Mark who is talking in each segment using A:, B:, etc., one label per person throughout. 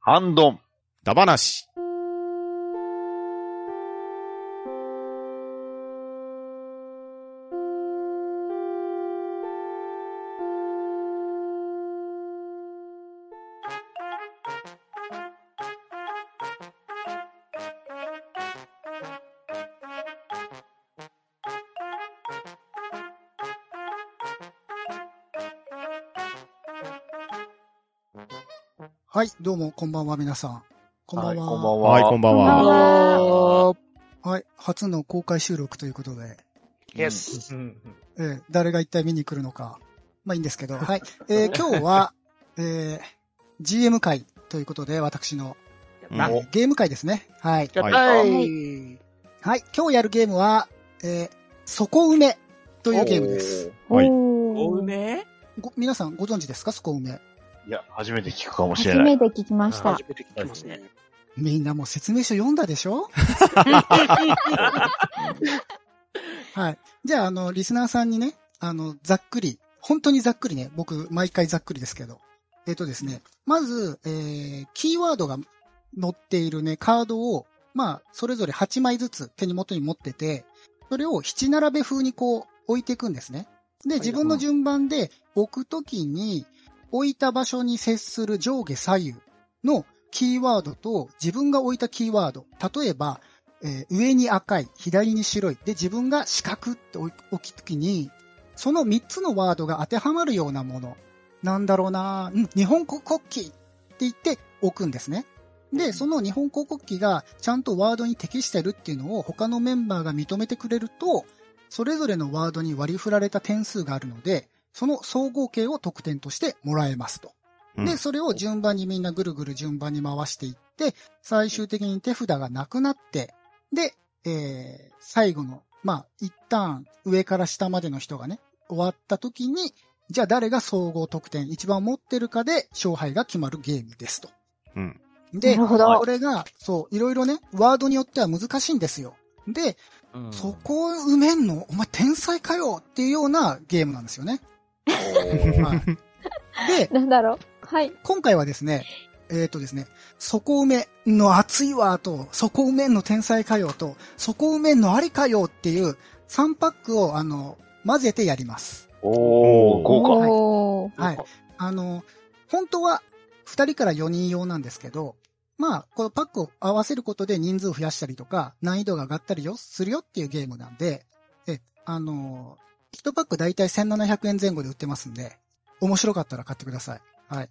A: ハンドン。
B: ダバナシ。
C: はい、どうも、こんばんは、皆さん。こんばんは。
A: はい、こんばんは。
B: はい、こんばん
D: こ
B: は。
D: んばんは
A: は。
C: はい初の公開収録ということで、
E: Yes.
F: うんうん
C: えー誰が一体見に来るのか、まあいいんですけ ど、はい。えー今日は、えー GM 会ということで、私の、
B: う
C: え
B: ん
C: ーゲーム会ですね。はい。
A: やった
D: い
A: ー
C: はい、今日やるゲームは、えー、底埋めというゲームです。。
B: はい
D: お
F: お
D: ー
F: 梅
C: ご皆さんご存知ですか底埋め。
A: いや、初めて聞くかもしれ
D: 初
A: な
D: め
A: い。
D: て聞きました
E: 初。めて聞きますね。
C: みんなもう説明書読んだでしょはい。じゃあ、あの、リスナーさんにね、あの、ざっくり、本当にざっくりね、僕、毎回ざっくりですけど。えっ、とですね、まず、えー、キーワードが載っているね、カードを、まあ、それぞれ8枚ずつ手に元に持ってて、それを七並べ風にこう、置いていくんですね。で、自分の順番で置くときに、置いた場所に接する上下左右のキーワードと自分が置いたキーワード。例えば、えー上に赤い、左に白い。で、自分が四角って置きときに、その3つのワードが当てはまるようなもの。なんだろうなうん、日本国国旗って言って置くんですね。で、その日本国国旗がちゃんとワードに適してるっていうのを他のメンバーが認めてくれると、それぞれのワードに割り振られた点数があるので、その総合計を得点としてもらえますと。
B: う
C: で、
B: ん
C: それを順番にみんなぐるぐる順番に回していって、最終的に手札がなくなって、で、えー、最後の、まあ、一旦上から下までの人がね、終わった時に、じゃあ誰が総合得点一番持ってるかで勝敗が決まるゲームですと。
B: うん。
C: で
D: な、るほ
A: は
D: ど
C: こ。れが、そう、いろいろね、ワードによっては難しいんですよ。で、そこを埋めんのお前天才かよっていうようなゲームなんですよね。 はいで、
D: なんだろう。はい。
C: 今回はですね、えっ、とですね、底埋めの熱いわと、底埋めの天才かよと、底埋めのありかよっていう3パックを、あの、混ぜてやります。
A: おー、豪華。
D: おー
C: はい。あの、本当は2人から4人用なんですけど、まあ、このパックを合わせることで人数を増やしたりとか、難易度が上がったりよ、するよっていうゲームなんで、え、あの、1パックだいたい1700円前後で売ってますんで、面白かったら買ってください。はい。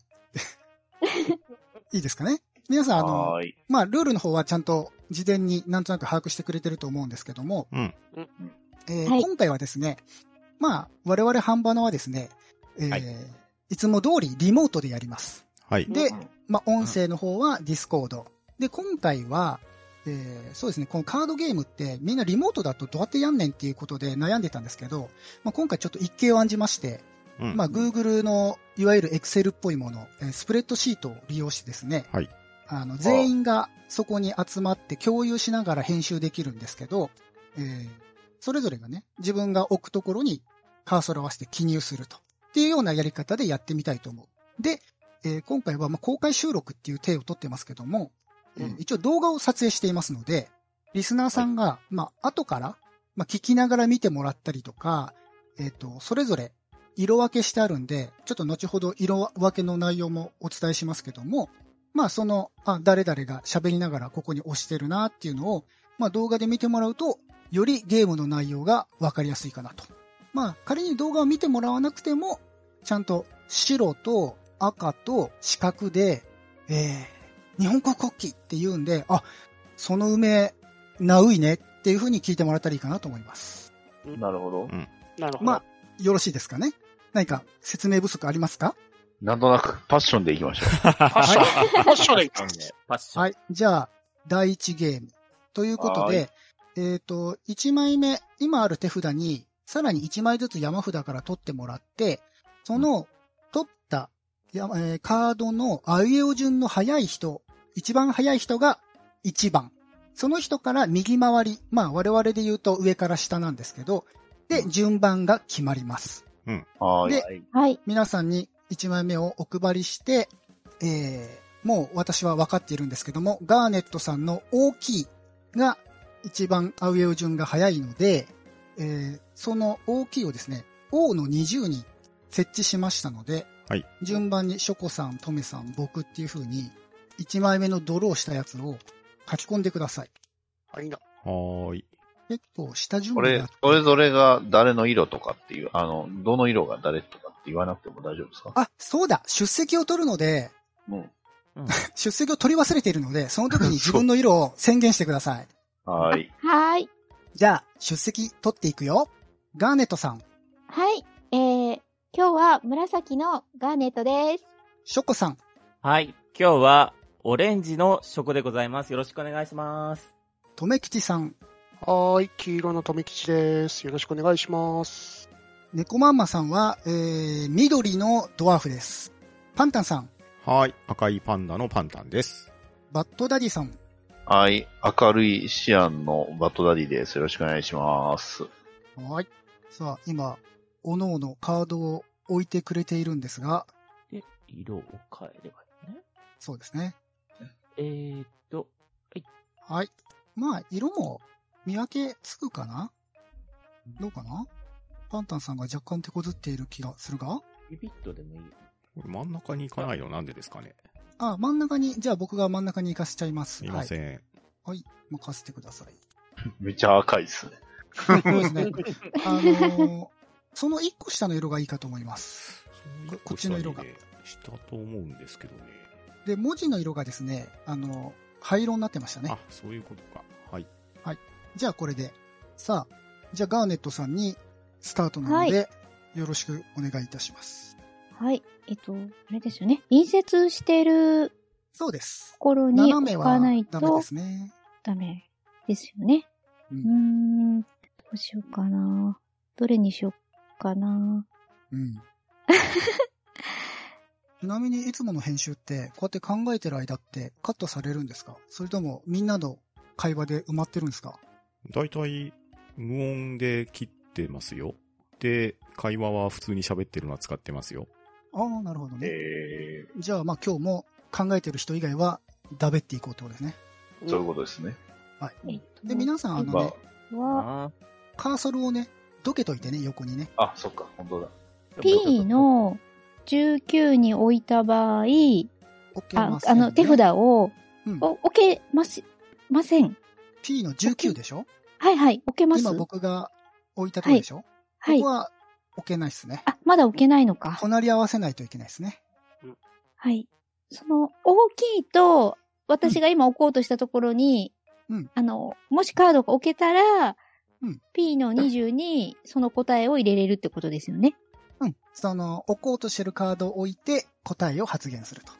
C: いいですかね皆さん、あの、
A: はーい。
C: まあ、ルールの方はちゃんと事前になんとなく把握してくれてると思うんですけども、
B: うん
E: うん
C: えー
D: はい
C: 今回はですね、まあ、我々ハンバナはですね、えー
B: はい
C: い、つも通りリモートでやります。
B: はい。
C: で
A: うん、
C: まあ、音声の方はディスコード。で、今回は、えーそうですね、このカードゲームってみんなリモートだとどうやってやんねんっていうことで悩んでたんですけど、まあ、今回ちょっと一計を案じまして、
B: うん
C: まあ、Google の、いわゆる Excel っぽいもの、えースプレッドシートを利用してですね、
B: はい
C: あの、全員がそこに集まって共有しながら編集できるんですけど、えーそれぞれがね、自分が置くところにカーソルを合わせて記入すると。っていうようなやり方でやってみたいと思う。で、えー今回はまあ公開収録っていう手を取ってますけども、えー
E: うん
C: 一応動画を撮影していますので、リスナーさんが、まあ、後から、まあ、聞きながら見てもらったりとか、えっ、と、それぞれ色分けしてあるんで、ちょっと後ほど色分けの内容もお伝えしますけども、まあその、あ、誰々が喋りながらここに押してるなっていうのを、まあ動画で見てもらうと、よりゲームの内容がわかりやすいかなと。まあ仮に動画を見てもらわなくても、ちゃんと白と赤と四角で、えー、日本国国旗って言うんで、あ、その梅、ナウイねっていう風に聞いてもらったらいいかなと思います。
A: なるほど。
E: なるほど。
C: まあ、よろしいですかね何か説明不足ありますか
A: なんとなく、パッションでいきましょ
E: ファッション。ファッションでいきます。
F: ファッション。
C: はい。じゃあ、第1ゲーム。ということ
A: は
C: で、えっ、と、1枚目、今ある手札に、さらに1枚ずつ山札から取ってもらって、その、取った、やえーカードのあいうえお順の早い人、一番早い人が1番。その人から右回り、まあ我々で言うと上から下なんですけど、で、順番が決まります。
A: う。はーい
C: で。
A: はい
D: はい。
C: 皆さんに1枚目をお配りして、えーもう私は分かっているんですけども、ガーネットさんの大きいが一番アウェオ順が早いので、えーその大きいをですね、O の20に設置しましたので、
B: はい
C: 順番にショコさん、トメさん、僕っていう風に、1枚目のドローしたやつを書き込んでください。
E: はいな。
B: はーい。
C: 結構下順
A: こ
C: 番
A: れ
C: だ、
A: それぞれが誰の色とかっていう、あの、どの色が誰とかって言わなくても大丈夫ですか
C: あ、そうだ出席を取るので、
A: うん。
C: 出席を取り忘れているので、その 時に自分の色を宣言してください。
A: はーい。
D: はーい。
C: じゃあ、出席取っていくよ。ガーネットさん、
D: はい。えー、今日は紫のガーネットです。
C: ショコさん、
F: はい。今日は、オレンジのショコでございます。よろしくお願いします。
C: とめきちさん、
E: はーい、黄色の富吉です。よろしくお願いします。
C: 猫まんまさんは、えー、緑のドワーフです。パンタンさん、
B: はーい。赤いパンダのパンタンです。
C: バッドダディさん、
A: はい。明るいシアンのバットダディです。よろしくお願いします。
C: はい。さあ、今、おのおのカードを置いてくれているんですが、
F: で、色を変えればいいね。
C: そうですね。
F: えーっと、
C: はい。まあ、色も見分けつくかなどうかなパンタンさんが若干手こずっている気がするが
F: ビビットでもいいよ。
B: これ真ん中に行かないのなんでですかね。
C: あ、真ん中に、じゃあ僕が真ん中に行かせちゃいます。
B: すいませ
C: はい。
B: ん。
C: 任せてくだ さい。
A: めっちゃ赤いっすね。
C: そうですね。あのーその一個下の色がいいかと思います。ここっちの色が
B: 下にね。したと思うんですけどね。
C: で、文字の色がですね、あの、灰色になってましたね
B: あ。、そういうことか。はい。
C: じゃあこれで。さあ、じゃあガーネットさんにスタートなので、よろしくお願いいたします。
D: はい。えっと、あれですよね。隣接してると
C: そうです。
D: ころに
C: 斜
D: 置
C: め
D: か
C: は
D: ない
C: ダメ
D: と
C: ですね。
D: ダメですよね。
C: う
D: うんーん。どうしようかな。どれにしようかな。
C: うん。ちなみにいつもの編集って、こうやって考えてる間ってカットされるんですかそれともみんなの会話で埋まってるんですか
B: 大体、無音で切ってますよ。で、会話は普通に喋ってるのは使ってますよ。
C: ああ、なるほどね。
A: え
C: じゃあまあ今日も考えてる人以外はダベっていこうってことですね。
A: ー、そういうことですね。
C: はい。
D: えっと、
C: で、皆さんあの
A: ま
C: ね、
D: は、
F: あ
C: カーソルをね、どけといてね、横にね。
A: あ、あ、そっか、本当だ。
F: ー
D: P、の19に置いた場合、
C: 置け
D: あ
C: ま、せ
D: あ
C: んね
D: の、手札を、
C: うん
D: お、置けます、ません。
C: P の19でしょ
D: はいはい、置けます
C: 今。僕が置いたとこでしょ、
D: は
C: こ
D: い
C: こ。は置けないですね。
D: あ、まだ置けないのか。
C: 隣り合わせないといけないですね。
D: はい。その、大きいと、私が今置こうとしたところに、
C: うん
D: あの、もしカードが置けたら、
C: うん
D: P の20にその答えを入れれるってことですよね。
C: うん。その、置こうとしてるカードを置いて答えを発言すると。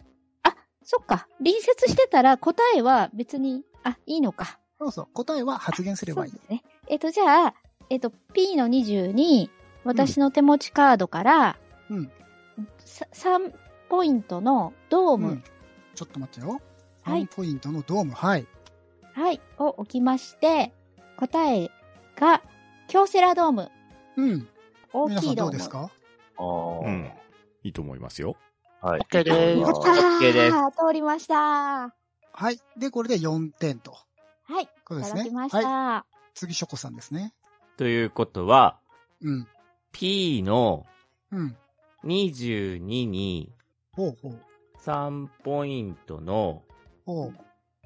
D: そっか。隣接してたら答えは別に、あ、いいのか。
C: そうそう。答えは発言すればいい
D: そう。ですね。えっと、じゃあ、えっと、P の20に、私の手持ちカードから、
C: うん
D: さ3ポイントのドーム、
C: うんちょっと待ってよ。
D: はい
C: 3ポイントのドーム。はい。
D: はい、を置きまして、答えが、京セラドーム、
C: うん。
D: 大
C: 皆
D: き
C: さん
D: い
C: どう
D: ドー
C: で
D: ム。
C: すか
A: ああ、
B: うん。いいと思いますよ。
A: はい。
E: OK で
D: や
E: ー
D: っ
E: す。
D: たー
F: OK です
D: 通りましたは
C: はい。で、これで4点と。
D: い、い
C: こと
D: た
C: です
D: だ
C: ね
D: き。ました。
C: はい。次、ショコさんですね。
F: ということは、
C: うん。
F: P の
C: うん。
F: 22に
C: ほうほう。
F: 3ポイントの
C: ほう。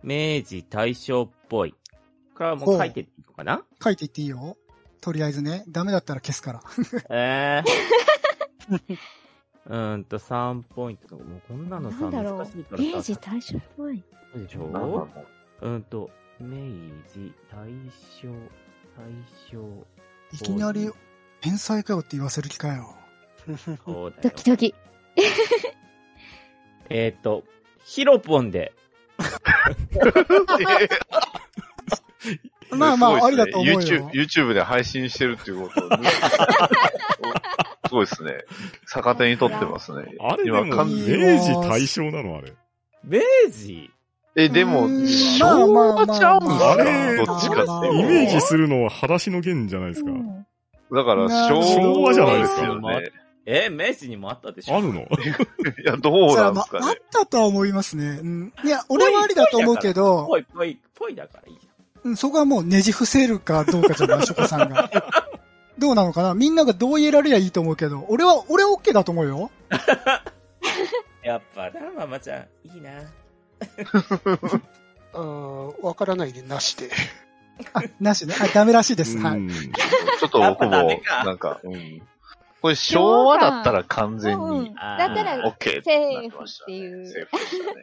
F: 明治大正っぽい。これはもう書いていいのかな
C: 書いていっていいよ。とりあえずね。ダメだったら消すから。
F: えー。うーんと、3ポイント。もうこんなのさ、
D: なんだろ
F: 難しいか
D: う。
F: らさ。
D: 明治大正っぽい。
F: そうでし
A: なんだろ
F: ょ
A: う
F: うーんと、明治、大正、大正。
C: いきなり、天才かよって言わせる気かよ。
F: そうだ
D: ド
F: よ。
D: キドキ。
F: えっ、と、ヒロポンで。
C: まあまあ、あ
A: す
C: り
A: ご
C: だ
A: いです
C: と思う
A: ね YouTube,
C: よ。
A: YouTube で配信してるっていうことをね すごいですね。逆手に取ってますね。
B: あれでも、
A: 今完
B: 明
C: い
B: 治
C: いよ
B: 対象なのあれ。
F: 明治
A: え、でも
C: うーん、
A: 昭和ちゃうんです
B: まあ
A: か
B: まあまあ
A: どっちかって
C: まあまあ
B: イ
C: まあ
B: メー
A: いう
B: ジするのは裸足の弦じゃないですか
D: う。ん
A: とだから昭
B: 昭和じゃないですか
A: よね。
F: ええー、明治にもあったでしょ
B: あるの
A: いや、どう
C: それ
A: な
C: は
A: ん
C: ま
A: ですか
C: あっ
A: ね。
C: たとは思いますね。うん。いや、俺はありだと思うけど
F: ぽ、いぽい、ぽいだからいいじ
C: うんそこはもうねじ伏せるかどうかじゃない、ショコさんが。どうなのかなみんながどう言えられりゃいいと思うけど、俺は、俺は OK だと思うよ。
F: ゃん。やっぱな、ママちゃん。いいな。
E: あーわからないでなしで。
C: あ、なしね。あ、ダメらしいです。は
B: う
C: い。
B: ん
A: ちょっと僕
F: やっぱダメ
A: も、
F: か
A: なんか、うん。これ昭和だったら完全
D: うん
A: に、
F: あー
D: だったら、
A: オッケー
D: セーフっていう
A: セーフでしたね。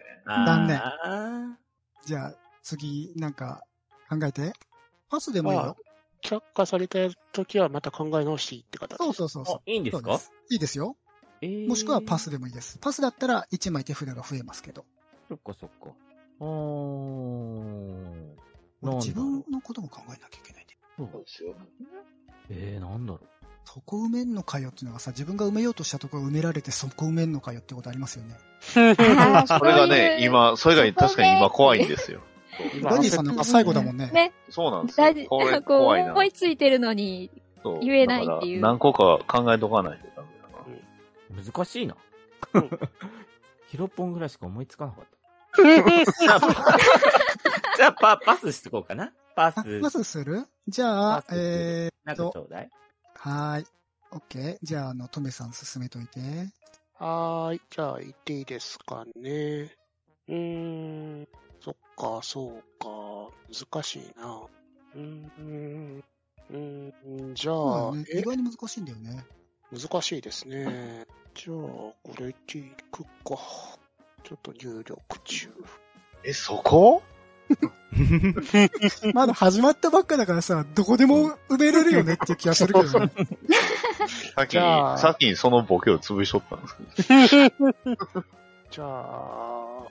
C: 残念
F: あ
C: じゃあ、次、なんか、考えて。パスでもいい
E: まあ
C: よ。
E: 却下された時はまた考え直していいって 形。
C: そうそうそう
F: ー
C: そ
F: あいいん
C: う。
F: で
C: そ
F: す
C: う
F: か
C: ですいいですよ。
F: えー
C: もしくはパスでもいいです。パスだったら1枚手札が増えますけど。
F: そっかそっか。うーん。
C: 俺
F: なんだろう
C: 自分のことも考えなきゃいけないね。
A: そうですよ。
F: えー、なんだろう。
C: そこ埋めんのかよっていうのがさ、自分が埋めようとしたところ埋められてそこ埋めんのかよってことありますよね。
D: あー
A: それが
D: そう
A: ね、
D: いう
A: 今、それが確かに今怖いんですよ。
E: 今
C: ダニーさんなんか最後だもんね。
D: ね、
A: そうなんです
D: 大
A: よ
D: 事、。
A: これ
D: こう
A: 怖いな。
D: 思いついてるのに、
A: そう
D: 言えないっていう
A: だから何個か考えとかないとダメだな。
F: 難 しいな
E: うん。
F: ヒロポンぐらいしか思いつかなかった。 じゃあパ、パスしてこうかな。パ
C: あ、
F: ス。
C: パスするじゃあ
F: パ、ス
C: え
F: なんかちょうだい。
C: ー、はーい。オッケー。じゃあ、あの、トメさん進めといて。
E: はーい。じゃあ、行っていいですかね。うーん。そっか、そうか。難しいな。うーん。うーん。じゃ
C: そ
E: あ、
C: うだね。
E: え
C: 意外に難しいんだよね。
E: 難しいですね。じゃあ、これでいくか。ちょっと入力中。
A: え、そこ
C: まだ始まったばっかだからさ、どこでも埋めれるよねっていう気がするけどね。
A: さっき、
E: じゃあ
A: さっきそのボケを潰しとったんですけど。
E: じゃあ、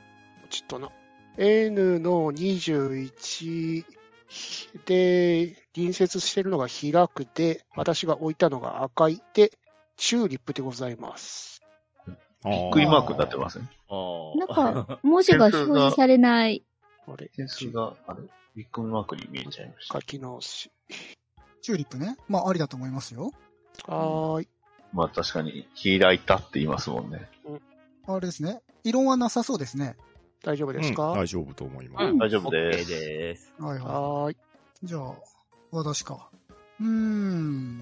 E: ちょっとな。N の21で、隣接してるのが開くで、私が置いたのが赤いで、チューリップでございます。
A: びっくりマークになってません。
D: なん
F: ああ。
D: か、文字が表示されない。
E: あれ
A: 点数が、あれびっくりマークに見えちゃいました
E: 書。き直し。
C: チューリップね。まあ、ありだと思いますよ。
E: はーい。
A: まあ確かに、開いたって言いますもんね。
C: あれですね。異論はなさそうですね。
E: 大丈夫ですか、
B: うん大丈夫と思います。
D: うん
A: 大丈夫で
F: OK
A: す。
F: です。
C: はいはい。
E: はーい。
C: じゃあ、私か。うーん。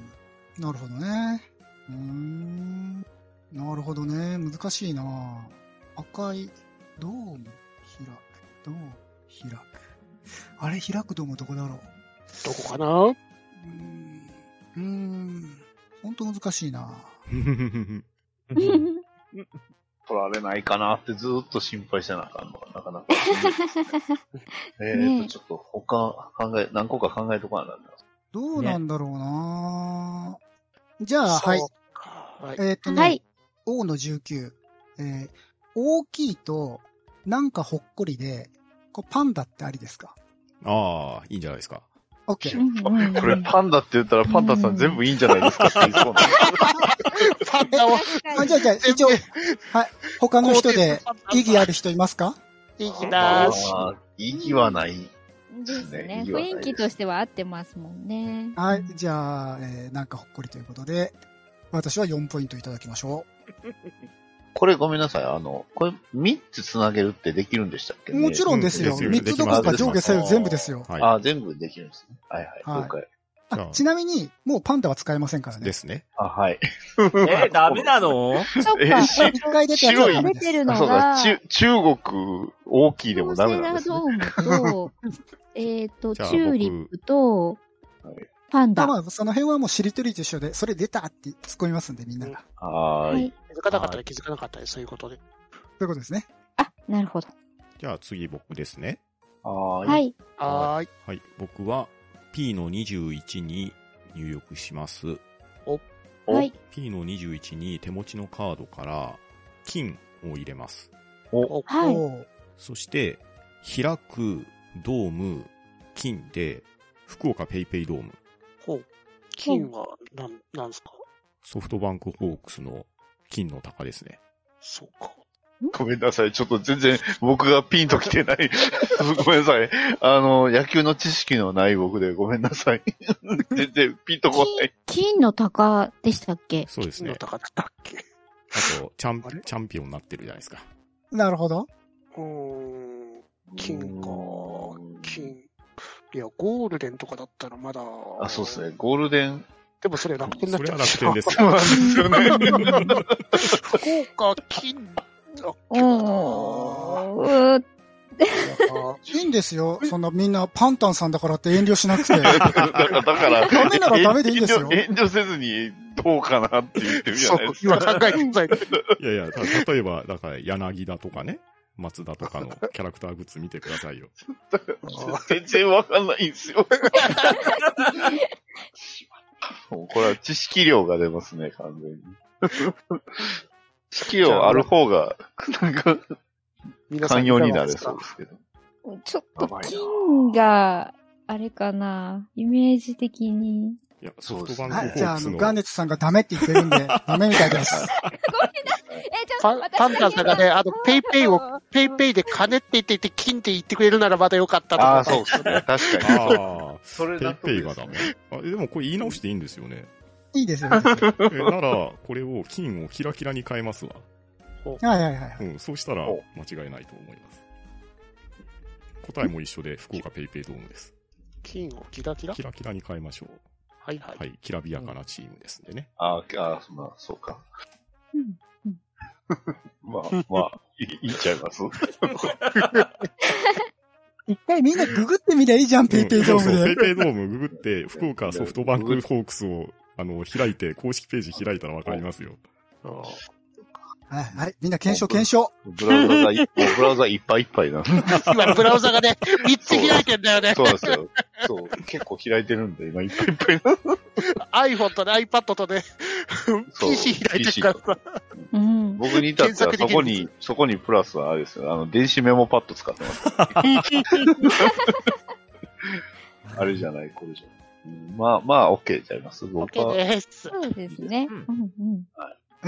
C: なるほどね。うーん。なるほどね。難しいな赤い、ドーム、開く、ドーム、開く。あれ、開くドームどこだろう
E: どこかな
C: うーん。うーん。ほんと難しいな
A: 取られないかなってずーっと心配してなあかんのがなか なか。えー
D: ね
A: と、ちょっと他考え、何個か考えとかなあかんな。
C: どうなんだろうな、じゃあ、
E: そう
C: はい。
E: かはい。
C: えーっ、とね、
D: はい。
C: O の19。えー大きいと、なんかほっこりで、こうパンダってありですか
B: ああ、いいんじゃないですか。
C: ?OK。
D: うんうんうん
A: これパンダって言ったらパンダさん全部いいんじゃないですかって言いそうな。
E: パンダを
D: 確かに
C: あ、じゃあ、じゃあ、一応、はい。他の人で、意義ある人いますか
E: いき
A: ま
E: な
A: あ
E: し。
A: まあ、意義はない。
D: ですね。
A: いいわ
D: 雰囲気としては合ってますもんね。
C: はい。じゃあ、えーなんかほっこりということで、私は4ポイントいただきましょ
A: これごめんなさい。あの、これ3つつなげるってできるんでしたっけ
C: う。
A: ね
C: もちろんですよ。
B: うんです
C: 3
B: よ
C: つどころか上下左右全部ですよ。
B: はい。
A: あ、全部できるんですね。はいは
C: はい
A: い。了解。
B: じゃ
C: あ
B: あ
C: ちなみに、もうパンダは使えませんからね
B: で。すね。
A: あ、はい。
F: えー、ダメな
D: そっ
F: の
A: えー
D: か。
A: し
D: そう
C: 一回出たやつ
A: 白
C: はダ
A: い
D: 出
C: メです
D: てる
A: あ
D: の
A: そうだ
D: が、
A: 中、中国大きいでもダメなんで
D: ロー
A: す
D: セ
A: ね。
D: ラドームと、えっと、
B: じ
D: チ
B: ゃあ
D: ューリップと、パン
C: まあ
D: ダ。
C: まあ、その辺はもうしりとりと一緒で、それ出たって突っ込みますんで、みんなが。
A: はーい。
E: 気づかなかったら気づかなかったで、そういうことで。
C: ということですね。
D: あ、なるほど。
B: じゃあ次僕ですね。
A: は。
D: はいい。
E: はーい。
B: はい。僕は P の21に入力します。
A: お
D: はい。
B: P の21に手持ちのカードから金を入れます。
A: お、
D: はい。
C: おー
B: そして、開く、ドーム、金で、福岡ペイペイドーム、
E: ほう。金は、なん、なんすか
B: ソフトバンクホークスの金の鷹ですね。
E: そうか。
A: ごめんなさい。ちょっと全然僕がピンときてない。 ごめんなさい。あの、野球の知識のない僕でごめんなさい。 全然ピンとこない。
D: 金の鷹でしたっけ
B: そうです
E: 金の
B: ね。あ
E: 高だったっけ
B: と、チャン
E: あれ
B: チャンピオンになってるじゃないですか。
C: なるほど。
E: うーん、金か、金。いや、ゴールデンとかだったらまだ。
A: あ、そうですね。。ゴールデン。
E: でもそれ楽天にな
B: そ
E: っ
B: れ
E: ちゃ
B: は
E: う
B: 楽 天です
A: そうなんですよ ね。
E: 福岡、金、だ
D: おーうーっ
C: いいんですよ。そんなみんなパンタンさんだからって遠慮しなくて。
A: だから、だから、
C: ダメならダメでいいんですよ
A: 遠慮遠慮せずにどうかなって言ってるじゃ
E: そ
A: ないで
E: う
A: す、か。
E: 今考えてた
B: いやいや、た例えば、だから、柳田とかね、松田とかのキャラクターグッズ見てください よ。
A: 全然わかんないんですよ。 もうこれは知識量が出ますね、完 全に。知識量ある方が、なんか、
E: 皆さん
A: 寛
E: いか
A: 容
E: が
A: にな
E: で
A: れ
E: すか
A: そうですけど。
D: ちょっ
A: や
D: と
A: ばいな
D: 金が、あれかな、イメージ的に。
B: いや、
A: そ
B: ソ
A: うで
B: フ
A: す
B: ト
A: ね
B: バンク
C: はい。じ
B: ホーク
C: ゃあ、あ
B: ス
C: の、
B: の、
C: ガーネットさんがダメって言ってるんで、ダメみたいです。
D: え、ちょっと
E: パン
D: 私
E: パンダさんがね、あの、ペイペイを、
D: あ
E: ペイペイで金って言ってて、金って言ってくれるならまだよかったと
A: あ
E: 思
A: あ、
E: った
A: そう
E: んで
A: です
E: よ
A: すね。確かに。
B: あ
A: そ
B: あ、
A: れ
B: ペイ
A: だ
B: ペイがダメ。あ、でもこれ言い直していいんです よね。
C: いいですよ。いいですよ
B: え、なら、これを金をキラキラに変えますわ。
C: はいはいはいは
B: う
C: い。
B: ん、そうしたら
A: お
B: 間違いないと思います。答えも一緒で、福岡ペイペイドームです。
E: 金をキラキラ
B: キラキラに変えましょう。
E: はいはい。
B: はい、きらびやかなチームですんでね。
A: あーあー、まあ、そうか。
D: うんうん
A: まあ、まあ、いいっちゃいます。
C: 一回みんなググってみりゃいいじゃん、ペイペイドー
B: うんそうそうペ
C: ム
B: イ
C: で。
B: ペイドームググ って、福岡ソフトバンクホークスを、あの、開いて、公式ページ開いたらわかりますよ。
C: はいはい。みんな検証検証。
A: ブラウザがい、もうブラウザいっぱいいっぱいな。
E: 今、ブラウザがね、3つ開いてんだよね
A: そ。うなんですよ。そう、結構開いてるんで、今いっぱいいっぱいな。
E: iPhone とね、iPad とね、
A: そう
E: PC 開いてるからさ。
D: うん。
A: 僕に至っては
E: 検索
A: そ
E: でき
A: こ
E: るんです
A: に、そこにプラスはあれですよ。あの、電子メモパッド使って ます。あれじゃない、これじゃない。うんまあまあ、OK ちゃいます。僕
E: OK
A: は、
E: です。
D: そうですね。
F: う
D: うんんうん。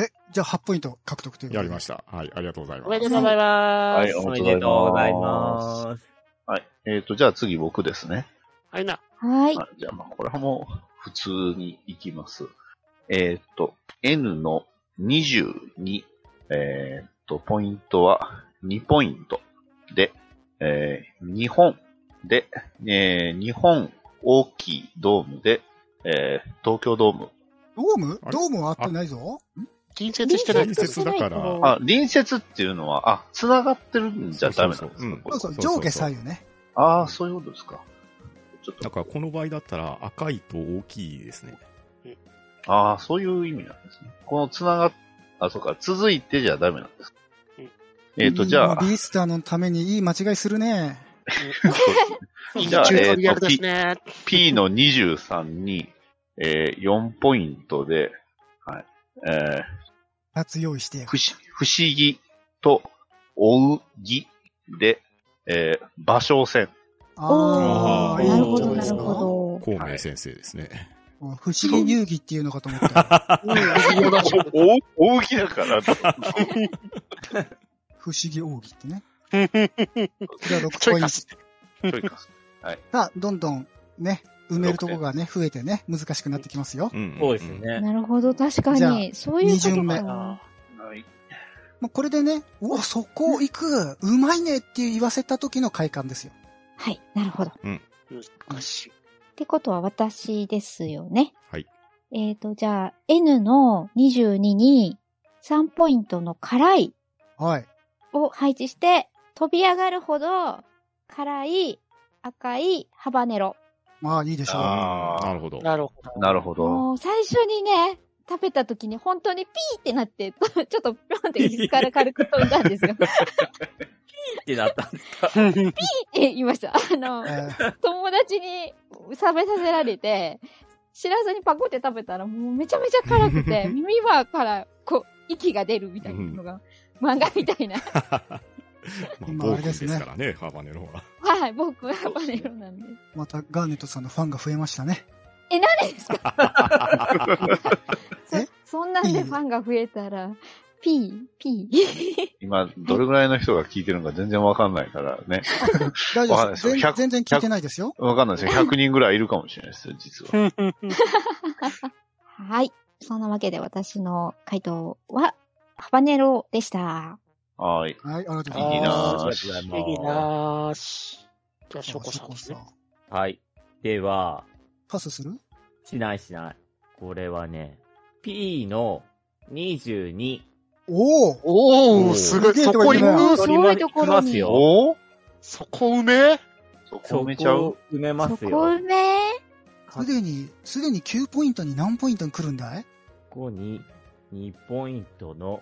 C: え、じゃあ8ポイント獲得ということ
B: や
C: で
B: りました。はい、ありがとうござい
E: お
B: ま。
E: めですとうございます。
A: はい、お
F: お
A: め
F: め
A: でと
F: でと
A: う
F: う
A: ご
F: ご
A: ざ
F: ざ
A: い
F: い
A: ます。
F: ます。
A: はい。えっ、と、じゃあ次僕ですね。
E: はいな。
D: はい。
A: はい、じゃあまあ、これはもう、普通にいきます。えっ、と、N の22、えっ、と、ポイントは2ポイントで、えー日本で、えー日本大きいドームで、えー東京ドーム。
C: ドーム
B: あれ
C: ドームは合ってないぞ。
E: 近接してない
B: 隣接だから
A: あ、隣接っていうのは、あ、繋がってるんじゃダメなんです
B: そうそうそううん
A: かこ
C: そ
A: れ
C: うそう、
B: そ
C: 上
B: うそうそう
C: 下左右ね。
A: ああ、そういうことですか。ちょっ
B: だ
A: と、
B: から、この場合だったら、赤いと大きいですね。
A: ああ、そういう意味なんですね。この繋がっ、あ、そうか、続いてじゃダメなんです
E: うん。
A: えっ、と、じゃあ
C: うん、ビースターのためにいい間違いするね。
E: いいチ
A: じゃ
E: ュ
A: あ
E: ートリアルですね。
A: P の23に、えー4ポイントで、はい、えー
C: 二つ用意してや
A: 不思不思議と、追うぎで、えー、馬掌戦。
C: あ
D: お
C: あ、
D: ー
C: いい
D: なる
C: ん
D: ほ
C: じゃないで
D: ど、な
C: す
D: る
C: か。
D: ほど。
B: 孔明先生ですね。
C: 不思議遊戯っていうのかと思ったら。
A: お お追うぎだから、
C: 不思議奥義ってね。じゃあ6
E: ちょ
C: ポイ ン
E: い
C: ト
E: か。す。
A: ちょいかす
C: がどんどんね、埋めるとこがね、増えてね、難しくなってきますよ。
B: うんんん
F: そうです。ね。
D: なるほど、確か
C: じゃあ
D: に。そういうこ
C: 二
D: と
C: 巡目
D: かな。
A: はい
C: まあ、これでね、うわ、そこ行く、うまいねって言わせた時の快感ですよ。
D: はい、なるほど。っ
E: 難しい。
D: てことは私ですよね。
B: はい。
D: えっと、じゃあ、N の22に3ポイントの辛い
C: はい。
D: を配置して、飛び上がるほど辛い赤いハバネロ。
C: まあ、いいでしょう。あ
A: あー
B: なるほど。
E: なるほど。
A: なるほど。
D: もう最初にね、食べた時に本当にピーってなって、 ちょっとピョンって椅子から軽く飛んだんですよ。ピーっ
F: ってなったんですか
D: て言いました。あの、
C: ー
D: 友達に食べさせられて、知らずにパコって食べたらもうめちゃめちゃ辛くて、耳はからこう、息が出るみたいなのが、漫画みたいな。
B: まあ、
C: 今
B: 暴
C: あれ
B: 君で
C: ですね
B: すからね、ハバネロは。
D: はい、僕はハバネロなんです。
C: またガーネットさんのファンが増えましたね。
D: え、何ですかそ
C: え
D: そんなんでファンが増えたら、 P、P。
A: 今、どれぐらいの人が聞いてるのか全然わかんないからね。
C: 大丈夫です。
A: わかんないですよ
C: 全
A: 100
C: 全然聞いてないですよ。
A: わかんないですよ。100人ぐらいいるかもしれないですよ、実は。
D: はい。そんなわけで私の回答は、ハバネロでした。
A: はーい。
C: はい、ありがとうございま
A: い
C: す
A: いな
F: あ
A: ぁ
F: りがとうございます
E: いいなーし。じゃあ、ショコさんですね。
F: はい。では、
C: パスする
F: しないしない。これはね、P の22。
C: おお
E: お
F: お
E: ー、
F: ー
E: すごい。
C: すげえ
E: そ
C: とこ
E: こ
C: 行
E: 行
C: くな
E: く
D: すごいところに
F: 行きますよ。
A: おお
E: そこうめえ
A: そ
F: そ
A: こ
F: こ
A: 埋めちゃう
F: 埋めま
D: そ
F: す
D: こ
F: よ。
D: ね。
C: すでに、すでに9ポイントに何ポイントに来るんだい
F: ここに2ポイントの、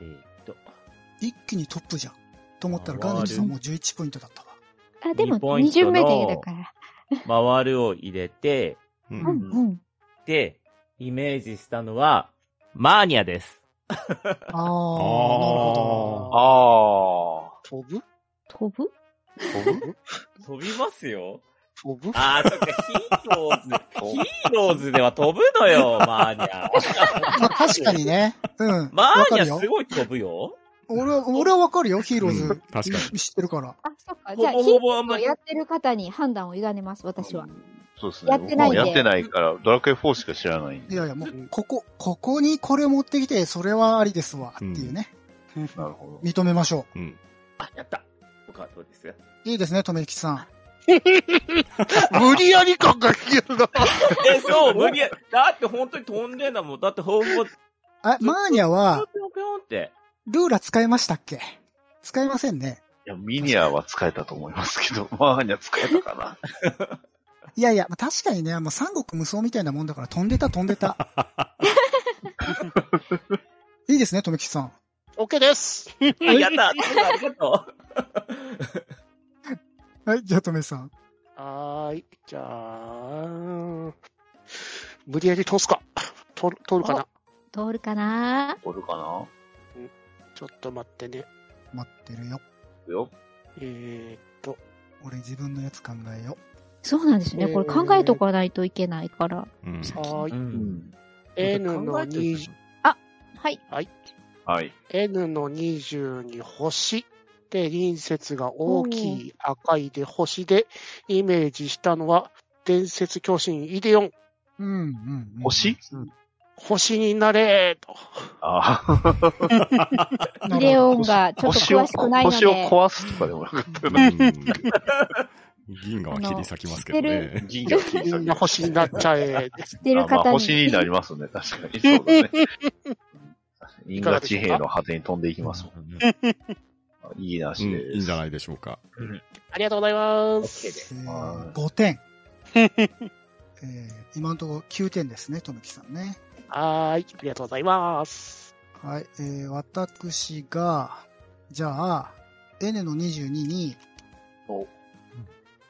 F: えーっと、
C: 一気にトップじゃん。と思ったら、ガーネットさんもう11ポイントだったわ。
D: あ、でも
F: 2ポイントの
D: 20名的だから。
F: 回るを入れて、
B: う
D: うん
B: ん。
D: うん。
F: で、イメージしたのは、マーニャです。
C: ああ、なるほ
B: あー
A: あ
E: 飛ぶ
D: 飛ぶ
E: 飛ぶ
F: 飛びますよ
E: 飛ぶ
F: ああ、そっか、ヒーローズで、ヒーローズでは飛ぶのよ、マーニャ。
C: ど。まあ確かにね。うん。
F: マ
C: わ
F: ー
C: か
F: ニ
C: る
F: ャ
C: よ
F: す。ごい飛ぶよ。
C: 俺は、俺はわかるよ、ヒーロー
B: う
C: ズ
B: ん。確か
C: 知ってるから。
D: あ、そっか。
F: ほぼ
D: じゃあ、ヒ
F: ほ
D: ッ
F: ぼあんま
D: ト
F: り
D: やってる方に判断を委ねます、私は
A: あ。。そうですね。
D: やっ
A: 僕
D: てない
A: も
D: んで
A: やってないから、ドラクエ4しか知らないん
C: い
A: で。
C: やいや、もう、ここ、ここにこれ持ってきて、それはありですわ、っていうね。
A: なるほ
C: 認めましょ
B: うん。
F: あ、やった。僕はどうです
C: う。いいですね、とめきちさん。
E: 無理やり感が消えるな。
F: え、そう、無理や。だって本当に飛んでんだもん。だってほぼ、ピョン
C: あ、マーニャは、
F: ピョンピョンって。
C: ルーラ使えましたっけ使えませんね。
A: ど。いや、ミニアは使えたと思いますけ ど、マーニャ使えたかな。
C: いやいや、まあ確かにね、もう三国無双みたいなもんだから飛んでた飛んでた。 いいですね、とめきちさん。
E: OK です。
F: あやった。飛んだありがと
C: はい、じゃあとめきさん。
E: はーい。じゃあ、無理やり通すか。通る通るかな。
D: 通るかな
A: おるかな
E: ちょっと待ってね。
C: 待ってるよ。
A: よ。
E: えーっと、
C: 俺自分のやつ考えよ
D: そうなんですね。これ
E: え
D: 考
E: ー
D: えとかないといけないから。
B: うん。
E: は
F: う。う
E: ーい。
F: ん。
E: N の20、
D: はい。
A: はい。
E: N の20に星。で、隣接が大きい赤いで星で、イメージしたのは、伝説巨神イデオン、
C: う。うんうん、うん。
A: 星
E: 星になれと。
A: あ あ。
C: なるほど
D: レオンがちょっと
A: 星を、
D: 詳しくないので。
A: 星を壊すとかでもなかったよ
B: う
A: ね。
B: ん銀河は切り裂きますけど
D: あの
B: ね。
A: 銀河切り
E: み
A: 裂
E: ん
A: き
E: な星になっちゃえ。
D: 知って る
A: あまあ、
D: 方
A: 星になりますね。確かに。そう だね。因果地平の果てに飛んでいきますもん。いいな
B: うん
A: しです。
B: いいんじゃないいでしょうか。
E: ありがとうございます。
F: OK で
C: えー
A: はい
C: 5点。 えー今のところ9点ですね、とめきさんね。
E: はーい。ありがとうございます。
C: はい、えー、私が、じゃあ、N の22に、
A: お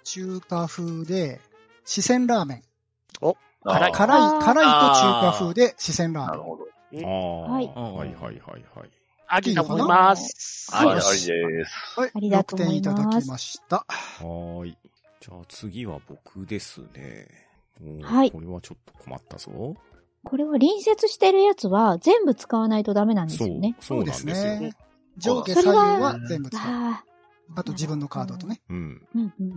C: 中華風で、四川ラーメン。辛
A: あ
C: い、
A: ー
C: 辛い
D: あー
C: と中華風で四川ラ
A: な
C: ーメ
A: る
C: ン。
A: ほど。
B: あ
D: はい
B: あ、はいはいはいはい。
E: ありだと思います。
A: はい、あ
C: よ
A: り
C: し
A: です。
C: はい、
D: ありがと
C: 6
D: うござ
C: 点い
D: い
C: た
D: ます
C: だきました。
B: はーい。じゃあ次は僕ですね。おー
D: はい
B: これはちょっと困ったぞ。
D: これは隣接してるやつは全部使わないとダメなんです
B: そう
D: よね。、
B: そうなんです
C: そうで
B: よ
C: す。ね上下
A: そ
C: 左
D: れ
C: 右
D: は
C: は全部使う。
D: ああ。
C: あと自分のカードとね。
B: うん。
D: うんうん。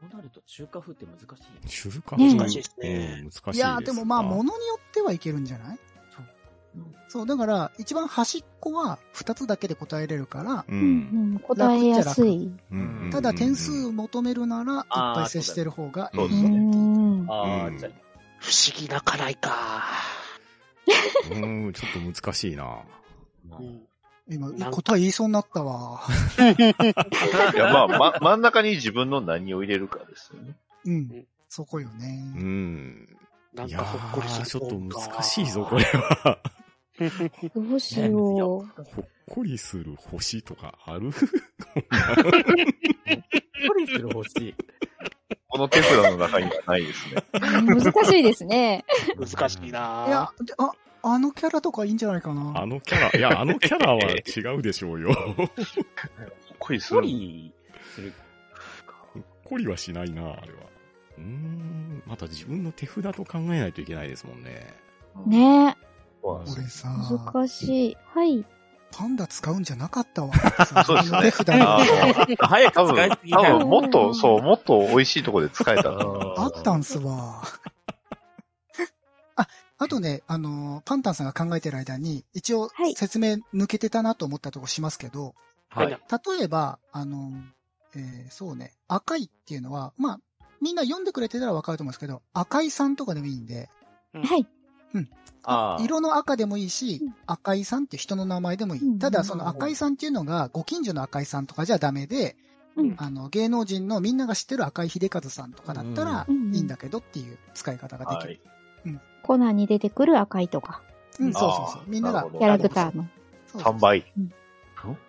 F: そうなると中華風って難しい。
B: 中華
D: ね
E: 難しいですね
B: うん難しいです。
C: いやーでもまあ、ものによってはいけるんじゃないそう、だから、一番端っこは2つだけで答えれるから、
B: う
D: うん
B: ん。
D: うん。答えやすい。
B: うんうん
C: ただ点数求めるなら、いっ
F: あー
C: ぱい接してる方がい
A: そう
D: う
A: で
C: い
A: す。ね。
D: ん。
F: あ
B: う
F: あ、
B: ん
F: じゃ
E: 不思議な辛いか。
B: うん、ちょっと難しいな。
F: あ
E: う
F: うん
E: ん
C: 今、答え言いそうになったわ。
A: いや、まあ、ま、真ん中に自分の何を入れるかですよね。
C: うん。そこよね。
B: うん。
E: なん
B: いや
E: かほっこりす
B: ー、
E: る。
B: ちょっと難しいぞ、これ。は。
D: どうしよう。
B: ほっこりする星とかあ る
F: ほっこりする星。
A: このテスラの中にはないですね。
D: 難しいですね。
E: 難し
C: い
E: い
C: や
E: な。、
C: であ、あのキャラとかいいんじゃないかな
B: あ。のキャラ、いや、あのキャラは違うでしょうよ。
A: ほっこりす
F: ほっこ
A: る。
F: りする。
B: ほっこりはしないな、あれは。うーん、また自分の手札と考えないといけないですもんね。
D: ね
A: そうなんですよ
C: 俺さ、
D: 難しい。はい。
C: パンダ使うんじゃなかったわ。
A: そうですね
C: 手札で
A: あー
F: 早
A: 多
F: く使い
A: 分
F: す、ぎ
A: 多
F: だ
A: 分
F: よ。
A: もっと、そう、もっと美味しいとこで使えたと思う
C: あったんすわ。 あ、あとね、あのー、パンタンさんが考えてる間に、一応
D: はい
C: 説明抜けてたなと思ったとこしますけど、
F: はい。
C: 例えば、あのー、えーそうね、赤いっていうのは、まあ、みんな読んでくれてたらわかると思うんですけど、赤いさんとかでもいいんで、
D: はい。
F: あー
C: 色の赤でもいいし
D: うん、
C: 赤井さんって人の名前でもい
D: うん
C: い。ただ、その赤井さんっていうのが、ご近所の赤井さんとかじゃダメで
D: うん、
C: あの、芸能人のみんなが知ってる赤井秀和さんとかだったら
D: う
C: い
D: ん
C: いんだけどっていう使い方ができ
A: は
C: る。
A: い。
D: コナンに出てくる赤いとか、
C: うん、そうそうそ
A: あー
C: う。みんな
A: な
C: が
A: る。ほ
D: キ
A: ど
D: ャラクターの。
C: そうそう
A: 3倍。
D: うん
A: ん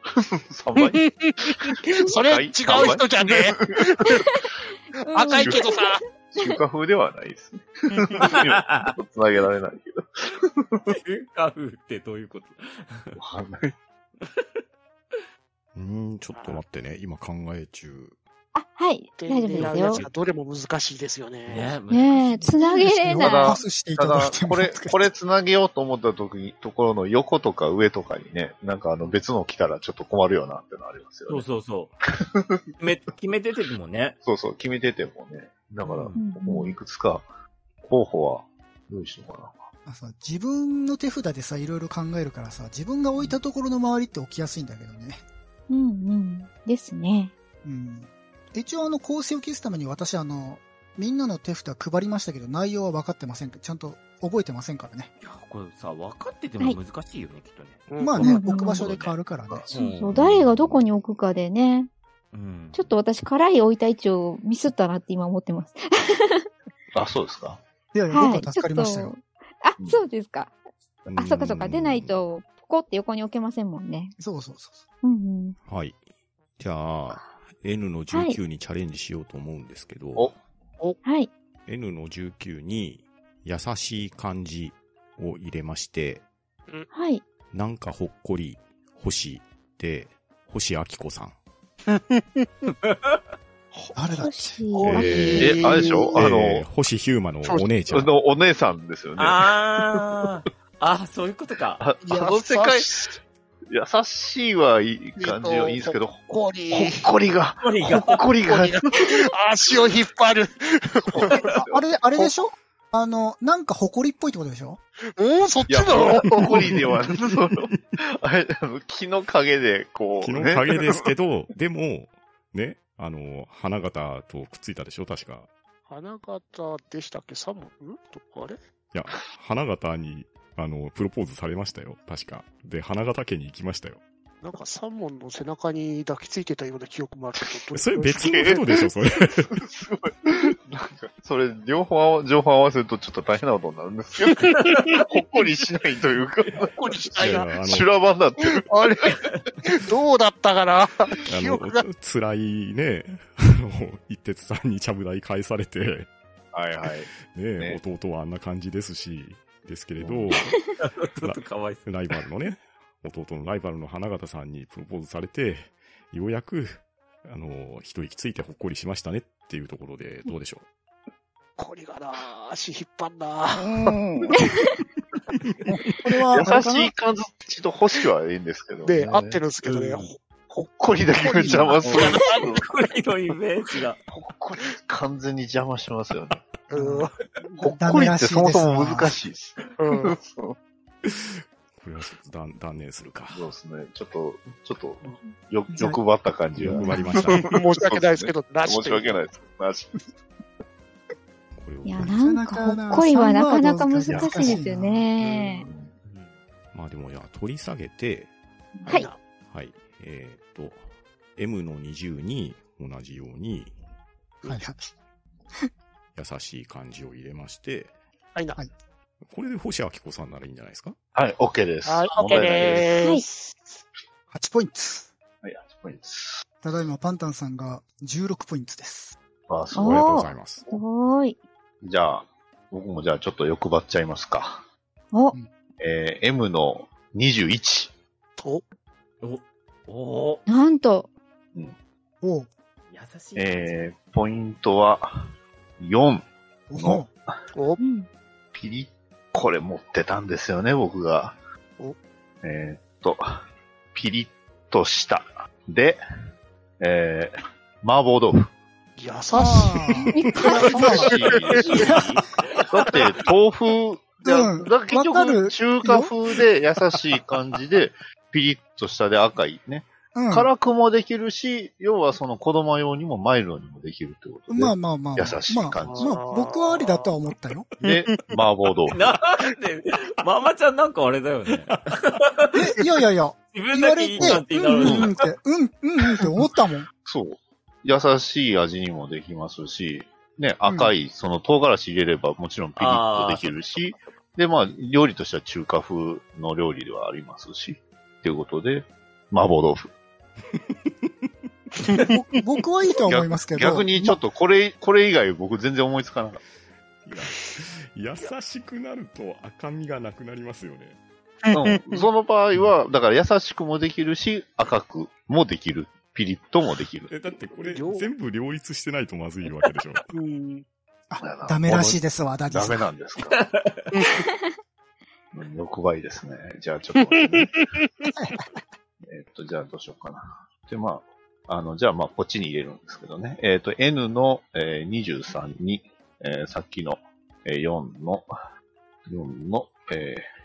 A: ?3 倍
E: それ違う人じゃねえ。赤いけどさ。
A: 中華風ではない ですね。今つなげられないけど。
F: 中華風ってどういうこと
A: わかんない。
B: うーん、ちょっと待ってね。今考え中。
D: あ、はい。大丈夫
E: 狙う
D: です
E: や
D: よ
E: つ。がどれも難しいですよね。
F: ね
D: ねえ、つなげれ
A: ただ
D: な
C: パ
D: い。
C: スしてい
A: た
C: ただ
A: だ
C: いて、
A: こ
C: もいい
A: れ
C: です、か
A: これつなげようと思った時に、ところの横とか上とかにね、なんかあの別の来たらちょっと困るよなってのありますよ
F: そう
A: ね。
F: そうそう。決め、決めててもね。
A: そうそう、決めててもね。だから、
F: う
A: 僕
F: ん
A: もいくつか候補は用意しようかな。
C: あさ自分の手札でさ、いろいろ考えるからさ、自分が置いたところの周りって起きやすいんだけどね。
D: うんうん。ですね。
C: うん。一応、あの、構成を消すために私、あの、みんなの手札配りましたけど、内容は分かってませんけど、ちゃんと覚えてませんからね。
F: いや、これさ、分かってても難しいよね、きっとね。
E: うん
C: まあね、
D: うん
C: 置く場所で変わるからね。
D: そうそうう。
F: ん
D: 誰がどこに置くかでね。
F: うん。
D: ちょっと私、辛い置いた位置をミスったなって今思ってます。
A: あ、そうですか
C: いやいや、
D: は
C: 僕
D: い。
C: は助
D: ちょ
C: か
D: っ
C: り
D: と
C: ましたよ。。
D: あ
A: う、ん
D: そうですか。あ、そうかそう
B: う
D: か。
B: ん
D: でない。と、ポコって横に置けませんもんね。
C: そうそうそうそ
D: うんうん。
B: はい。じゃあ、N の19にチャレンジしようと思うんですけど、
A: お
D: はい。
B: N の19に優しい感じを入れまして、
D: はい。
B: なんかほっこり、星で、星明子さん。
C: 誰だ
D: よし。
E: え
A: え、あれでしょあ
B: えー
A: の、
B: 星ヒューマのお姉ちゃ
A: あ
B: ん。
A: のお姉さんですよね。
F: あー。あ、そういうことか。
A: ああの世界、優しいはいい感じはいいんですけど、ほっ
E: こり。
A: こりが、
F: これ
A: ほ
F: が
A: っこりが、
E: 足を引っ張る。
C: ああれ、あれでしょあの、なんか誇りっぽいってことでしょ
E: おお、そっ
A: い
E: ち
A: や、
E: だろ。
A: ほっこりでは、その、あれ、あの、木の陰で、こう、
B: 気の
A: ね、
B: 陰です けど、でも、ね、あの、花形とくっついたでしょ確か。
E: 花形でしたっけサムんとあれ
B: いや、花形に、あの、プロポーズされましたよ。確か。で、花形家に行きましたよ。
E: なんかサモンの背中に抱きついてたような記憶もあるけど。
B: それ別のことでし ょそれ。
A: すごい。なんか、それ、両方合わ、情報合わせるとちょっと大変なことになるんですけ ど、ほっこりしないというか、
E: ほっこりしたい
B: いやい
E: な。
B: やあの
A: 修羅場になってる。
E: あれどうだったかな
B: あ
E: 記
B: の
E: 憶が。、
B: 辛いね、 あの、一徹さんにちゃぶ台返されて、
A: はいはい。
B: ね
A: ね
B: 弟はあんな感じですし、ですけれど、
F: ちょっとかわいそう。
B: ライバルのね、 弟のライバルの花形さんにプロポーズされて、ようやく、あの、一息ついてほっこりしましたねっていうところで、どうでしょ
E: こりがな、足引っ張んな。
C: これは、あれ
A: 優
C: か
A: し
C: ない
A: 感じと星はいいんですけど、
E: で、合ってるんですけどね。
F: うん
E: ほ
A: ほっこりだけが邪魔する。
F: これのイメージが。
A: ほっこり、完全に邪魔しますよね。
E: う
A: ほ
E: ん
A: っこりってそもそも難しいですね。
E: うん。
A: そう
B: うこれはちょっと断断念するか。
A: そうですね。ちょっと、ちょっと、よ、
C: じゃあ
A: 欲張った感じが。
B: 欲張りましたね。
E: 申し訳ないですけど、なし
A: 申し訳ないです。なし。
B: これを
D: いや、なんか、ほっこりはなかなか難しいですよね。
B: まあでも、じゃあ取り下げて、
D: はい。
B: はい。えーっと、M の20に同じように
C: はいはい。
B: 優しい感じを入れまして、
E: はいな。
C: はい
B: これで星明子さんならいいんじゃないですか
A: はい、OK です。
E: はい、
A: 問
E: OK
A: 題ないす。
E: でーす。
C: 8ポイント。
A: はい、8ポイントです。
C: ただいま、パンタンさんが16ポイントです。
A: まあ、す
B: あり
A: ごい
B: が
D: お。
B: とうございます。
D: すごい。
A: じゃあ、僕もじゃあちょっと欲張っちゃいますか。
D: お、
A: えー、M の21。
E: と、
F: おお
D: なんと、
C: おう
F: 優しい。
A: えー、ポイントは4。
C: おう
E: お、
D: うん。
A: ピリ、これ持ってたんですよね、僕が
E: お。
A: えーっと、ピリッとした。で、えー、麻婆豆腐。
E: 優し
C: あ
A: だって、豆腐、いや
C: うん
A: だから結
C: わかるよ
A: 局、中華風で優しい感じで、ピリッとしたで赤いね。
C: うん。
A: 辛くもできるし、要はその子供用にもマイルドにもできるってことで。
C: まあまあまあ。
A: 優しい感じ
C: まあ、まあ僕はありだとは思ったよ。
A: で、麻婆豆腐。
F: なんで、ママちゃんなんかあれだよ ね。
C: えいやいやいや、
F: 自分
C: 言わ
F: だ
C: れ
F: け
C: て、
F: いいじゃんって
C: う
F: 言いなが
C: んうん
F: ら
C: うんって、うんうんうんって思ったもん。
A: そう。優しい味にもできますし、ね、赤い、その唐辛子入れればもちろんピリッとできるし、で、まあ、料理としては中華風の料理ではありますし、っていうことで、麻婆豆腐。
C: ぼ僕はいいとは思いますけど。
A: 逆にちょっとこれ、これ以外僕全然思いつかなかっ
B: 優しくなると赤みがなくなりますよね。
A: た。うんその場合は、だから優しくもできるし、赤くもできる。ピリッともできる。
B: え、だってこれ
E: 両
B: 全部両立してないとまずいわけで しょ。
E: い。うん。
C: あダメらしいですわ、ダディ
A: ダ
C: さ
A: メ
C: ん。
A: なんですか ?6 倍ですね。じゃあちょっと待ってね、 えっと、じゃあどうしようかな。で、まあ、あの、じゃあまあ、こっちに入れるんですけどね。えっ、と、N の、えー23に、えーさっきの、えー4の、4の、えー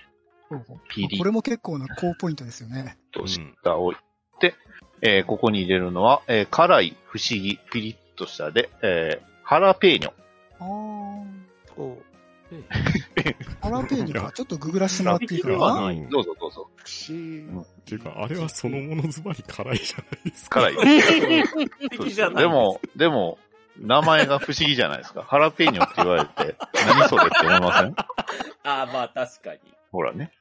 A: ピリ
C: これも結構な高ポイントですよね。
A: ちょっとした置いて、えーここに入れるのは、えー辛い、不思議、ピリッとしたで、えーハラペーニョ。
C: あ
E: おう
C: あ。ハラペーニョ
B: い
C: か
B: や。
C: ちょっとググらしてもらっていいか
B: ハラ
C: な
B: ペーニョは。
A: どうぞどうぞ。
E: し
B: っていうか、あれはそのものズバリ辛いじゃないですか。
A: 辛 い。
F: 敵じゃない。
A: で、も、でも、名前が不思議じゃないですか。ハラペーニョって言われて、何それって思いません
F: ああ、まあ確かに。
A: ほらね。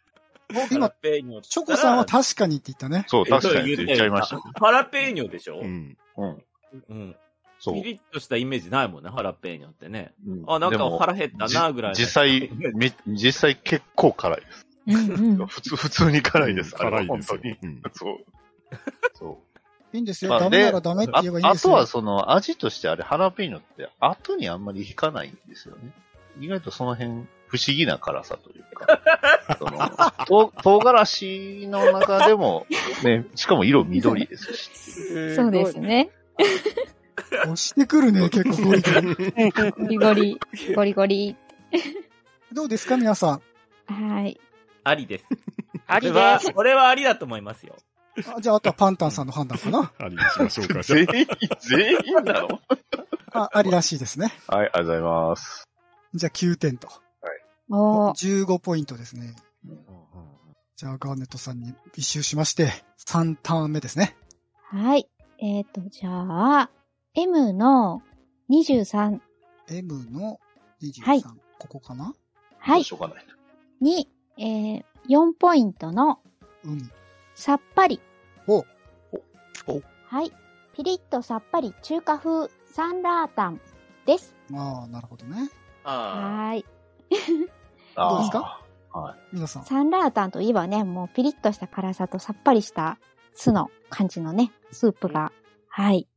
F: 僕
C: 今、
F: ペーニョ
C: チョコさんは確かにって言ったね。
A: そう、確かにって言っちゃいました。
F: ハラペーニョでしょ
B: うん。
A: うん。
F: うん。
A: そう。
F: ピリッとしたイメージないもんね、ハラペーニョってね。
A: うん
F: あ、なん
A: で
F: か
A: も
F: 腹減ったな、ぐらい。
A: じ実 際、め、実際結構辛いで
D: うんう
A: す。
D: ん
A: 普通、普通に辛いです。あれは
B: 辛いですよ
A: 本当に。。
B: うん
A: そう。そう。
C: いいんですよ。
A: まあ
C: ダメならダメって言えばいいん
A: ああ
C: です
A: と
C: よ。
A: はその味としてあれ、ハラペーニョって後にあんまり引かないんですよね。意外とその辺、不思議な辛さという か。その、唐唐辛子の中でも、ね、しかも色緑ですし。
D: そうです。ね。
C: 押してくるね、結構ゴリゴリ。
D: ゴリゴリ、ゴリゴリ。
C: どうですか、皆さん。
D: はい。
F: ありです。
E: あ
F: これ
E: り
F: は
E: です。、
F: これはありだと思いますよ。
C: あじゃあ、あとはパンタンさんの判断か な。
B: ありにしましょうか。じゃ
A: 全員、全員なの
C: あ、ありらしいですね。
A: はい、ありがとうございます。
C: じゃあ9点と。
D: おー。
C: 15ポイントですね。じゃあ、ガーネットさんに一周しまして、3ターン目ですね。
D: はい。えっ、と、じゃあ、M の23、
C: M の23。
D: はい
C: ここかな
A: ど
D: は
A: う
D: い
A: し、ようかない。
D: に、えー、4ポイントの
C: うん。
D: さっぱり。
C: お
E: お
D: はい。ピリッとさっぱり中華風サンラータンです。
C: ああ、なるほどね。
F: ああ。
D: はーい。
A: あー
C: どうですか
A: はい。
C: 皆さん。
D: サンラータンといえばね、もうピリッとした辛さとさっぱりした酢の感じのね、スープが、はい、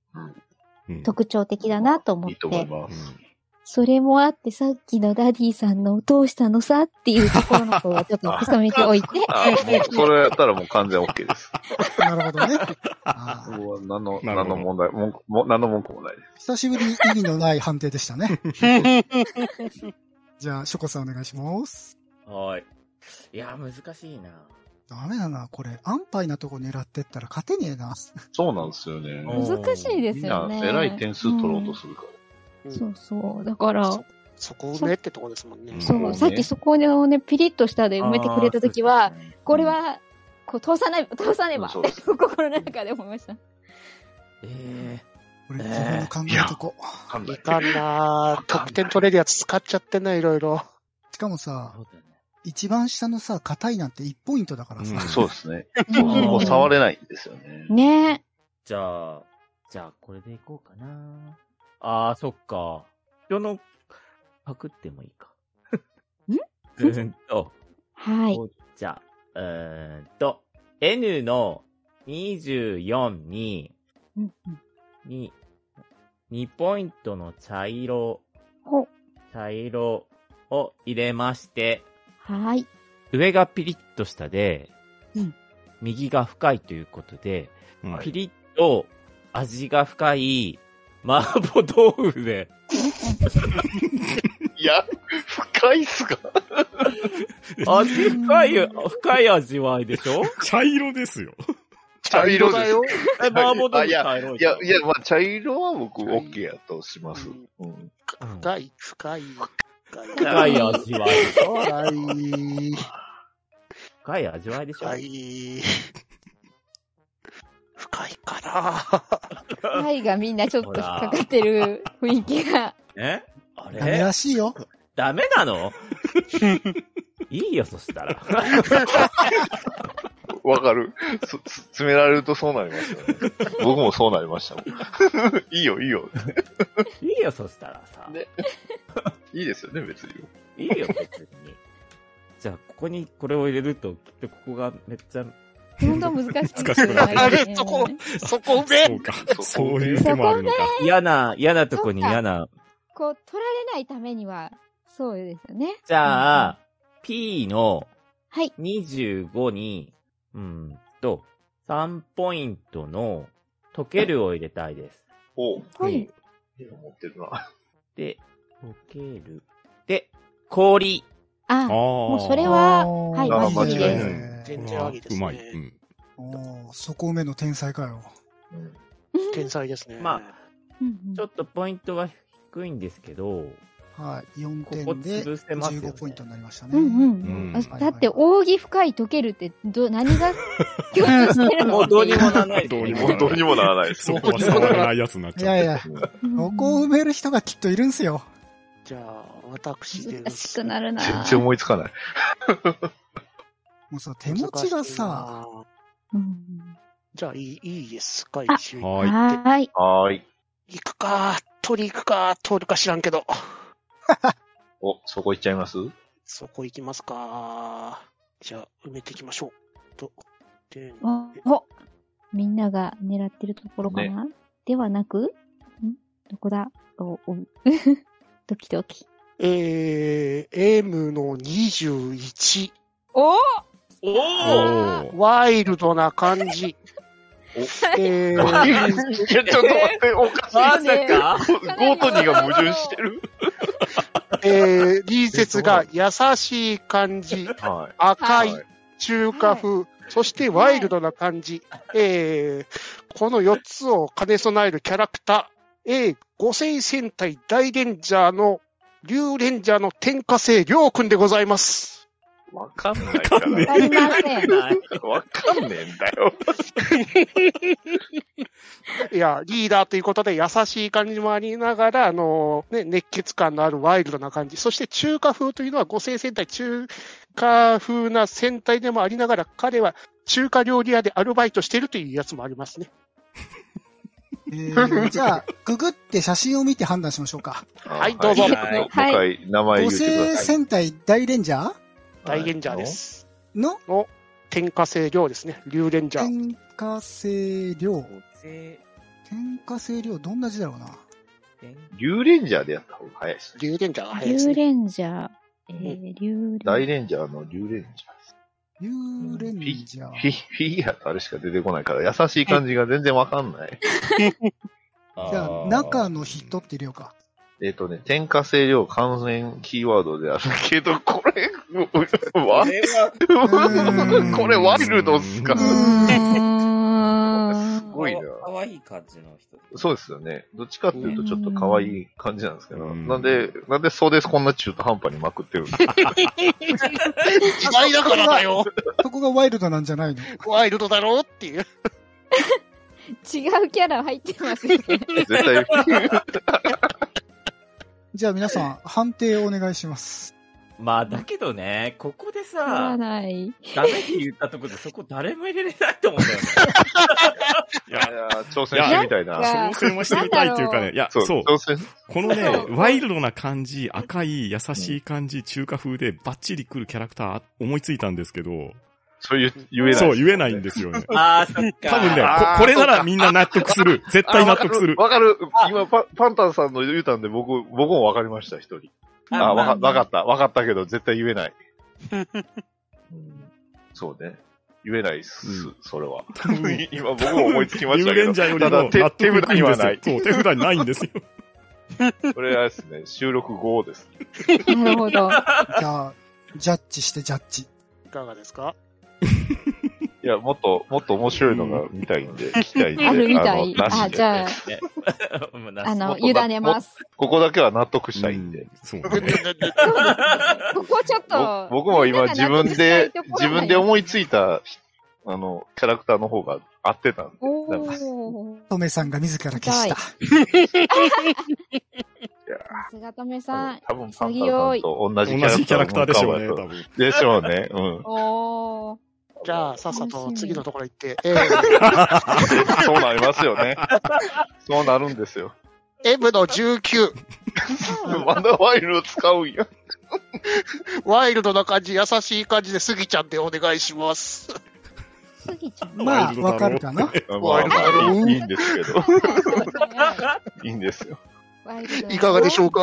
B: うん
D: 特徴的だなと思っ
A: いい
D: て
A: と。思います。
D: それもあってさっきのダディさんのどうしたのさっていうところの方はちょっと潜めてお いて。
A: あーもう、それやったらもう完全 OK です。
C: なるほどね。あ ー
A: もう何の、
B: な
A: 何
B: るほ
A: の
B: ど
A: 問題、文句も何の文句もないです。
C: 久しぶりに意味のない判定でしたね。じゃあ、ショコさんお願いします。
F: はーい。いや、難しいな。
C: ダメだな、これ。安牌なとこ狙ってったら勝てねえな。
A: そうなんですよね。
F: うん難しい
A: みんな、えらい点数取ろうとするから。
D: そうそう。だから、
E: そそこねってとこですもんね。
B: そ
D: そう、
A: もうね
D: さっきそこをね、ピリッとしたで埋めてくれたときは、これは、こう、通さない、通さねば、
A: そうです
D: 心の中で思 いました。
F: ええ
C: 俺、自分の考えとこ。
A: わかんないい。
E: かんなー得点取れるやつ使っちゃってんないろいろ。
C: しかも
F: ー。
C: さ、
F: そうだよね
C: 一番下のさ、硬いなんて1ポイントだからさ。
B: うん
A: そうですね。
D: うん
A: そこ触れないんですよね。
D: ね
F: じゃあ、じゃあ、これでいこうかな。ああ、そっか。人の、パクってもいいか。うーんと、
D: はい。
F: じゃあ、うーんと、N の24に、
D: うんうん
F: に、2ポイントの茶色、
D: ほ
F: 茶色を入れまして、
D: はい。
F: 上がピリッとしたで、
D: うん
F: 右が深いということで、
B: うん
F: ピリッと味が深い麻婆豆腐で、
A: いや、深いっすか
F: 味深い、深い味わい でしょ
B: 茶色ですよ。
A: 茶色です。
E: よ。
F: え、麻婆豆腐茶色
A: いや、いや、まあ、茶色は僕、
E: 茶色
A: OK やとします。うん
E: 深い、深い、深い。
F: 深い味わい。
E: 深い。
F: 深い味わいでしょ
E: 深い。深いか
D: 愛がみんなちょっと引っかかってる雰囲気が。
F: えあ
C: ダメ
F: れ
C: らしいよ。
F: ダメなの いいよ、そした ら。
A: わかる。そつ詰められるとそうなりますよね。 僕もそうなりましたもん。 いいよ、いいよ。
F: いいよ、そしたらさ。
A: ねいいですよね、別に。
F: いいよ、別に。じゃあ、ここにこれを入れると、きっとここがめっちゃ、
D: どんどん難しくな
B: 難
D: って
B: しく
E: なる
D: ね
E: そこな。そこで
B: そうか。
A: そ
B: そういう手もあるのか。
F: 嫌な、嫌なとこに
D: そっか
F: 嫌な。
D: こう、取られないためには、そうですよね。
F: じゃあ、P の
D: はい。
F: 25に、うんと、3ポイントの、溶けるを入れたいです。
A: おう
D: は
F: う
D: い
F: ん。
A: 持ってるな。
F: で、溶ける。で、氷。
D: あ、
B: も
D: もうそれは、
C: おー
D: はい、
A: あ
D: マ
A: ー
D: ジ
A: 間違い
D: で
A: ない。
E: 全然ありですね
B: うまい。うん。
C: おーそこめの天才かよ。
A: うん
E: 天才ですね。
F: ま
D: うんうん
F: ちょっとポイントは低いんですけど、
C: はい。4
F: ここ
C: 点で
F: 潰せますよね
C: 15ポイントになりましたね。
D: うんうん
B: うん
D: あ
C: はい
D: だって、扇深い溶けるって、ど、何が、共通してるの
F: もうどうにもならない。
B: どうにもなら
A: 本当にもならないです。
B: そ こは触れないやつになっ
C: い
B: ちゃ
C: やい
B: っ
C: や、
D: うん
C: ここを 埋める人がきっといるんすよ。
E: じゃあ、私で
D: 難しくなるな
A: 全然思いつかない。
C: もうさ、手持ちがさ、、
D: うん
E: じゃあ、いい、いいです。深い周囲
B: た。。はーい。
D: はーい。
A: はーい。
E: 行くか、取り行くか、通るか知らんけど。
A: お、そこ行っちゃいます
E: そこ行きますか。じゃあ、埋めていきましょう。と、で、
D: お、おみんなが狙ってるところかなではなく、んどこだお、お、 ドキドキ。
E: えー、M の21。
D: お
F: お
B: お
F: ー
B: ー
E: ワイルドな感じ。え
A: いや、
E: ー、
A: ちょっと待って、おかしい。
F: まさか
A: ゴートニーが矛盾してる。
E: えー、隣接が優しい感じ、
A: は
E: 赤、
A: はい
E: 中華風、そしてワイルドな感じ。えー、この4つを兼ね備えるキャラクター、えー、五星戦隊大レンジャーの、竜レンジャーの天下星亮君でございます。
A: い。わかんないから。
D: わかりません。
A: わかんねえんだよ。
E: いや、リーダーということで優しい感じもありながら、あのーね、熱血感のあるワイルドな感じ。そして中華風というのは五星戦隊、中華風な戦隊でもありながら、彼は中華料理屋でアルバイトしてるというやつもありますね。
C: えーじゃあ、ググって写真を見て判断しましょうか。
E: はいどうぞ
A: はいもう一回、名前
C: 五
A: 言ってく
C: 星
A: ださい。
C: 戦隊大レンジャー
E: 大レンジャーです。
C: の
E: 天下星亮ですね。竜レンジャー。
C: 天下星量。天下星量、どんな字だろうな。
A: 竜レンジャーでやった方が早いですね。
E: 竜レンジャーが早いです
D: 竜
E: ね。
D: レンジャー。えー、竜レ
A: 大
D: ンジャー。
A: レンジャーの竜レンジ
C: ユーレンジャ
A: ャー。
C: ー。
A: フィフィギュアとあれしか出てこないから、優しい感じが全然わかんない。
C: じゃあ、中の人って入れようか。
A: えっとね、天下清涼関連キーワードであるけ ど、これ、わ
F: こ、れは、
C: ーん
A: これワイルドっすか
C: うー
A: すごいな。
F: 可愛い感じの人。
A: そうですよね。どっちかっていうとちょっと可愛い感じなんですけど、
B: うん
A: なんで、なんでそうですこんな中途半端にまくってる んですか
E: 時代だからだよ。
C: そこがワイルドなんじゃないの
E: ワイルドだろうっていう。
D: 違うキャラ入ってますよね。
A: 絶対、
C: じゃあ皆さん、判定をお願いします。
F: まあ、だけどね、ここで
D: 取ら
F: さ、
D: ない。
F: ダメって言ったとこで、そこ誰も入れれないと思うんだよね。
A: いやいや挑戦してみたい
D: い
A: な。
D: や
B: 挑戦はしてみたいっていうかね。いや、そう。
A: 挑戦。
B: このね
D: そ、う
B: ワイルドな感じ、赤い、優しい感じ、中華風でバッチリ来るキャラクター思いついたんですけど、
A: そう言う言えない。
B: そう、言えないんですよね。
F: ああ、そっか。
B: 多分ね
A: あー、
B: ここれな
A: そう
B: ら
A: か
B: みんな納得する。絶対
A: あ
B: 納得する。
A: わかる。わかる今パ、パンタンさんの言うたんで、僕、僕もわかりました、一人。あ、わか わかった。わかったけど、絶対言えない。うんそうね。言えないっす、
B: う
A: それは。
B: 多分
A: 今僕も思いつきましたけ
B: ニューレン
A: ど、
B: ジャーより
A: ただ
B: も
A: 手
B: 納得いくんですよ
A: 手札にはない
B: そう、手札にないんですよ。
A: これはですね、収録後ですね。
D: なるほど。
C: じゃあ、ジャッジしてジャッジ。
E: いかがです か
A: いや、もっと、もっと面白いのが見たいんで、聞きたいんで。
D: あ るみたい。
A: のなしで
D: あ、じゃあ、
F: もうな
D: あの、
A: もっとな
D: 委ねます。
A: ここだけは納得したいんで。
B: そう
E: で
B: ね。
E: ででで
D: ここちょっと
A: ぼ。僕も今
D: みんな
A: 自
D: が納得
A: 分
D: したい
A: で
D: とこ、ろ
A: 自分で思いついた、あの、キャラクターの方が合ってたんで。
D: お
A: なんか
D: ー。
C: トメさんが自ら消した。
D: さすがとめさん。
A: 多分パンタさんと同じ
B: 同じキ
A: キ
B: ャ
A: ャ
B: ラ
A: ラ
B: ク
A: クター
B: ターでしょうね、
A: や
B: 多
A: と
B: 分。
A: でしょうね。うん。
D: おー。
E: じゃあ、さっさと次のところ行って、え
A: そうなりますよね。 そうなるんですよ。
E: ー M の19、
A: まだワイルド使うんや。
E: ワイルドな感じ、優しい感じで、スギちゃんでお願い します。
D: すぎちゃ ん。
C: ま
B: ワ
C: あ、
B: イルドだ
C: わ
B: ろう
C: かるかな。
A: まあまあ、いいいいんですけ ど。
D: はい
A: いんですよ。
E: いかがでしょう か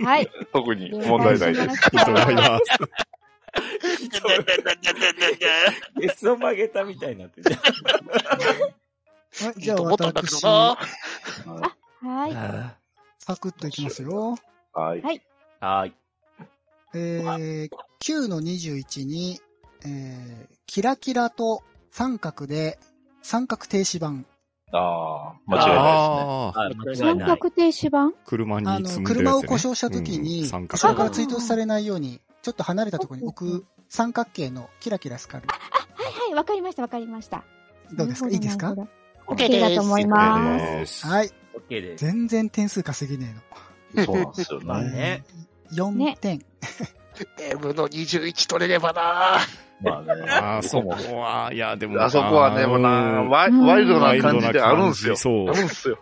D: はい。
A: 特に問題ないです。
D: す
B: いいと思います。
F: ゲスを曲げたみたいになってる。
C: はい
E: い
C: じ
E: い
C: ゃあ、
E: と思ったんだけ
C: 私、
E: ど
C: サ
E: な。
D: はい。
F: は
C: クッといきますよ。
A: はい。
F: ーい。
C: えー、9の21に、えー、キラキラと三角で、三角停止板。
A: ああ、間違いないで
B: ああ、
F: あ間違い
D: 三
F: ない。
D: 角停止板
B: 車に
C: あ
B: 積
C: の、
B: んでる
C: 車
B: やつ
C: を
B: ね。
C: 故障した時
B: うん
C: に、
B: 三角
C: そこから
D: あー
C: 追突されないように、ちょっと離れたところに置く三角形のキラキラ光る。
D: はい、わかりました、わかりました。
C: どうですかいいですか
E: OK
D: だ
E: で
D: と思い
E: す。
D: ま
B: です。
C: はい。
F: OK です。
C: 全然点数稼げね
A: すね。そうなんですよ
F: まあ
C: えの。
A: ね。
F: ね
C: うん4
D: ね
C: 点。
E: M の21取れればな。
A: まあね。
B: ああ、そこ
A: 僕も
B: は、いや、でも。
A: あそこはね、もうな、ワイワイルドな感じであるんすよ。
B: そう
A: あるんすよ。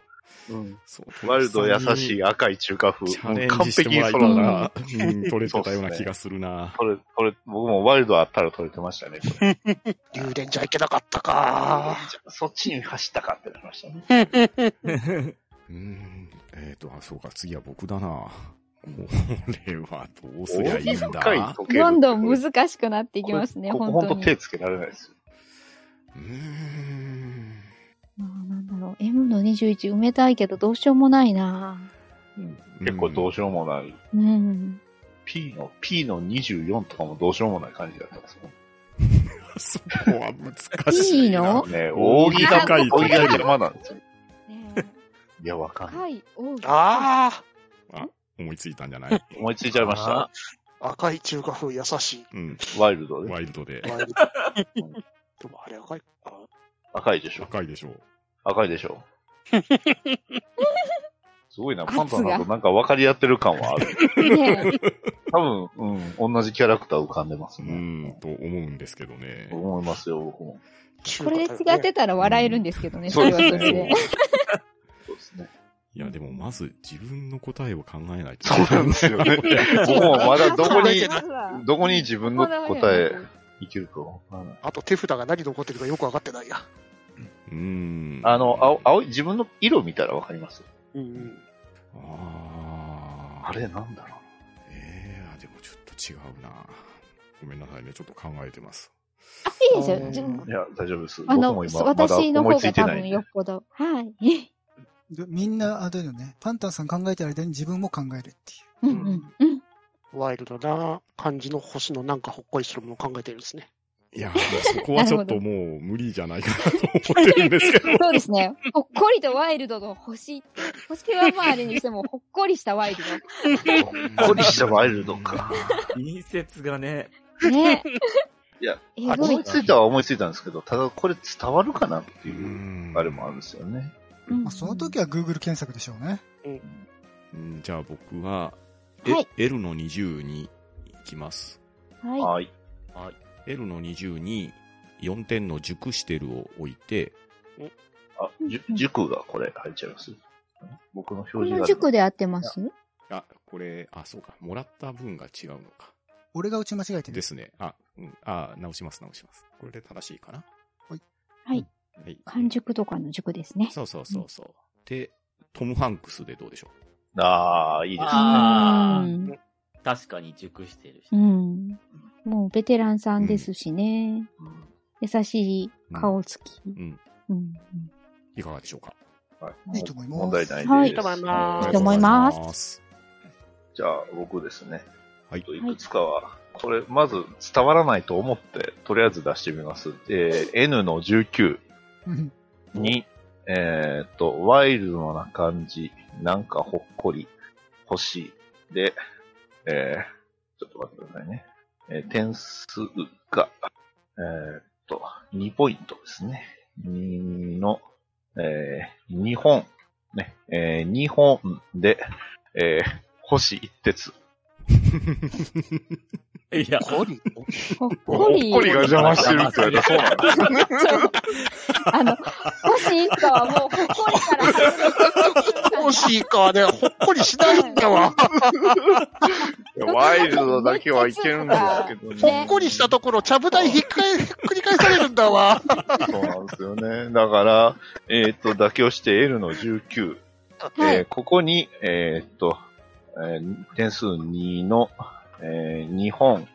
A: うん。
B: そう
A: ワイルド優しい赤い中華風。
B: チャレン
A: もう完
B: ジして
A: 璧
B: も
A: に
B: らえ
A: そ
B: た
A: の、
B: ら、うん取れてたような気がするな。
A: 取れ、取れ、僕もワイルドあったら取れてましたね。これ
E: 竜電じゃいけなかったか。
A: そっちに走ったかってなりましたね。
B: うん。えっと、あ、そうか、次は僕だな。これはどうすりゃいいん
A: 大きい
B: だ。
A: 時計
D: す。どんどん難しくなっていきますね、
A: これ
D: 本
A: ここ本
D: 当
A: 当
D: に。
A: 手つけられないですよ。
B: うーん。
D: あーなんだろう、M の21埋めたいけど、どうしようもないな
A: うん結構どうしようもない。
D: うん。
A: P の、P の24とかもどうしようもない感じだったんですよ。
B: そこは難しいな。
D: いいの
A: ね、扇が、
D: 高い
A: 扇が邪魔なんですよ。
D: ね
A: いや、わかんない。
D: 深い大き
E: あ
B: 思いついたんじゃない
A: 思いついちゃいました。
E: あ、赤い中華風優しい。
B: うん。
A: ワイルドで。
B: ワイルドで。
E: ワイルド でもあれ赤い。
A: 赤いでしょ。
B: 高いでしょう。
A: 赤いでし ょ。すごいな、
D: 圧
A: パ
D: が
A: ンタさんとなんか分かり合ってる感はある。
D: いね。
A: 多分、うん、同じキャラクター浮かんでます
B: う
A: ね。
B: ん、と思うんですけどね。
A: 思いますよ、僕も。
E: 中
D: こ
E: 華だ
D: れ
E: よ
D: で
E: ね
D: 違ってたら笑えるんですけどね、そ
A: そう
D: れ
A: で
D: は
A: すね
D: それで。
A: そうですね。
B: いや、でもまず自分の答えを考えないと。
A: そうなんですよね。僕もまだどこに、どこに自分の答えいけるかわからない。
E: あと手札が何残ってるかよくわかってないや。
B: うーん。
A: あの、青、青い、自分の色見たらわかります
E: うん
B: あー
A: あれなんだろ
B: ええでもちょっと違うな。ごめんなさいね、ちょっと考えてます。
D: いいですよじゅ。
A: う。いや、大丈夫です。
D: あの、
A: 僕も今、まだ
D: 私の
A: 思
D: 方
A: いつ
D: が
A: いて
D: 多
A: ないん
D: 分
A: で。
D: よっぽど。はい。
C: でみんな、あれだよね。パンタンさん考えてる間に自分も考えるっていう。
D: うんうんうん。
E: ワイルドな感じの星のなんかほっこりするものを考えてるんですね。
B: いや、そこはちょっともう無理じゃないかなと思ってるんですけ ど。
D: そうですね。ほっこりとワイルドの星。星はまああれにしても、ほっこりしたワイル
A: ほっこりしたワイルドか。
F: 隣接がね、
D: ド。ね。
A: いや、
D: え
A: あ
D: ぐ
A: 思
D: い
A: い。ついたは思いついたんですけど、ただこれ伝わるかなって
B: う
A: いう、
B: ん
A: あれもあるんですよね。
C: まあ、その時は Google 検索でしょうね。
B: うんじゃあ僕は、
D: は
B: え
D: い
B: L の20に行きます。
D: は
A: はい。
F: はい。
B: L の20に4点の熟してるを置いて、
A: あ、じゅ塾がこれ入っちゃいます僕の表
D: こ
A: 示
D: の
A: が。
D: 塾で合ってます
B: あ、これ、あ、そうか、もらった分が違うのか。
C: 俺が打ち間違えてる
B: で。すね。あ、うん、あ、直します、直します。これで正しいかな。
C: はい。
D: はい。
B: はい。
D: 完熟とかの塾ですね。
B: そうそうそうそう。で、トム・ハンクスでどうでしょ
A: ああ、いいですね。
F: あ
D: うん
F: 確かに熟してるし。
D: うん。もうベテランさんですしね。
A: うん
D: 優しい顔つき。
B: うん。
D: うん。
B: いかがでしょうか
A: はい
C: いいと思います
A: 問題ないです。
D: はい
E: いいと思いま
D: い
E: す
D: いと思います
B: ありがとうございます。
A: じゃあ、僕ですね。
B: はい
A: といくつかは、これ、まず伝わらないと思って、とりあえず出してみます。えー N の19
C: うん
A: に、えーっと、ワイルドな感じ、なんかほっこり、欲しい。で、えーちょっと待ってくださいね。えー点数が、えーっと、2ポイントですね。2の、えー、2本、ね、え2本で、えー星一徹。
F: いや、
E: コリ
D: ほっこり。
A: ほっ こりが邪魔してるって言われた そうなんだ。
D: あの、星一家はもうほっこりから
E: 欲しいかね、ほっこりしないん だわ。
A: ワイルドだけはいけるんですけどね。
E: ほっこりしたところ、ちゃぶ台ひっかえひっくり返されるん だわ。
A: そうなんですよね。だから、えーっと、妥協して L の19。
D: はい
A: えーここに、えーっと、えー点数2の、えー2本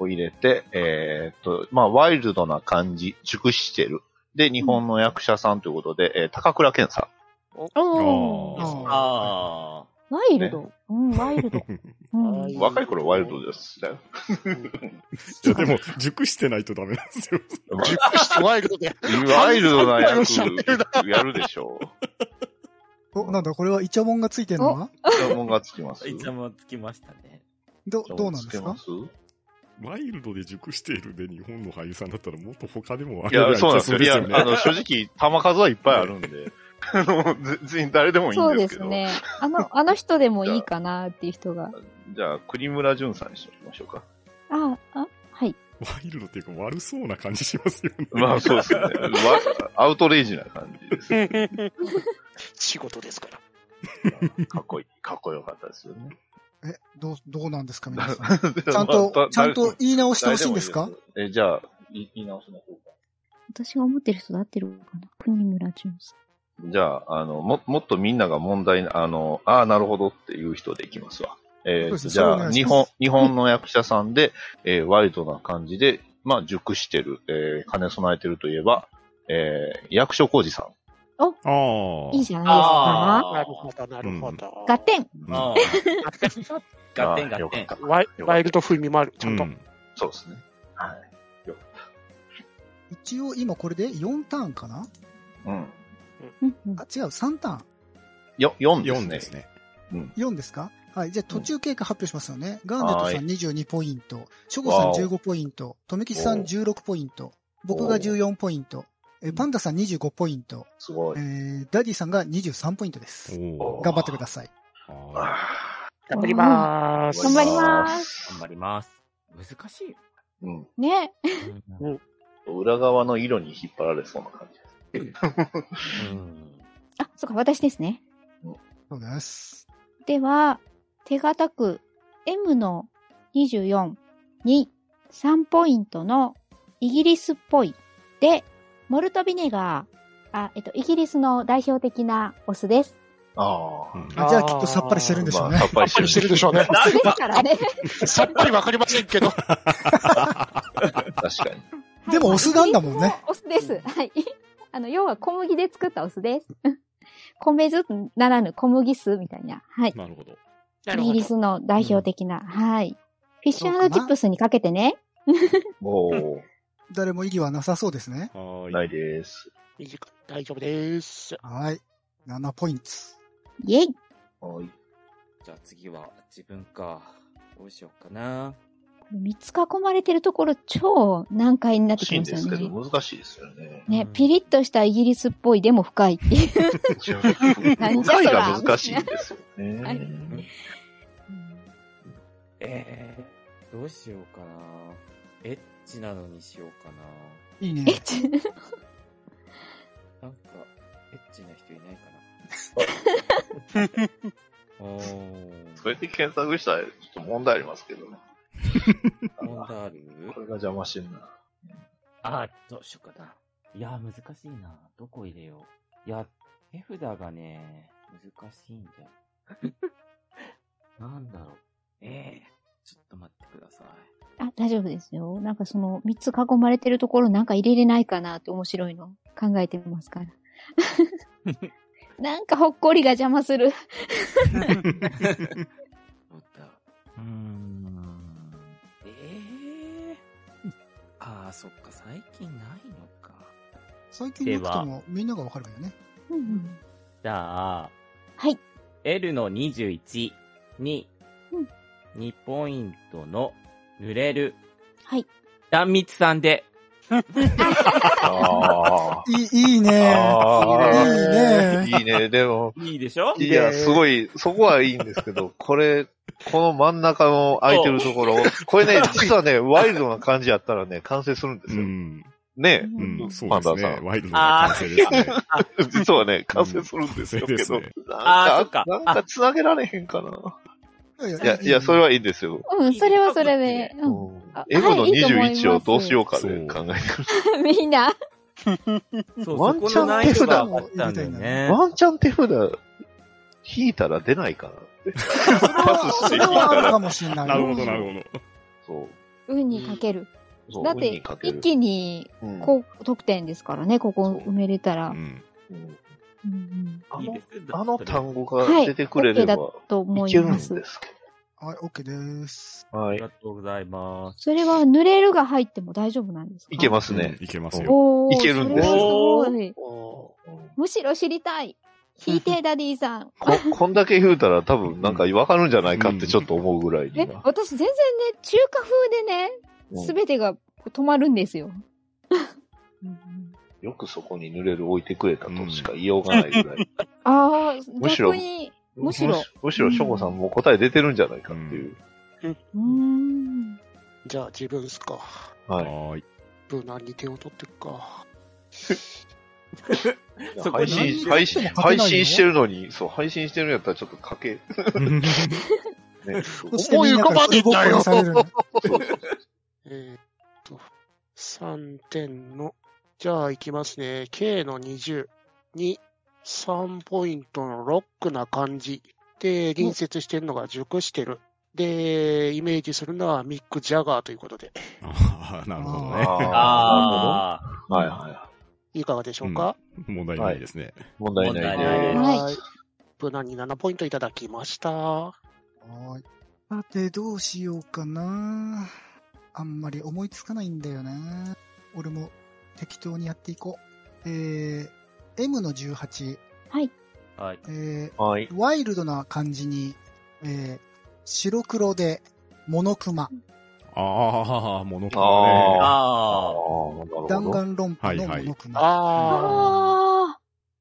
A: を入れて、えーっと、まあ、ワイルドな感じ、熟してる。で、日本の役者さんということで、えー高倉健さ
D: おー。
B: あ
F: あ
D: ワイルド。うん、ワイルド。うん
A: ん。若い頃ワイルドですね。
B: ーいや、でも、熟してないとダメなんですよ。
E: 熟してワイルドで。
A: ワイルドな
E: 完
A: 役
E: 全におっしゃってる
A: やるでしょう。
C: お、なんだ、これはイチャモンがついてるのは
A: 注文がつきます。
F: あ、いつもつきましたね。
C: ど、どうなんですか
A: つけま
B: ワイルドで熟しているで日本の俳優さんだったらもっと他でもあ
A: いや、
B: れ
A: そうなんですよ。い
B: い
A: や、
B: け
A: あの、正直、弾数はいっぱいあるんで、 あの、別に誰でもいい
D: そうん
A: で
D: です
A: け
D: す
A: ど。
D: ね。あの、あの人でもいいかなっていう人が。
A: じゃあ、栗村淳さんにしておきましょうか。
D: あ、あ、はい。
B: ワイルドっていうか悪そうな感じしますよね。
A: まあ、そうですね。わアウトレイジな感じです。
E: 仕事ですから。
A: かっこいい、かっこよかったですよね。
C: え、どう、どうなんですか、皆さん。 ちゃんと、ちゃんと言い直してほしいんですか
A: え、じゃあ、言い直しましょうか。
D: 私が思ってる人で合ってるのかな国村淳さ
A: じゃあ、あの、も、もっとみんなが問題、あの、ああ、なるほどっていう人でいきますわ。え
C: そうで
A: ー、
C: すね
A: じ
C: それお
A: ゃ
C: 願
A: あ、
C: いし
A: 日
C: ま
A: 本
C: す、
A: 日本の役者さんで、えーワイルドな感じで、まあ、熟してる、えー、兼ね備えてるといえば、えー、役所広司さん。
B: あ
D: ん。いい
B: あ。
D: じゃないですか。
E: なるほど、なるほど。
D: 合点
F: ああ。ガッテンガ
A: あー
F: ッ
A: よ
F: テ
A: か
F: ン
A: っ。た。
E: ワイワイルド風味もある。ちゃんと。
B: うん
A: そうですね。はい。
C: 一応今これで4ターンかな
A: うん。
D: うんうん
C: あ、違う、3ターン。
A: よ、4です
B: 4
A: ね。
B: ですね。
C: 4ですかはい。じゃあ途中経過発表しますよね。ガーネットさん22ポイント、ショゴさ
A: わ
C: ん
A: お
C: 15ポイント、とめきちさん
A: おう
C: 16ポイント、僕が14ポイント、えパンダさん25ポイント、
A: すご
C: え
A: い。
C: ー、ダディさんが23ポイントです。
A: お
B: おー
A: ー
C: 頑張ってください。
B: は
A: あ
E: 頑張りまーす。
D: 頑張ります。
F: 頑張ります。難しい。
A: ーうん。
D: ね。
F: う
A: 裏側の色に引っ張られそうな感じです。
F: ん。
D: あ、そうか、私ですね。
C: そうです。
D: では、手堅く M の24に3ポイントのイギリスっぽいで、モルトビネガー、あ、えっと、イギリスの代表的なお酢です。
A: あ
B: いうん
C: あじゃあきっとさっぱりしてるんでしょう
A: ま
C: ね。
A: あ、さっぱり
E: さっぱりしてるでしょうね。
D: お酢ですからね。
E: さっぱりわかりませんけど。
A: 確かに。
C: でもお酢なんだもんね
D: はい。お酢です。はい。 あの、要は小麦で作ったお酢です。 米酢ならぬ小麦酢みたいな。はい。
B: なるほど。
E: な
D: イギリスの代表的な。はい。フィッシ
C: そうかな
D: ュチップスにかけてね。
A: も
C: 誰も意義はなさそうですね。
A: う、
B: は
A: ない
B: ーい。
A: です。
E: 大丈夫 です。
C: はい。7ポイント。
D: イェイ
A: はい。
F: じゃあ次は自分か。どうしようかな。
D: 三つ囲まれてるところ超難解になっ
A: 欲
D: て
A: し
D: き
A: いん
D: まし
A: で
D: た
A: すけど、
D: ね。
A: 難しいですよね。
D: ね、
F: うん
D: ピリッとしたイギリスっぽいでも深いっていう。何だそ
A: 材
D: ら
A: が難しいんですよね。
D: はい
F: えー、どうしようかな。エッチなのにしようかな。
C: いいね
D: え。ち
F: なんか、エッチな人いない かな。おー。
A: それで検索したら、ちょっと問題ありますけどね。
F: 問題ある
A: これが邪魔してんな。
F: あ、どうしようかな。いや、難しいな。どこ入れよう。いや、手札がね、難しいんだよ。なんだろう。ええちょっと待ってください。
D: あ、大丈夫ですよ。なんかその3つ囲まれてるところなんか入れれないかなって面白いの考えてます から。なんかほっこりが邪魔する。
F: そうだ。うーん。ええああ、そっか、最近ないのか。
C: 最近なくてもみんながわかるよね。
D: うんうん
F: じゃあ、
D: はい。
F: L の21に、
D: うん
F: 2ポイントの濡れる、
D: はい。
F: 壇蜜さんで、
A: あ
C: いい、いい ね。いい
A: あ
E: ー
A: ー。
C: ね。
A: いいね。でも、
F: いいでしょ
A: いや、すごい、そこはいいんですけど、これ、この真ん中の空いてるところ、これね、実はね、ワイルドな感じやったらね、完成するんで
B: う
A: すよ。
B: ん。
A: ね
D: う
B: うんん。そうです
A: パンダ
B: ね
A: さ。ん
B: ワイルドな完成ですね。
A: え。実はね、完成するんですよ
B: うん完成
A: け
B: です
A: ど
B: ね。
F: あーそ
A: なんか、
F: っか
A: なんか繋げられへんかな。いや、いや、それはいいんですよ。
D: うん、それはそれで。
A: う
D: うんん。あ
A: M の
D: はいいいと思います
A: 21をどうしようかで考えて
D: みんな。
F: そう、
A: ワ
F: そ
A: ン
F: こ
A: チャ
F: の
A: ン
F: 難易度が上がったんだよ
A: る。
F: ね。
A: ワンチャン手札引いたら出ないかなって。パスして引い
C: それは
A: た。
C: あ るからもしれない。
B: なるほど、なるほど。
A: そう。
D: 運にかける。
A: そう
D: だって、一気、に
A: 運かける
D: 高得点ですからね、ここ埋めれたら
B: う。ん。
A: うんうん
D: うんうん
A: あ
F: いい
A: の
F: で、す
A: あの単語が
D: はい
A: 出てくれれば、
D: OK と思
A: い
D: い
A: けるん
D: ま。
A: ですすけ
C: はい、OK です。
A: ど。は
F: あ
A: い
F: り。がとうございます。
D: それは濡れるが入っても大丈夫なんですか
A: いけ
D: す。
A: ますね。
B: いけますよ。
D: おー
A: いけるんです
D: それはすごい。
A: こ、
D: むしろ知りたい。引いて、ダディ さん。
A: こんだけ言うたら多分なんかわかるんじゃないかってちょっと思うぐらい
D: え
A: には、
D: 私全然ね、中華風でね、
A: うん
D: すべてが止まるんですよ。
A: よくそこに濡れる置いてくれたとしか言いようがないぐらい。
D: ああ、
A: むしろ
D: 逆に、むしろ。
A: むしろ、しょこさんも答え出てるんじゃないかっていう。
D: うーん。
E: じゃあ自分っすか。
A: はい。
B: はーい。
E: 無難に点を取ってくか。
F: そこ
A: 配信、配信、配信してるのに、そう、配信してるんやったらちょっとかけ、ね、そう
C: そしてみんなから不合格にされるの
E: えーっと、3点の、じゃあいきますね。K の20に3ポイントのロックな感じ。で、隣接してるのが熟してる。で、イメージするのはミック・ジャガーということで、
B: ああ、なるほどね。
A: あ
F: ああ、
A: あ。はいはい
E: かがでしょうか、
B: 問題ないですね。
A: い。問題ない
F: 問題
A: で
D: ない
E: い。無難に7ポイントいただきました。
C: はい。さて、どうしようかな。あんまり思いつかないんだよな。俺も適当にやっていこう。えー、M の18、
F: はい。
C: え
A: はい。
C: ー、ワイルドな感じに、えー、白黒で、モノクマ、
B: ああ、モノク
A: あ
B: ロね。
A: ああ
F: ああ、、
A: なるほ
C: 弾
A: ど。
C: 丸論破のモノクマ。
E: あ
D: ああ。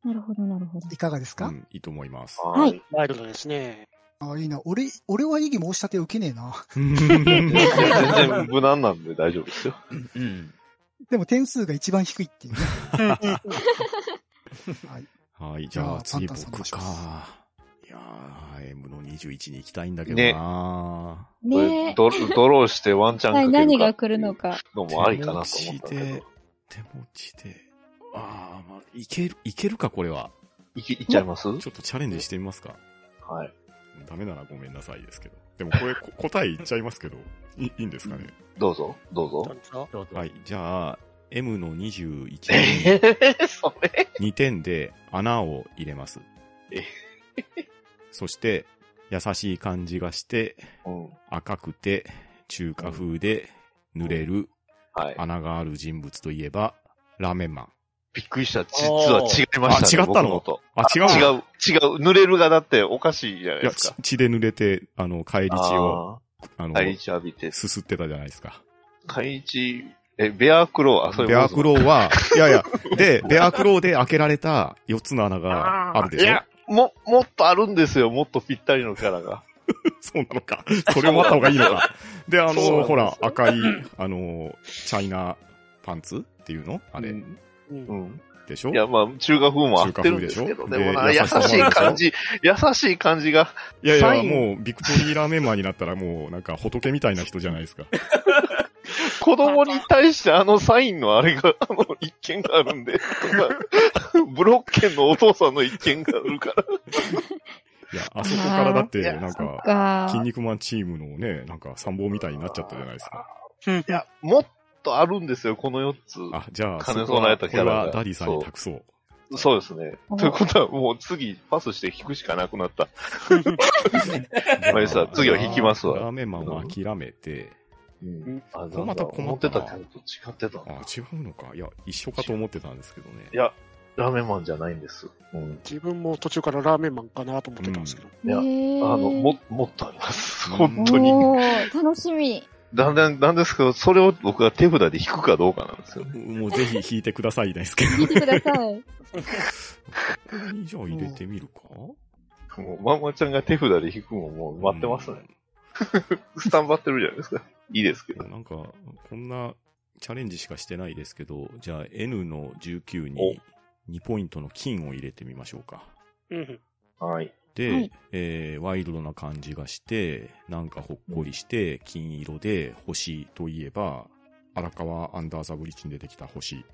D: なるほど、なるほど
C: い。かがですか、
B: うん、いいと思います。
A: はい。
E: ー、ワイルドですね。
C: あいいな。俺、俺は異議申し立て受けねえな。
A: 全然無難なんで大丈夫ですよ。
F: うん。
C: でも点数が一番低いっていうね。はい。
B: はい、じゃあ次
C: じゃあパンタンさんお願い
B: 僕
C: しま
B: か。いやー、M の21に行きたいんだけどな
D: ねえ。
A: ドドローしてワンチャンか
D: は
A: け
D: い、
A: るか
D: 何が来るのか。
A: の
B: ー。
A: もありかなと思ったけど。
B: 手持ちで、手持ちで。ああ、まあ、いける、いけるか、これは。
A: いきいっちゃいますは
B: ちょっとチャレンジしてみますか。
A: い。
B: ダメならごめんなさいですけど。でもこれ、こ答え言っちゃいますけど、いいいんですかね。
A: どうぞ、どうぞ
E: ど。うぞ
F: どうぞ。
B: はい、じゃあ、M の21に
A: えー、それ
B: 2点で穴を入れます
A: え。
B: そして、優しい感じがして、
A: うん。
B: 赤くて、中華風で、濡れる、
A: はい。
B: 穴がある人物といえば、ラーメンマン。
A: びっくりした。実は違いました、ね。
B: あ違ったの
A: 僕と
B: あ、違う
A: 違う、
B: う。
A: 違う。濡れるがだっておかしいじゃない
B: い
A: で
B: や、
A: す
B: 血
A: か。
B: 血で濡れて、あの、帰り血を、
A: あ
B: あ
A: ー
B: の、
A: 返り血浴びて。
B: すすってたじゃないですか。
A: 海地、え、ベアークロー、あ、そういう
B: ベアクロ
A: ー。
B: ーは、いやいや、で、ベアクローで開けられた4つの穴があるで
A: い
B: しょ
A: や、も、もっとあるんですよ。もっとぴったりのキャラが。
B: そうなのか。それを待った方がいいのか。で、あ
A: そうなんです
B: の、
A: よ
B: ほら、赤い、あの、チャイナパンツっていうのあ
A: う
B: れ
A: ん
E: うん
A: うん。
B: でしょ
A: いや、まあ、中華風も合ってるんですけど、
B: 中
A: で
B: 華風でしょ
A: もな、
B: で
A: 優
B: 優
A: しい
B: しさもあるでしょ
A: 感じ、優しい感じが。
B: いやい
A: サ
B: や、
A: イン
B: もう、ビクトリーラーメンマンになったらもう、なんか仏みたいな人じゃないですか。
A: 子供に対してあのサインのあれが、 あの一件があるんで、 ブロッケンのお父さんの一件があるから。
B: いや、あそこからだって、
A: あー
B: なん
D: そっ
B: か、
D: か
B: 筋。肉マンチームのね、なんか参謀みたいになっちゃったじゃないですか。
E: うん
A: いや、もっとあるんですよ、この4つ。
B: あ、じゃあ、
A: 金
B: そこは
A: 備えたキャラが
B: これはダリーさんに託そう。
A: そうですね
D: お。
A: ということは、もう次、パスして引くしかなくな った。
B: じゃ
A: あいいっすわ次は引きますわ
B: ラーメンマンは諦めて、
A: うん。
F: あ
B: これまた困
A: 思
B: っ
A: ったて
B: な
A: たキャラと違ってたな。
B: あ、違うのか。いや、一緒かと思ってたんですけどね
A: い。や、ラーメンマンじゃないんです。うん。
E: 自分も途中からラーメンマンかなと思ってたんですけど。
A: いやあ
D: の
A: の、も、もっとあります。
B: うん
A: 本当に。
D: おー楽しみ。
A: だんだん、なんですけど、それを僕が手札で引くかどうかなんですよね。
B: もうぜひ引いてくださいですけど。
D: 聞いてくださ い。
B: これにじゃあ入れてみるか
A: もう、まんまちゃんが手札で引くももう待ってますね。スタンバってるじゃないですか。いいですけ
B: う
A: ど。
B: んなんか、こんなチャレンジしかしてないですけど、じゃあ N の19
A: お
B: に2ポイントの金を入れてみましょうか。
E: うん。
A: はい。
B: で、
D: はい
B: えーワイルドな感じがして、なんかほっこりして、金色で星といえば、荒川アンダーザブリッジに出てきた星。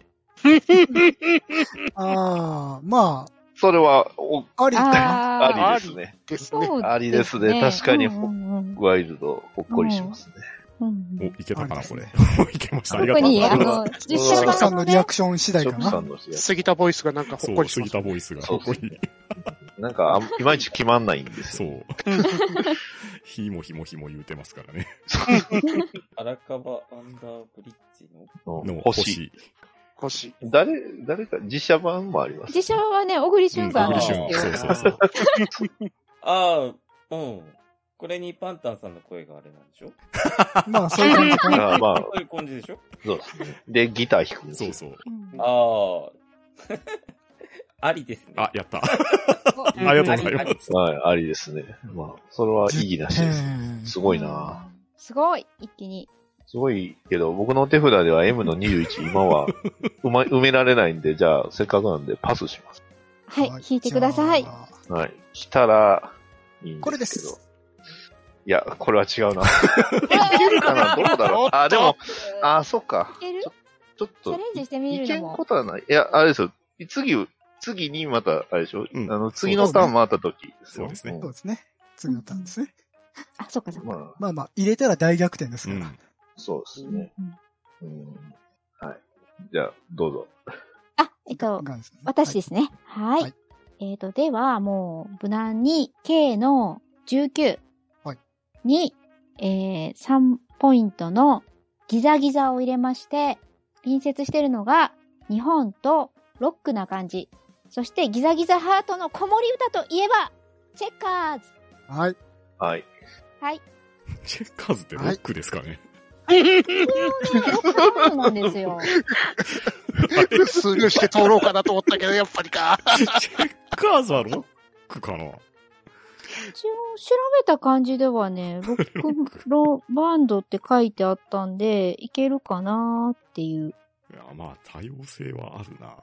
C: ああ、ま
A: それは、お、
C: あ、ありか
D: あー
A: ありですね。
E: ですね。
D: そう
A: ありですね確かに
D: うんうん
A: ワイルド、ほっこりしますね。
D: うんう
B: お
D: ん、
B: いけたかな、
C: あ
B: これ
C: で。
B: いけました。ありが
D: 特
B: とうご
D: に、
B: ざ
D: あ
B: います。
D: の、実写
C: な。さ
D: 版
C: ん
D: の
C: のリア
D: ね、
C: クション次第
A: ショ
C: か
A: ックさ。
C: なん
A: のやつ
E: 杉田ボイスがなんかほっ
B: そ
E: こ
B: う、
E: りしま
B: 杉
E: した
B: 田。ボイスがほ
A: そ
B: っ
A: う
B: こ
A: そう
B: り。
A: なんかあん、いまいち決まんないんです
B: そ
A: よ。
B: う。ひもひもひも言うてますからね。
G: 荒川アンダーブリッジの
A: うん
B: の
A: 星。
B: 星。
E: 腰。
A: 誰、誰か、実写版もあります。
D: 実写版はね、小栗旬さんなんです
G: う
D: よ
G: ん小。
B: 栗旬そうそうそう。
G: ああ、うん。これにパンタンさんの声があれなんでしょ
C: まあ、そういう感じかな。
A: あまあ、
G: そういう感じでしょ
A: そうですね。で、ギター弾くんです
B: そ
A: よ
B: うそう。
G: あ
D: うん
G: あ。ありですね。
B: あ、やった。
D: お
B: ありがとうござい
G: ありあ
B: ま
G: り
B: す。
A: はい、ありですね。まあ、それは意義なしです。すごいな
D: うんすごい、一気に。
A: すごいけど、僕の手札では M の21、今は埋ま埋められないんで、じゃあ、せっかくなんでパスします。
D: はい、弾いてください。
C: じゃあ
A: はい。来たら、いいんですけど。
C: これです。
A: いや、これは違う な。
D: い
A: いけるかなどうだろうあ、でも、あ、そっか。
D: けるチ
A: ちょっ
D: ャ
A: と
D: レ、ンジしてみ
A: い
D: る
A: け
D: の
A: ん
D: も
A: こ。とはない。いや、あれですよ。次、次にまた、あれでしょ、
B: うん
A: あの、次のターン回った時です
B: そう
A: よ。
B: ですね
C: そうですね。次のターンですね。
D: あ、そうか、そうか。
A: まあ、
C: まあまあ、入れたら大逆転です
B: う
C: から。
B: ん。
A: そうです
D: うんう
A: ね。
D: ん
A: うん。はい。じゃあ、どうぞ。
D: あ、えっと、
C: ガンさんね
D: 私ですね。はい。
C: はい
D: えっ、と、では、もう、無難に、K の19
C: はい
D: に、えー、3ポイントのギザギザを入れまして、隣接してるのが、日本とロックな感じ。そして、ギザギザハートの子守歌といえば、チェッカーズ
C: はい。
A: はい。
D: はい。
B: チェッカーズってロックですかね。
D: ロックロックなんです よ。
E: スルーして通ろうかなと思ったけど、やっぱりか。
B: チェッカーズはロックかな
D: 一応調べた感じではね、ロックンロバンドって書いてあったんで、いけるかなーっていう。
B: いや、まあ、多様性はあるな。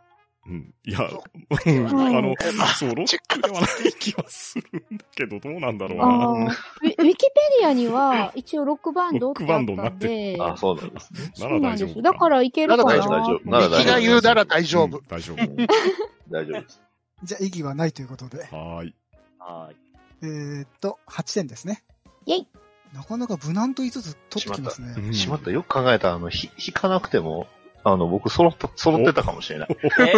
B: うん。いや、
E: そ
B: うんあの、そう、ロ
E: チェ
B: ッ
E: ッ
B: ク
E: ク
B: ではない気はするんだけど、どうなんだろう
D: あ
B: な。
D: ーウィウィキペディアには一応ロックバンドってあっ
B: ロックバ
D: た
B: ン
D: ん
B: ド
D: で、
A: あ、そうなんですね。
B: なら
D: そうなん
B: 大丈
D: です
B: 夫
D: よ。
B: か。
D: だからいけるか
E: な
D: な
E: ら
D: ー
E: 大
D: って
E: 丈夫、大丈夫。
A: なら大丈夫
E: 敵が言うなら大丈
B: う
E: 夫
B: ん。大丈
A: う
B: 夫。
A: ん大丈夫です。
C: じゃあ、意義はないということで。
B: はーい。
G: あ
C: えーっと、8点ですね。
D: イェイ
C: なかなか無難と言いつつ取ってきますね。
B: うん
A: しまった、よく考えたら、あの、ひ引かなくても、あの、僕、揃った、揃ってたかもしれない。
G: あ。え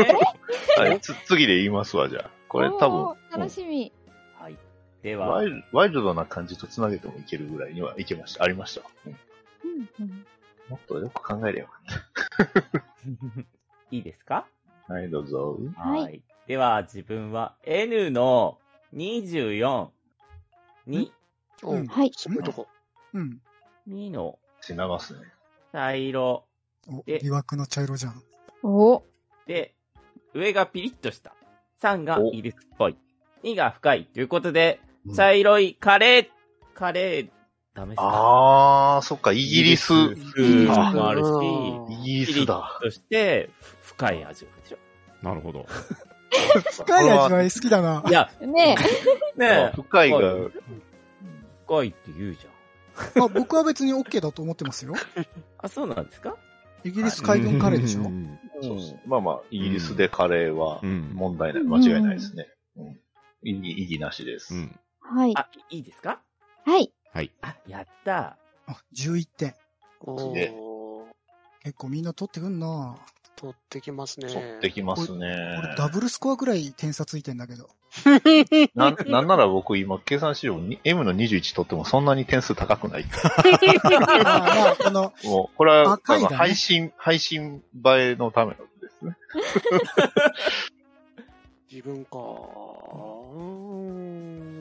G: ー
A: はい、つ次で言いますわ、じゃあ。これ、
D: おー
A: 多分、
D: 楽しみ。
G: はい。で
A: うんワ
G: は
A: イ、ルワイルドな感じと繋げてもいけるぐらいにはいけました。ありました。うん
D: うんうん
A: もっとよく考えればよかっ
G: いいですか
A: た。はい、どうぞ。
D: はい
G: はい。では、自分は N の24に、
C: う
E: うんん。
D: はい。
E: そういうとこ。
C: うん。
G: 2の
A: しなますね。
G: 茶色
C: お、
G: で
C: 疑惑の茶色じゃん。
D: お
G: で、上がピリッとした。3がイリスっぽい。2が深い。ということで、茶色いカレー、カレー、ダメっすか
A: あー、そっか、イギリス。
G: イギリス風もあるし、
E: うん
A: イギリ
G: ピ
A: ス
G: リ
A: だ
G: ッ。として、ふ深い味わいでし ょ。
B: なるほど。
C: 深い味わい好きだな。
G: いや、ね
D: ね
G: え、
A: 深いが、
G: うん深いって言うじゃん。
C: あ僕は別に OK だと思ってますよ。
G: あ、そうなんですか
C: イギリス海軍カレーでし
B: う
C: ょ
B: ん
A: そうですまあまあ、イギリスでカレーは
B: うん。
A: 問題ない、間違いないですね。うん。意義、意義なしです。
B: うん。
D: はい。
G: あ、いいですか
D: はい。
B: はい。
G: あ、やった
C: あ、11点。
E: お
A: ね
E: ー、
C: 結構みんな取ってくんな
E: 取ってきますね。
A: 取ってきます ね。
C: 俺ダブルスコアぐらい点差ついてんだけど。
A: な、なんなら僕今計算資料に M の21取ってもそんなに点数高くない。
C: まあまあ、この、
A: もう、これは、
C: 赤いだね
A: まあ配信、配信映えのためのですね。
E: 自分か。うー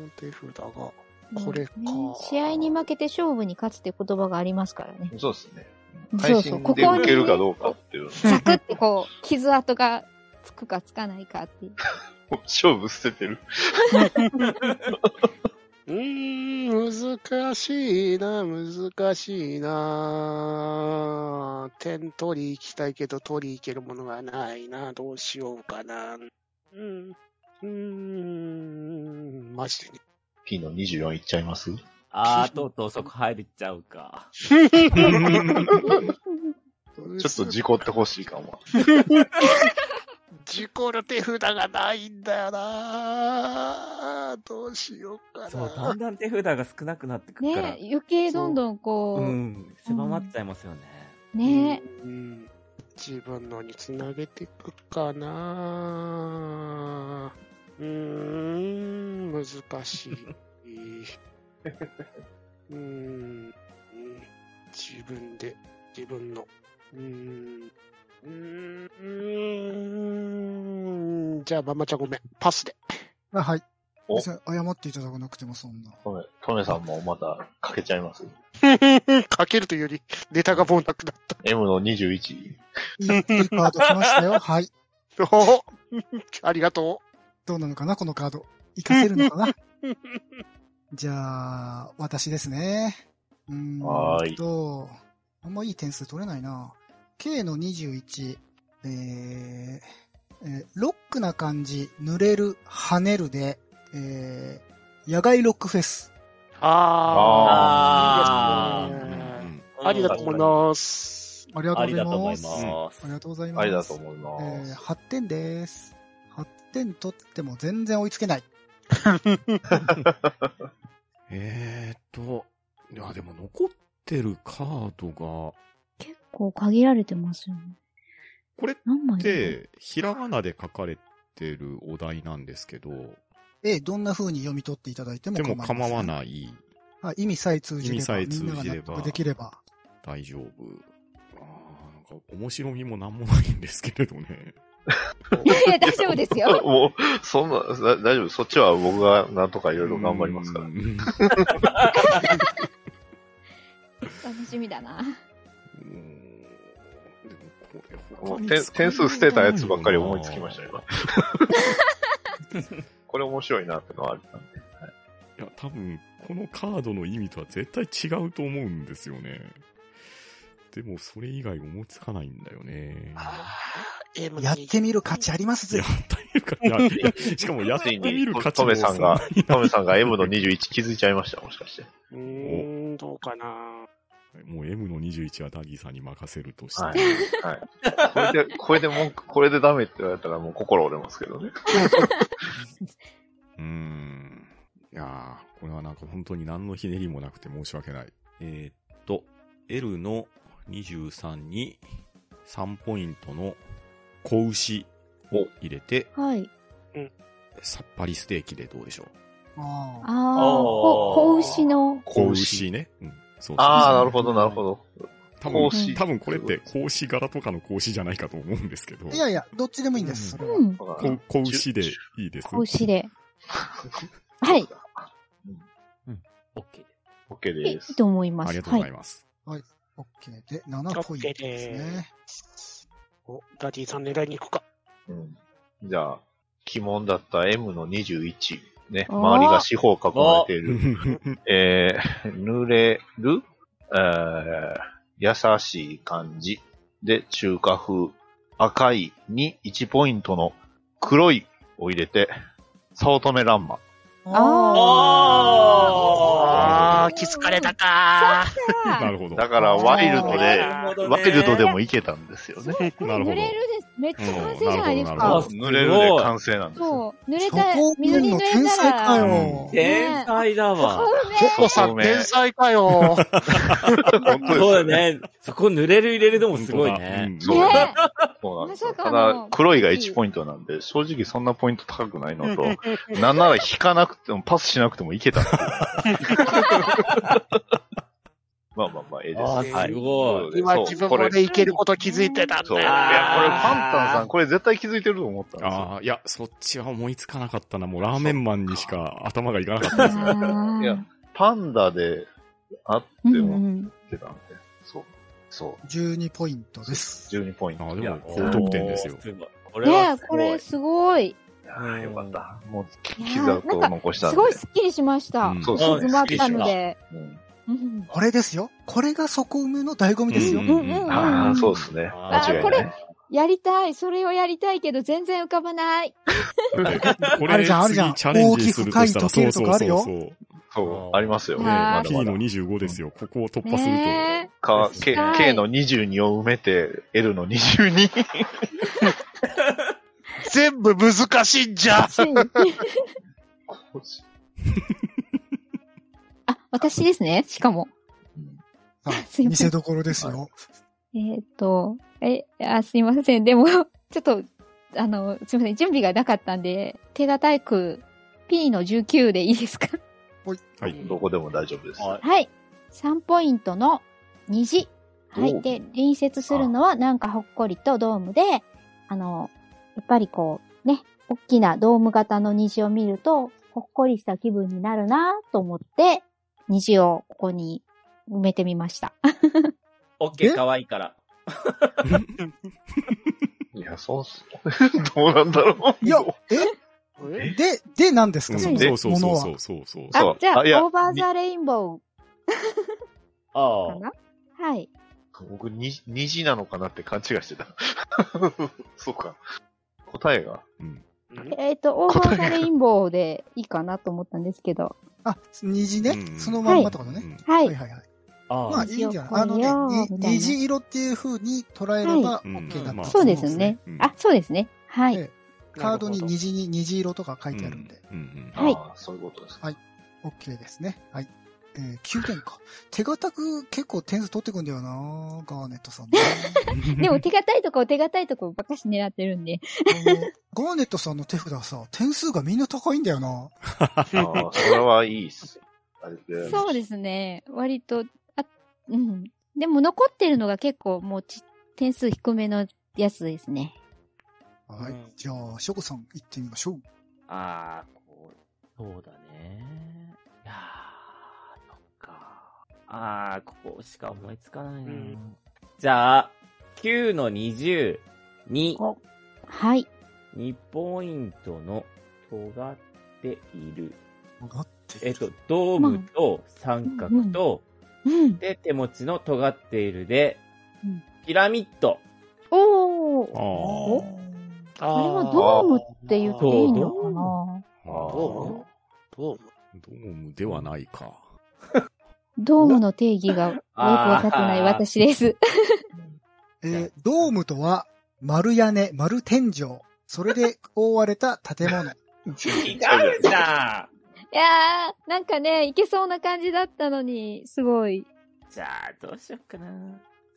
E: ん、手札が。こ
D: うん
E: これか
D: ね試合に負けて勝負に勝つって言葉がありますからね。
A: そうですね。
D: そ
A: 配
D: うそう
A: 信で受けるかどうかっていう。
D: ザクってこう、傷跡がつくかつかないかっていう。
A: 勝負捨ててる。
E: ーん、難しいな、難しいな。点取り行きたいけど、取り行けるものがないな。どうしようかな。うん、うーん、マジでね。
A: P の24いっちゃいます
G: あー、とうとうそこ入っちゃうか。
A: ちょ
E: ち
A: っと事故ってほしいかも。
E: 事故の手札がないんだよな。どうしようか
G: そう、だ
E: な。
G: んだん手札が少なくなってくから。
D: ね余計どんどんこ
G: う
D: う、
G: ん、狭まっちゃいますよね。
D: ね
E: うん自分のにつなげていくかなうーん、難しい。うーん、自分で、自分の。うーん、うーん、じゃあ、ママちゃんごめん。パスで。
C: あはい。
A: お
C: 別に謝っていただかなくてもそんな。
A: トメ、トメさんもまたかけちゃいます
E: かけるというより、ネタがもうなくなった。
A: ?M の21。
C: いいいいカード来ましたよ。 はい。
E: お ありがと
C: どうなのかなこのカード。活かせるのかなじゃあ、私ですね。うーん
A: はーい
C: と、あんまいい点数取れないな。K の21、えーえーロックな感じ、濡れる、跳ねるで、えー野外ロックフェス。
E: う。あ
G: あ
E: ー
G: ー
E: いいですね
B: うん
E: ありがとうござい ます。
C: ありがと
G: あ
C: う
G: り
C: ご
G: が
C: ざ
G: とうござい
C: います。
G: ます
C: あ。りがとうございます。
A: ありだと思いま
C: えー
A: す。
C: 8点です。8点取っても全然追いつけない。
B: えーっと、いや、でも残ってるカードが、
D: 結構限られてますよね。
B: これっ
D: 何枚だろう
B: て、ひらがなで書かれてるお題なんですけど、
C: えーどんな風に読み取っていただいても
B: で
C: 構い
B: も
C: ません
B: 構わない。
C: あ意味さえ通じれ
B: 意味さ
C: ば、
B: え
C: み
B: 通
C: ん
B: じれ
C: な
B: ば
C: が納得できれば。
B: 大丈夫。あーなんか、面白みもなんもないんですけれどね。
D: いやいや、大丈夫で すよ。
A: もう、そんな、だ大丈夫。そっちは僕がなんとかいろいろ頑張りますから
B: う。ん。
D: 楽しみだな。
B: うんでもこれ
A: も
B: 他
A: う
B: に
A: 点
B: 使い
A: 点
B: ようが
A: 数
B: ない
A: 捨てたやつばっかり思いつきましたよ、
B: い
A: 今。これ面白いなってのはあったんで。
B: や、多分、このカードの意味とは絶対違うと思うんですよね。でも、それ以外思いつかないんだよね。
E: あー M
C: やってみる価値あります
B: や
C: ぜ
B: っ。てみるか、いやいや、しかもやってみる価値
A: トメ
B: も
A: さんが、トメさんが M の21気づいちゃいました、もしかして。
E: うーん、どうかな。
B: もう M の21はダギーさんに任せるとして。
A: はい。はい。これで、これで文句、これでダメって言われたらもう心折れますけどね。
B: うーん。いやー、これはなんか本当に何のひねりもなくて申し訳ない。えーっと、L の23に3ポイントの子牛を入れて、
D: はい。
B: さっぱりステーキでどうでしょう。
C: あ
D: あ
C: あ
D: あ、
G: お
D: こ
G: ー
D: 子牛の、
B: 子牛ね。うん。そうそうそう
A: ああ、なるほど、なるほど。
B: 多
A: 子
B: 分、
A: 牛
B: 多分これって子牛柄とかの子牛じゃないかと思うんですけど。
C: いやいや、どっちでもいいんです。それは
D: うん、
B: こ子牛でいいです。
D: 子牛で。はい。い
G: オッケー。
A: OK
D: い
A: で
D: い
A: す。
D: と思いま
B: あ
D: す。
B: りがとうござ
D: はい
B: ます。
C: オッケーで7ポイントですね。
E: お、ダディさん狙いに行くか。
A: うんじゃあ、鬼門だった M の21。ね、
D: あー
A: 周りが四方囲まれている。
B: うん
A: えー、濡れる、えー、優しい感じ。で、中華風、赤いに1ポイントの黒いを入れて、早乙女乱馬。
D: あ
G: あ
E: ああ、気づかれたか
B: なるほど。
A: だから、ワイルドで、
F: なるほどね
A: ワイルドでもいけたんですよね。
D: これ
B: なるほど
D: 濡れるです。めっちゃ完成じ
B: うん
D: ゃないです
B: なるほど。
D: か
A: 濡れるで完成なんですよ。
D: そう。濡れ
C: そ
D: た、
C: こ見
D: 水
C: る
D: に
C: の
D: 濡れ
C: 天才
D: た。
C: からよ。
F: 天才だわ。
E: チョコさん、天才 かよ。
A: 本当です
F: そうだ
A: よね。
F: ね。そこ濡れる入れるでもすごいね。
A: そう
D: ね
A: そうなんですよ
D: まさ
A: た
D: かの
A: だ、黒いが1ポイントなんで、正直そんなポイント高くないのと、なんなら引かなくても、パスしなくてもい けたっていうまあまあまあ、ええです。
F: あ
A: はい
F: ーす
A: とうこ
F: ごい
A: とで
E: 今
A: そう
E: 自分
A: こ
E: も
A: れ
E: ね、いけること気づいてたん
A: そう。
E: だ
A: い
E: よ
A: や、これ、
F: あー
A: パンタンさん、これ絶対気づいてると思ったんですよ。
B: ああ、いや、そっちは思いつかなかったな。もうラーメンマンにしか頭がいかなかったですよ。
D: あー
A: いやパンダであっ
D: う
A: て
D: んう
A: 思っ
D: ん
A: てたんで、そう。そ
C: 12ポイントです。
A: う。12ポイン
B: あ
A: ト。
B: あ、
A: い
B: で
A: や
B: も高得点ですよ。
F: すごい。これ
D: ね
F: は
D: え
F: す
D: こ
F: ごい
D: れすごい。
A: いやーよかった。もう、き
D: いやー
A: 傷跡を残したん
D: す
A: で。
D: ごいスッキリしました。
B: うん
A: そうそう
D: 静
A: ね。
D: まったので。
A: うん
D: うん
C: これですよ。これが底埋めの醍醐味ですよ。
B: うん
D: うんうん
A: あ
D: う
A: あ、
D: ん
A: そうですね。
F: あ
A: 間違い
D: こ
A: な
D: れ
A: い。
D: やりたい。それをやりたいけど、全然浮かばない。
B: こ
C: あ
B: れ、
C: るじゃんあるじゃん
B: 次チャレンジするとしたら、
C: 大きい深い時計とかあるよ
B: そうそう
A: そう、ありますよ。
B: そう。
D: ね
B: ね
D: あー
A: まだ
B: P
A: まだ
B: の。25ですよ。ここを突破すると。
D: ね
A: か、
D: し
A: K,
D: たい
A: K の22を埋めて、L の22。
E: 全部難しいんじゃん
D: え。。ついにあ、私ですね。しかも。
C: さあ
D: すいま
C: 見
D: せん
C: せどころですよ。
D: えーっと、え、あ、すいません。でも、ち ょっと、あの、すいません。準備がなかったんで、手堅く P の19でいいですか
B: はい。
A: どこでも大丈夫です。
F: はい
D: はい。3ポイントの虹。
A: お
D: は
A: う
D: い。で、隣接するのはなんかほっこりとドームで、あの、やっぱりこう、ね、大きなドーム型の虹を見ると、ほっこりした気分になるなと思って、虹をここに埋めてみました。
F: オッケー、可愛いから。
A: いや、そうっす。 どうなんだろう。
C: いや、え
E: え
C: で、で何です
B: う
C: か、
B: ん
C: そ
B: そ
C: の
A: で
B: うそう
C: もの
B: そう
C: は。
B: そうそうそう。
A: そう
D: あ、じゃあ、
A: あいや
D: オーバーザレインボー
F: あ
D: かなはい。
A: 僕、に虹なのかなって勘違いしてた。 そうか。答えが。
D: えっ、と、オーバーザレインボーでいいかなと思ったんですけど。
C: あ、虹
B: う
C: ね
B: んう。ん
C: そのまんまってこと
B: う
C: ね。
B: ん
D: は
C: はい
D: い。
C: はいはい。
F: あ。
C: まあ
F: あ
C: いいんじゃない
D: 虹を
C: あのね
D: こう
C: に
D: よ、みたいな
C: 虹色っていう風に捉えれば
B: はい
C: OK だったと思ん
B: まあ
C: す
D: そうですよね。
B: うん
D: あ、そうですね。はい。
C: ええカードに虹に虹色とか書いてあるんで、
B: うんうん
D: はい
A: ああ、そういうことです。
C: OK ですね。はい。えー、9点か。手堅く結構点数取ってくんだよなガーネットさ んも。
B: うん
D: でも、手堅いとこ手堅いとこばっかし狙ってるんで。
C: あのガーネットさんの手札さ、点数がみんな高いんだよな
A: ああ、それはいいっす。ありがとうございます
D: そうですね。割と、あ、うん。でも残ってるのが結構もうち点数低めのやつですね。
C: はい。
F: うん
C: じゃあ、ショコさん行ってみましょう。
F: あー、こう、そうだね。いやー、そっか。あー、ここしか思いつかないな。
E: うん
F: じゃあ、9の20に
D: おはい。
F: 2ポイントの尖っている。
C: 尖ってい
F: えっ
C: る
F: と、ドームと三角と、
D: うん。
F: で、手持ちの尖っているで
D: うん、
F: ピラミッド。
D: お
B: あー
D: ー。こ
E: あ
D: れは
E: ー
D: ドームって言っていいのかな
B: あ
E: ど
B: ー。
E: うドーム
B: ドームではないか。
D: ドームの定義がよくわかってない私です。
C: えードームとは、丸屋根、丸天井。それ で覆われた建物。
F: 違うじゃん
D: いやー、なんかね、いけそうな感じだったのに、すごい。
F: じゃあ、どうしよっかな。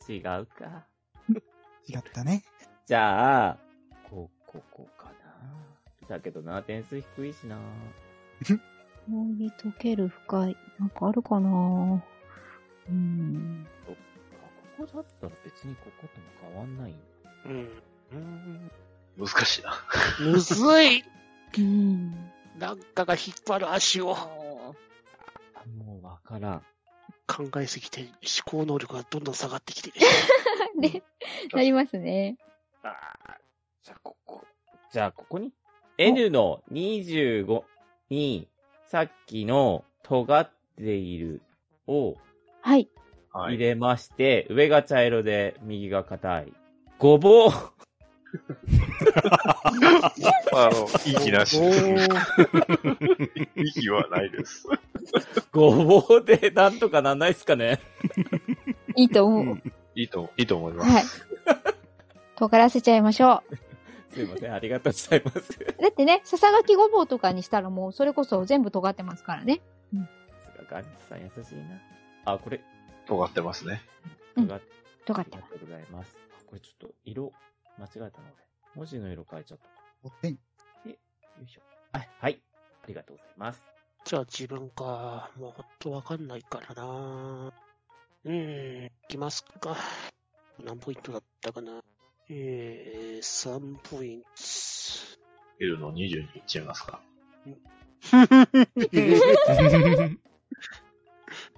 F: 違うか。
C: 違ったね。
F: じゃあ、こ、ここかな。だけどな、点数低いしな。
D: もぎ溶ける深い。なんかあるかなうん。
F: そっかここだったら別にこことも変わんないんだ。
E: うん。うん
A: 難しいな。
E: むずい。
D: うん。
E: なんかが引っ張る足を。
F: あもうわからん。
E: 考えすぎて思考能力がどんどん下がって きてる。
D: で、なりますね。
F: あーじゃあ、ここ。じゃあ、ここに ?N の25に、さっきの尖っているを
D: はい。
A: は
F: 入
A: い。
F: れまして、上が茶色で右が硬い。ごぼう
A: あの、いい気なしです。いい気はないです。
G: ごぼうでなんとかなんないっすかね。
D: いいと思う。
A: いいと、いいと思います。
D: はい。尖らせちゃいましょ
G: すいません、ありがとうございます。
D: う。だってね、ささがきごぼうとかにしたらもう、それこそ全部尖ってますからね。
G: さすがガンツさん優しいな。あ、これ、
A: 尖ってますね。
D: うん
G: 尖っ
D: 尖っ
G: あり
D: て
G: が
D: ま
G: とうございます。あこれちょっと色、間違えたな、俺。文字の色変えちゃった。
C: おペン。
G: よいしょ。あ、はい。ありがとうございます。
E: じゃあ自分か。もうほんとわかんないからな。うーん、いきますか。何ポイントだったかな。えー、3ポイント。
A: L の22いっちゃいますか。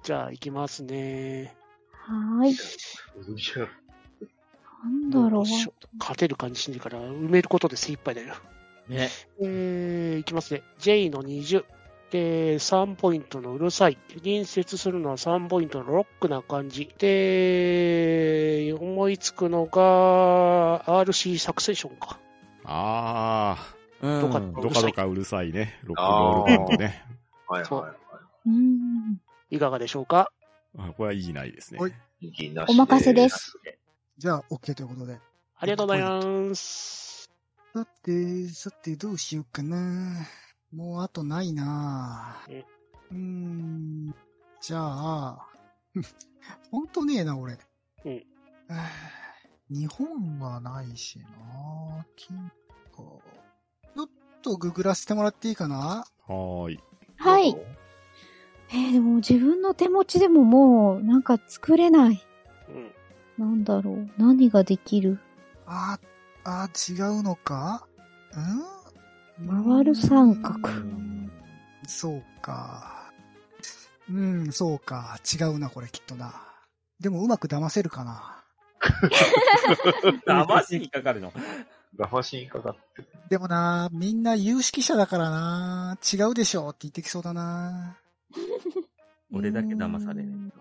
E: じゃあ、いきますね。
D: す。はーい。なんだろ
E: ど
D: う
E: う。しよう勝てる感じしねえから、埋めることで精一杯だよ。
G: ね。
E: えー、いきますね。J の20。で、3ポイントのうるさい。隣接するのは3ポイントのロックな感じ。で、思いつくのが、RC サクセションか。
B: あ
G: うん
E: どか
B: あ、どかどかうるさいね。ロックンロールバンドね。
A: はい
E: そう
A: は
D: うーん。
E: いかがでしょうか
B: あこれは意義ないですね。
C: はい
A: い。いいなし
D: お任せです。
C: じゃあ、OK ということで。
E: ありがとうございます。
C: さて、さて、どうしようかな。もうあとないな。
E: え
C: うーん。じゃあ、 ほんとねえな、俺。
E: うん
C: はあ日本はないしな。金貨。ちょっとググらせてもらっていいかな
B: はーい。
D: はい。えーでも自分の手持ちでももう、なんか作れない。
E: うん。
D: なんだろう。何ができる
C: あ、あ、違うのかん
D: 回る三角
C: うんそうか。うん、そうか。違うな、これきっとな。でもうまく騙せるかな。
G: 騙しにかかるの。
A: 騙しにかかっ
C: でもな、みんな有識者だからな、違うでしょって言ってきそうだな。
G: 俺だけ騙され
D: うーん
G: る。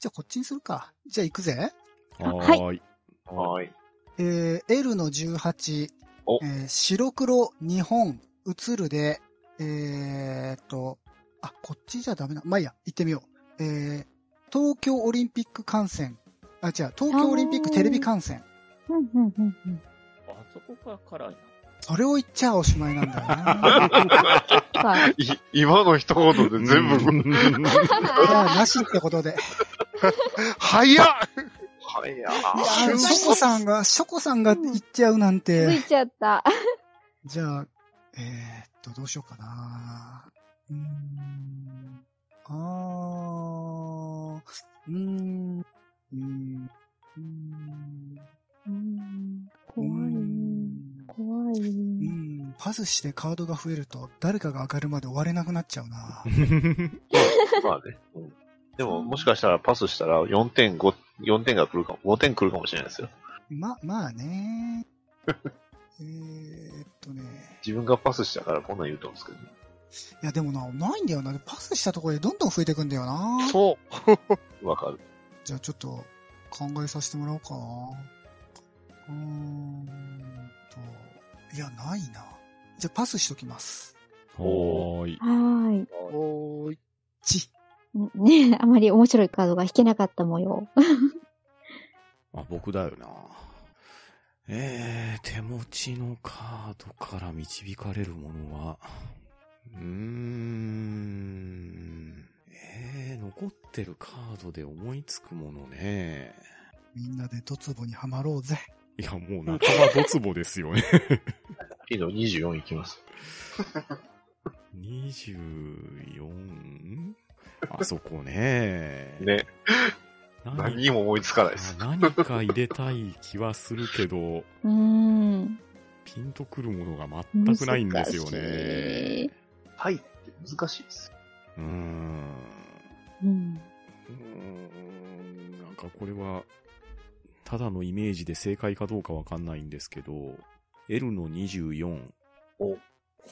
C: じゃあこっちにするか。じゃあ行くぜ。
D: あ
B: は
D: はい
B: ーい。
A: た。はい。
C: えー、L の18、
A: お
C: えー白黒日本映るで、えーっと、あ、こっちじゃダメな。まあ、いいや、行ってみよう。えー、東京オリンピック観戦。あ、違う、東京オリンピックテレビ観戦。
D: うんうんうんうん。
G: あそこが辛いな。
C: それを言っちゃおしまいなんだよな。
D: はい
A: 今の一言で全部。
B: 部。
C: じゃあ、なしってことで。
E: 早っ
A: はいや
C: いや
E: ー
C: ーショコさんが、ショコさんが言っちゃうなん
D: つ
C: て
D: い。ちゃった。
C: じゃあ、えー、っと、どうしようかな。うーん。あー、うーん。うーん。うーん
D: う
C: うー
D: ーん怖い。
C: ん
D: 怖い。
C: うーんパスしてカードが増えると、誰かが上がるまで終われなくなっちゃうな。
A: まあね。うんでも、もしかしたらパスしたら4点、5、4点が来るかも、5点来るかもしれないですよ。
C: ま、まあね。えーっとね。
A: 自分がパスしたからこんなん言うと思うんですけど、ね、
C: いや、でもな、ないんだよな。パスしたところでどんどん増えてくんだよな。
E: そう。
A: わかる。
C: じゃあちょっと考えさせてもらおうかな。うーんと、いや、ないな。じゃあパスしときます。
B: はーい。
D: はーい。
E: おーい。
C: ち。
D: ね えあまり面白いカードが引けなかった模様。
B: あ、僕だよな。えー、手持ちのカードから導かれるものは、うーん、えー、残ってるカードで思いつくものね。
C: みんなでドツボにはまろうぜ。
B: いや、もう半ばドツボですよね。
A: いいの24いきます。
B: 24? あそこね。
A: ね。
B: 何
A: 何にも思いつかないです。
B: あ何か入れたい気はするけど、
D: うーん。
B: ピンとくるものが全くないんですよね。
A: はいって難しいです。
B: うーん。
D: うん。
B: うーんなんかこれは、ただのイメージで正解かどうかわかんないんですけど、L の24。
A: お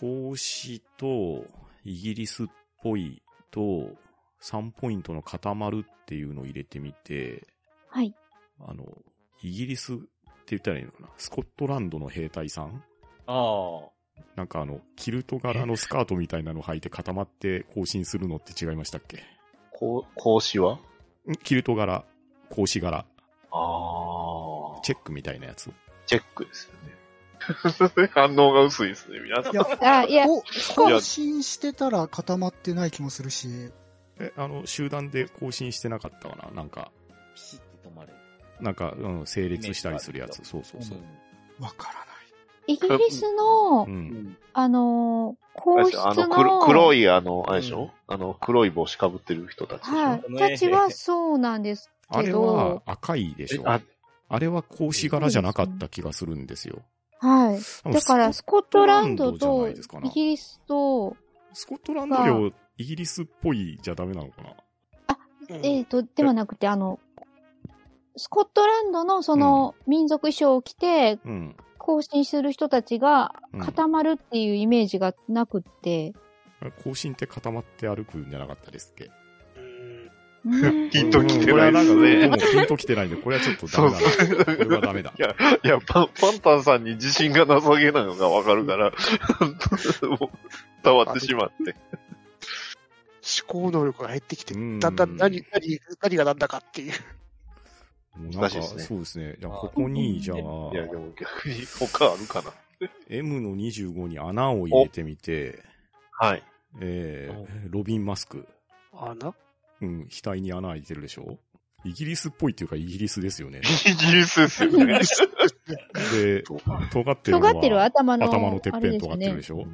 B: 孔子とイギリスっぽいと、3ポイントの固まるっていうのを入れてみて、
D: はい。
B: あの、イギリスっ言ったらいいのかな。スコットランドの兵隊さん
G: ああ。
B: なんかあの、キルト柄のスカートみたいなの履いて固まって行進するのって違いましたっけ
A: こう、格子は
B: んキルト柄、格子柄、
A: ああ。
B: チェックみたいなやつ。
A: チェックですよね。 反応が薄いですね、皆さん。
C: いや、
D: あ、いや、
C: お更新してたら固まってない気もするし、
B: え、あの、集団で更新してなかったかななんか、
G: ピシッと止まる。
B: なんか、うん、整列したりするやつ。そうそうそう。
C: わからない。
D: イギリスの
B: う、ん。
D: あのー、
A: あれで
D: 皇
A: す
D: 室
A: よあの、黒
D: の、
A: 黒い、あの、あれでしょ、あの、黒い帽子かぶってる人たちでしょ、
D: はい、たちはそうなんです
B: あ
D: け
B: れ
D: ど
B: は、赤いでしょ
A: あ
B: あ、れは格子柄じゃなかった気がするんですよ。
D: はい。だから、
B: ス
D: スコットランド
B: スコットランドじゃな
D: と
B: いですかな
D: イギリスと、
B: スコットランド領、イギリスっぽいじゃダメなのかな
E: うん
D: えっ、と、ではなくて、あの、スコットランドのその民族衣装を着て
B: うん。
D: 行進する人たちが
B: うん
D: 固まるっていうイメージがなくって、
B: あれ更新って固まって歩くんじゃなかったですっけ
E: うん
D: うん
A: ピンときてないで
B: う
A: す
B: んこれ
A: ね
B: はなん。か、うんピンと来てないんで、これはちょっとダ
A: そう
B: メ だな。
A: そう。
B: これはダメだ
A: い。や、いやパン、パンタンさんに自信がなさげなのがわかるから、もう伝わってしまって。
E: 思考能力が減ってきて、
B: うん
E: だんだん何、何、何がなんだかっていう。
B: もうなんか、
A: 難しいですね
B: そうですね。じゃあ、
A: あー
B: ここに、じゃあ、
A: いや、でも逆に他あるかな。
B: M の25に穴を入れてみて、
A: はい。
B: えー、ロビン・マスク。
E: 穴
B: うん、額に穴開いてるでしょイギリスっぽいっていうか、イギリスですよね。
A: イギリスですよね。
B: で、尖ってるのは
D: 尖ってる頭の、
B: 頭のてっ
D: あ
B: ぺ
D: れ
B: ん
D: です
B: 尖
D: よ
B: ってるで
D: ね。
B: しょ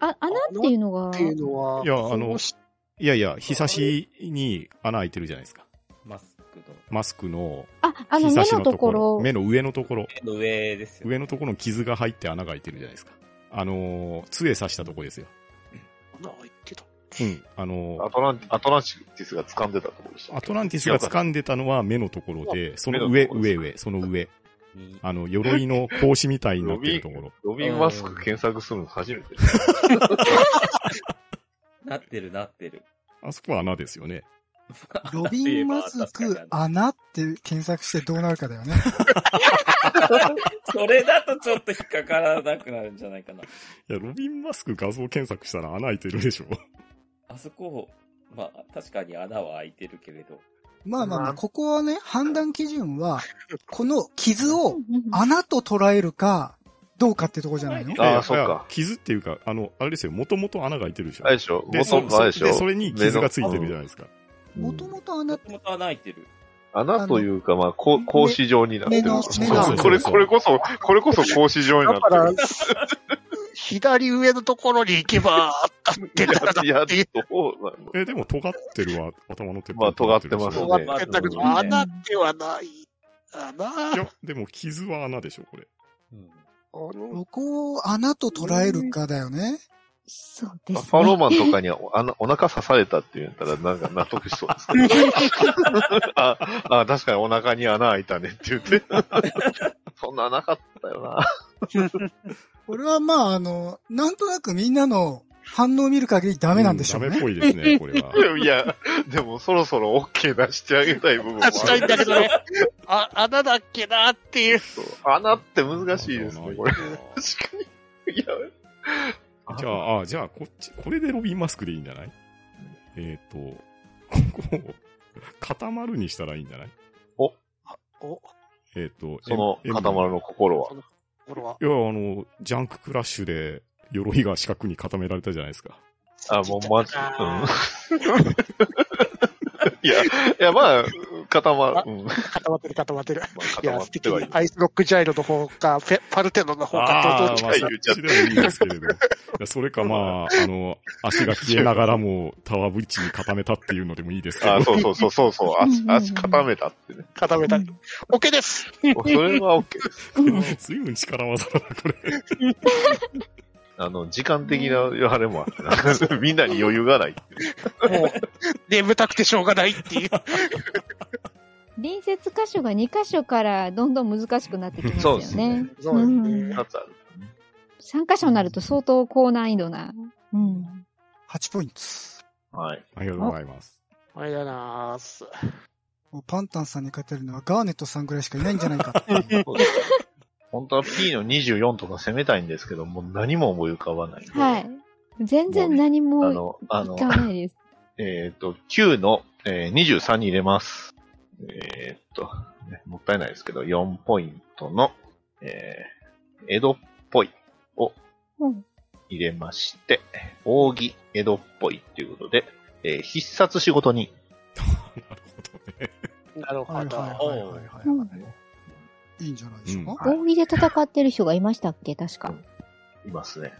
D: あ、穴っていうのが
E: っ、ていうのは、
B: いやあの
E: こし
B: いやいや、日差しに穴開いてるじゃないですか。
G: マスクと。
B: マスクの、
D: あ、あの
B: 日差
D: 目
B: し
D: の
B: の
D: と
B: と
D: こ
B: こ
D: ろ
B: ろ、、目の上のところ、
G: 目の上ですよね。
B: 上のところの傷が入って穴が開いてるじゃないですか。あのー、杖刺したとこですよ。
E: 穴開いてた。
B: うん。あの
A: ア
B: ー、
A: トラン、アトランティスが掴んでたところでした。
B: アトランティスが掴んでたのは目のところで、その上、上、上、その上。
G: に
B: あの、鎧の格子みたいになってるところ。
A: ロビンマスク検索するの初めて。
G: なってるなってる。
B: あそこは穴ですよね。
C: ロビン・マスク、穴って検索してどうなるかだよね。
G: それだとちょっと引っかからなくなるんじゃないかな。
B: いや、ロビンマスク画像検索したら穴開いてるでしょ。
G: あそこ、まあ、確かに穴は開いてるけれど。
C: まあまあま
E: ま
C: あ、
E: あ
C: ここはね、判断基準は、この傷
D: う
C: を
D: んうん
C: 穴と捉えるか、どうかってとこじゃないの
A: あ
B: いやいや
A: そっか
B: 傷っていうか、あの、あれですよ、もともと穴が開いてるでしょ。
A: あれでしょ
B: で、そ
A: 元々あれでしょ
B: でそれに傷がついてるじゃないですか。
C: もともと穴
G: も
C: っ
G: と
C: て、
G: もと穴開いてる。
A: 穴というか、まあ、こう格子状になってる。
C: 目の
A: そう
B: 目の
A: そうこれ、これこそ、これこそ格子状にな
E: だ
A: って
E: か
A: る。
E: ら、 左上のところに行けば、あってたら、
A: いや、いやそうなの
B: え、でも尖ってるは頭のてっぺん
A: まあ尖ってます
B: で
A: ね
B: しょ
E: 終わってたけど、
A: うん
E: 穴ではない。穴
B: いや、でも傷は穴でしょ、これ。
G: うん。
E: あ
C: こ
E: の、
C: こを穴と捉えるかだよね。
D: そうですね。
A: ファローマンとかにあのお腹刺されたって言ったら、なんか納得しそうですけど。ああ、確かにお腹に穴開いたねって言って。そんななかったよな。
C: これはまあ、あの、なんとなくみんなの反応を見る限りダメなんでしょう
B: ダメっ
C: ね。
B: ぽいですね、これは。
A: いや、でもそろそろ OK 出してあげたい部分もあ
E: 出
A: る。
E: したいんだけどね。あ、穴だっけなっていう。
A: そう穴って難しいですね、これ。確かに。いや、
B: じゃあ、あ、じゃあ、こっち、これでロビンマスクでいいんじゃないえっ、と、ここを、固まるにしたらいいんじゃない
E: お、
B: えっ、と、
A: その
B: M- M
A: 固まるの心は。
E: これは。
B: いや、あの、ジャンククラッシュで、鎧が四角に固められたじゃないですか。
A: あ、もうまず、 うん。いや、いや、まあ、固まる。うん。
E: 固まってる固まってる。い
A: 固
E: や、
A: まっ
E: 素
A: て
E: 敵
A: はい
E: に
A: る。
E: アイスロックジャイロの方か、フェパルテノの方か、どうどう
B: ー
E: ど
B: ま
A: は
B: あ、
A: い
B: そっちでもいいんですけ れど。いやそれか、まあ、あの、足が消えながらも、タワーブリッジに固めたっていうのでもいいですけど。
A: あ、そうそうそうそうそう、足
D: う、ん
A: 足固めたってね。
E: う固めたり。OK です
A: それは OK です。
B: 随分力技だな、これ。
A: あの、時間的なあれもあってな みんなに余裕がないっていう。
E: もう、眠たくてしょうがないっていう。
D: 隣接箇所が2箇所からどんどん難しくなってきます
A: そう
D: よ
A: です
D: ね
A: ね。
E: そうです
D: うん
E: ね。
A: 二つある。
D: 3箇所になると相当高難易度な。うん。
C: 8ポイント。
A: はい。
B: ありがとうございます。
E: あれだなーす。
C: もうパンタンさんに勝てるのはガーネットさんぐらいしかいないんじゃないか。
A: そうです本当は P の24とか攻めたいんですけど、もう何も思い浮かばない。
D: はい。全然何も
A: あ
D: 浮
A: の、あの
D: か、ばない です。
A: えっ、と、9の、えー23に入れます。えっ、と、ねもったいないですけど、4ポイントの、えー江戸っぽいを
D: うん。
A: 入れまして、扇、江戸っぽいっていうことで、えー必殺仕事に、
B: なるほどね。
E: なる
C: は
E: ほ
C: い
E: ど。
C: はいはいはいはいは
D: うん
C: い。いいんじゃないでしょうか。
A: はい
D: 扇で戦ってる人がいましたっけ確か。
A: いますね。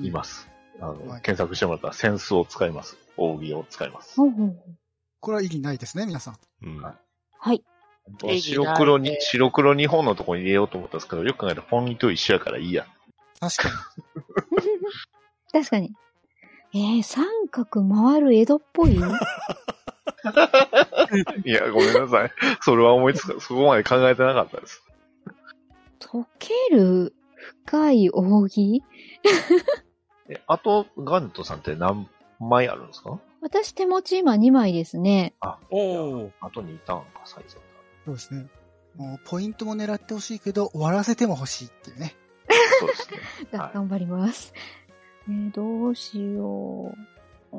A: いま。す。あの、
C: はい
A: 検索してもらったら、センスを使います。扇を使います。
D: ほうほうほう
C: これは意義ないですね、皆さん。
B: うん。
A: は
D: はい。
E: いい
A: 白黒
E: いい
A: に、
E: ね
A: 白黒2本のとこに入れようと思ったんですけど、よく考えたらポイント一緒やからいいや。
C: 確かに。
D: 確かに。えー、三角回る江戸っ ぽい
A: いや、ごめんなさい。それは思いつか、そこまで考えてなかったです。
D: 溶ける深い扇
A: え、あと、ガントさんって何枚あるんですか
D: 私手持ち今2枚ですね。
F: おお。
A: あと2ターンか、最初。
C: そうですね。もうポイントも狙ってほしいけど、終わらせても欲しいっていうね。
A: そうですね。は
D: が
A: い
D: 頑張ります。ねどうしよう。うー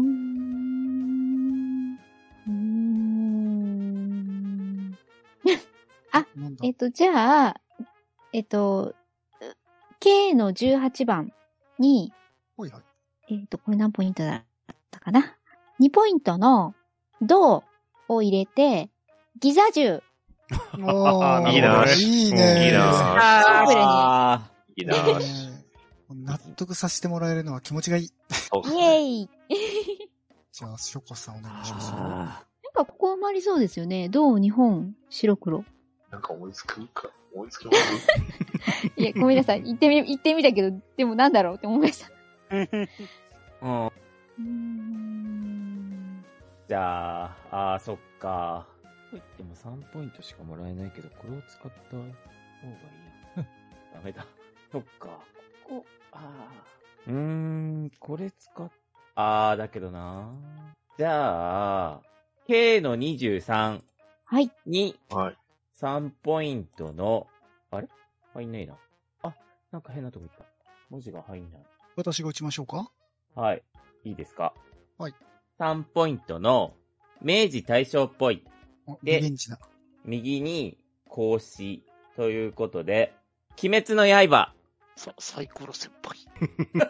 D: ん。うーん。
C: なんだ
D: えっと、じゃあ、えっと、K の18番に、
C: はいはい。
D: えっと、これ何ポイントだったかな ?2 ポイントの、銅を入れて、ギザ銃。
C: おー
A: いいなー
C: いいねー。
A: いいなー
G: あ
A: いい
C: い
A: ないぁ。
C: ねー納得させてもらえるのは気持ちがいい。
A: そうです
D: イエ
A: ね。
D: ーイ
C: じゃあ、ショコさんお願いします。
G: あ
D: なんかここ埋まりそうですよね。銅、日本、白黒。
A: なんか思いつくか、思いつきます
D: いや、ごめんなさい。言ってみ、言ってみたけど、でもなんだろうって思いました。
G: ー。うん
D: うーん。
F: じゃあ、ああ、そっか。
G: といっても3ポイントしかもらえないけど、これを使った方がいい。 ダメだ。そっか。ここ、ああ。うーん、これ使っ、ああ、だけどな。じゃあ、K の23
D: はい。
G: に
A: はい。
G: 3ポイントの、あれ入んねえな。あ、なんか変なとこ行った。文字が入んない。
C: 私が打ちましょうか
G: はい。いいですか
C: はい。
G: 3ポイントの、明治大正っぽい。
C: お
G: で
C: リベンジだ。
G: 右に、孔子。ということで、鬼滅の刃。
E: さサイコロ先輩。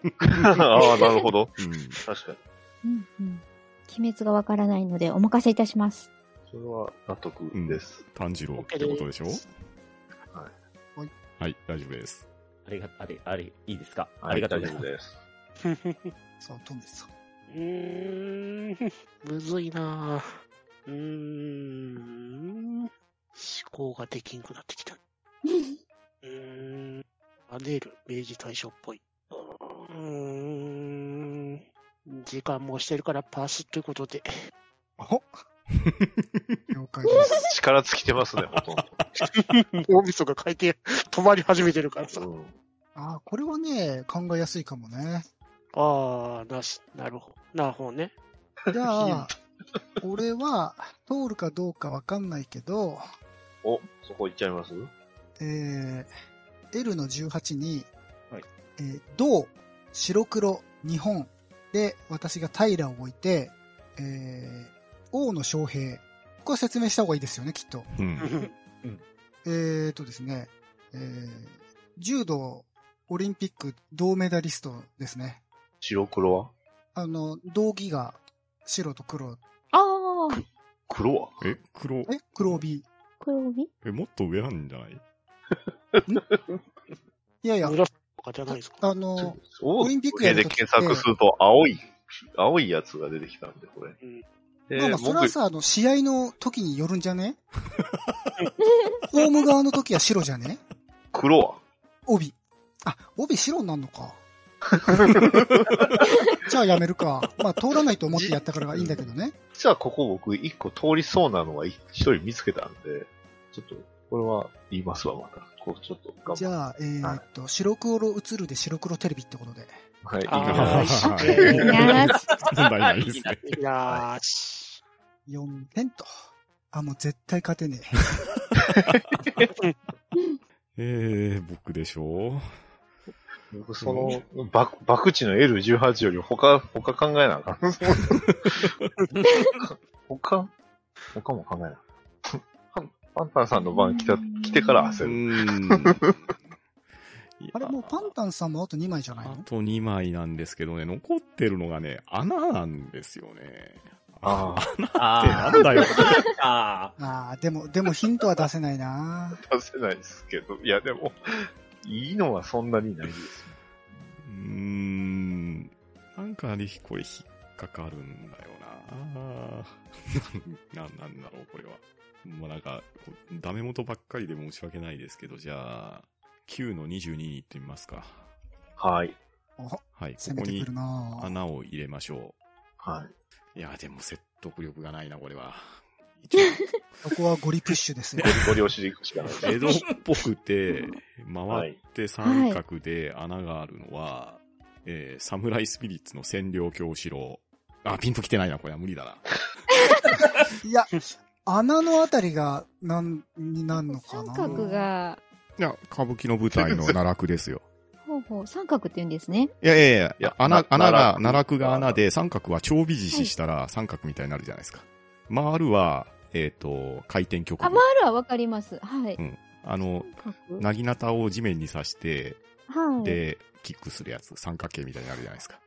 A: ああ、なるほど。
B: うん
A: 確かに。
D: うんうん。鬼滅がわからないので、お任せいたし ます。
A: それは納得です。
B: 炭治郎ってことでしょ
E: OK で
B: はい、大丈夫です。
G: ありが、あれ、あれ、いいですか、
A: はい
G: ありがとうご
A: 大
G: ざい
A: 丈
G: ま
A: 夫
G: す。
A: です。
C: さあ、トンネルさん。
E: うーん、むずいなぁ。うーん、思考ができんくなってきた。うーん、パネル、明治大正っぽい。うーん、時間も押してるからパスということで。
C: お 了解です。
A: 力尽きてますね、ほ とん
E: 大晦日回転止まり始めてるからさ。
A: ど。うん
C: ああ、これはね、考えやすいかもね。
E: ああ、なし、なるほど。なるほどね。
C: じゃあ、俺は通るかどうかわかんないけど、
A: お、そこ行っちゃいます
C: えー、L の18に、
A: はい
C: えー銅、白黒、日本で私が平を置いて、えー、王の将兵。これ説明した方がいいですよね、きっと。
B: うん。
C: えーとですね、えー、柔道オリンピック銅メダリストですね。
A: 白黒は
C: あの、道着が白と黒。
D: あー、
A: 黒は
B: え、黒、
C: え黒帯。
D: 黒帯
B: え、もっと上なんじゃない
C: いやいや、
E: 紫とかじゃないですか。
C: あの、
A: オ
C: オリンピックや
A: で
C: る時って
A: 検索すると青い、青いやつが出てきたんで、これ。
E: うん
A: で
C: まあまあ、それは
A: 僕、
C: さ、あの、試合の時によるんじゃねホーム側の時は白じゃね
A: 黒は
C: 帯。あ、帯白になるのか。じゃあやめるか。まあ、通らないと思ってやったからいいんだけどね。
A: 実はここ僕、一個通りそうなのが一一人見つけたんで、ちょっと、これは言いますわ、また。こう、ちょっと頑張って
C: じゃあ、えーっと、白黒映るで白黒テレビってことで。
A: はい、いい
E: あ
A: な
E: ー一 緒
B: はい
D: なし。
B: 問題ないですね。
E: よーし。
C: 4点と。あ、もう絶対勝てね
B: えー、僕でしょ
A: 僕、その、爆、爆地の L18 より他、他考えなあかん。他、他も考えなあかん。パンタンさんの番来た、来てから
B: う。う
A: 焦る。
B: ーん。いや
C: あれもうパンタンさんもあと2枚じゃない
B: あ
C: の
B: と2枚なんですけどね、残ってるのがね、穴なんですよね。
A: ああ、
B: 穴ってなんだよ。
F: あ
C: ああ、でも、でもヒントは出せないな
A: 出せないですけど。いや、でも、いいのはそんなにないです。
B: うーん。なんかね、これ引っかかるんだよな。 なん、なんなんだろう、これは。まあ、なんか、こうダメ元ばっかりで申し訳ないですけど、じゃあ、9の22に行ってみますか。
A: はい。
C: お
B: はい、こ
C: 攻
B: こ
C: めて
B: に
C: くるな
B: 穴を入れましょ
A: はい。
B: う。いや、でも説得力がないな、これは。
C: そこはゴリプッシュですよ。
A: ご了承でいくしかないです。
B: 江戸っぽくて、回って三角で穴があるのは、えー、サムライスピリッツの占領教師郎。あ、ピンと来てないな、これは無理だな。
C: いや、穴のあたりが、なん、になんのか
D: 三
C: な
D: 角。が、
B: いや、歌舞伎の舞台の奈落ですよ。
D: ほうほう、三角って言うんですね。
B: いやいやいや、
A: いや
B: 穴、
A: な
B: 穴が、
A: 奈落
B: 奈落が穴で、三角は長尾獅子したら三角みたいになるじゃないですか。回るは、えっ、と、回転曲。
D: あ、マールはわかります。はい。
B: うん。あの、
D: 三角
B: なぎなたを地面に刺して、
D: はい。
B: で、キックするやつ、三角形みたいになるじゃないですか。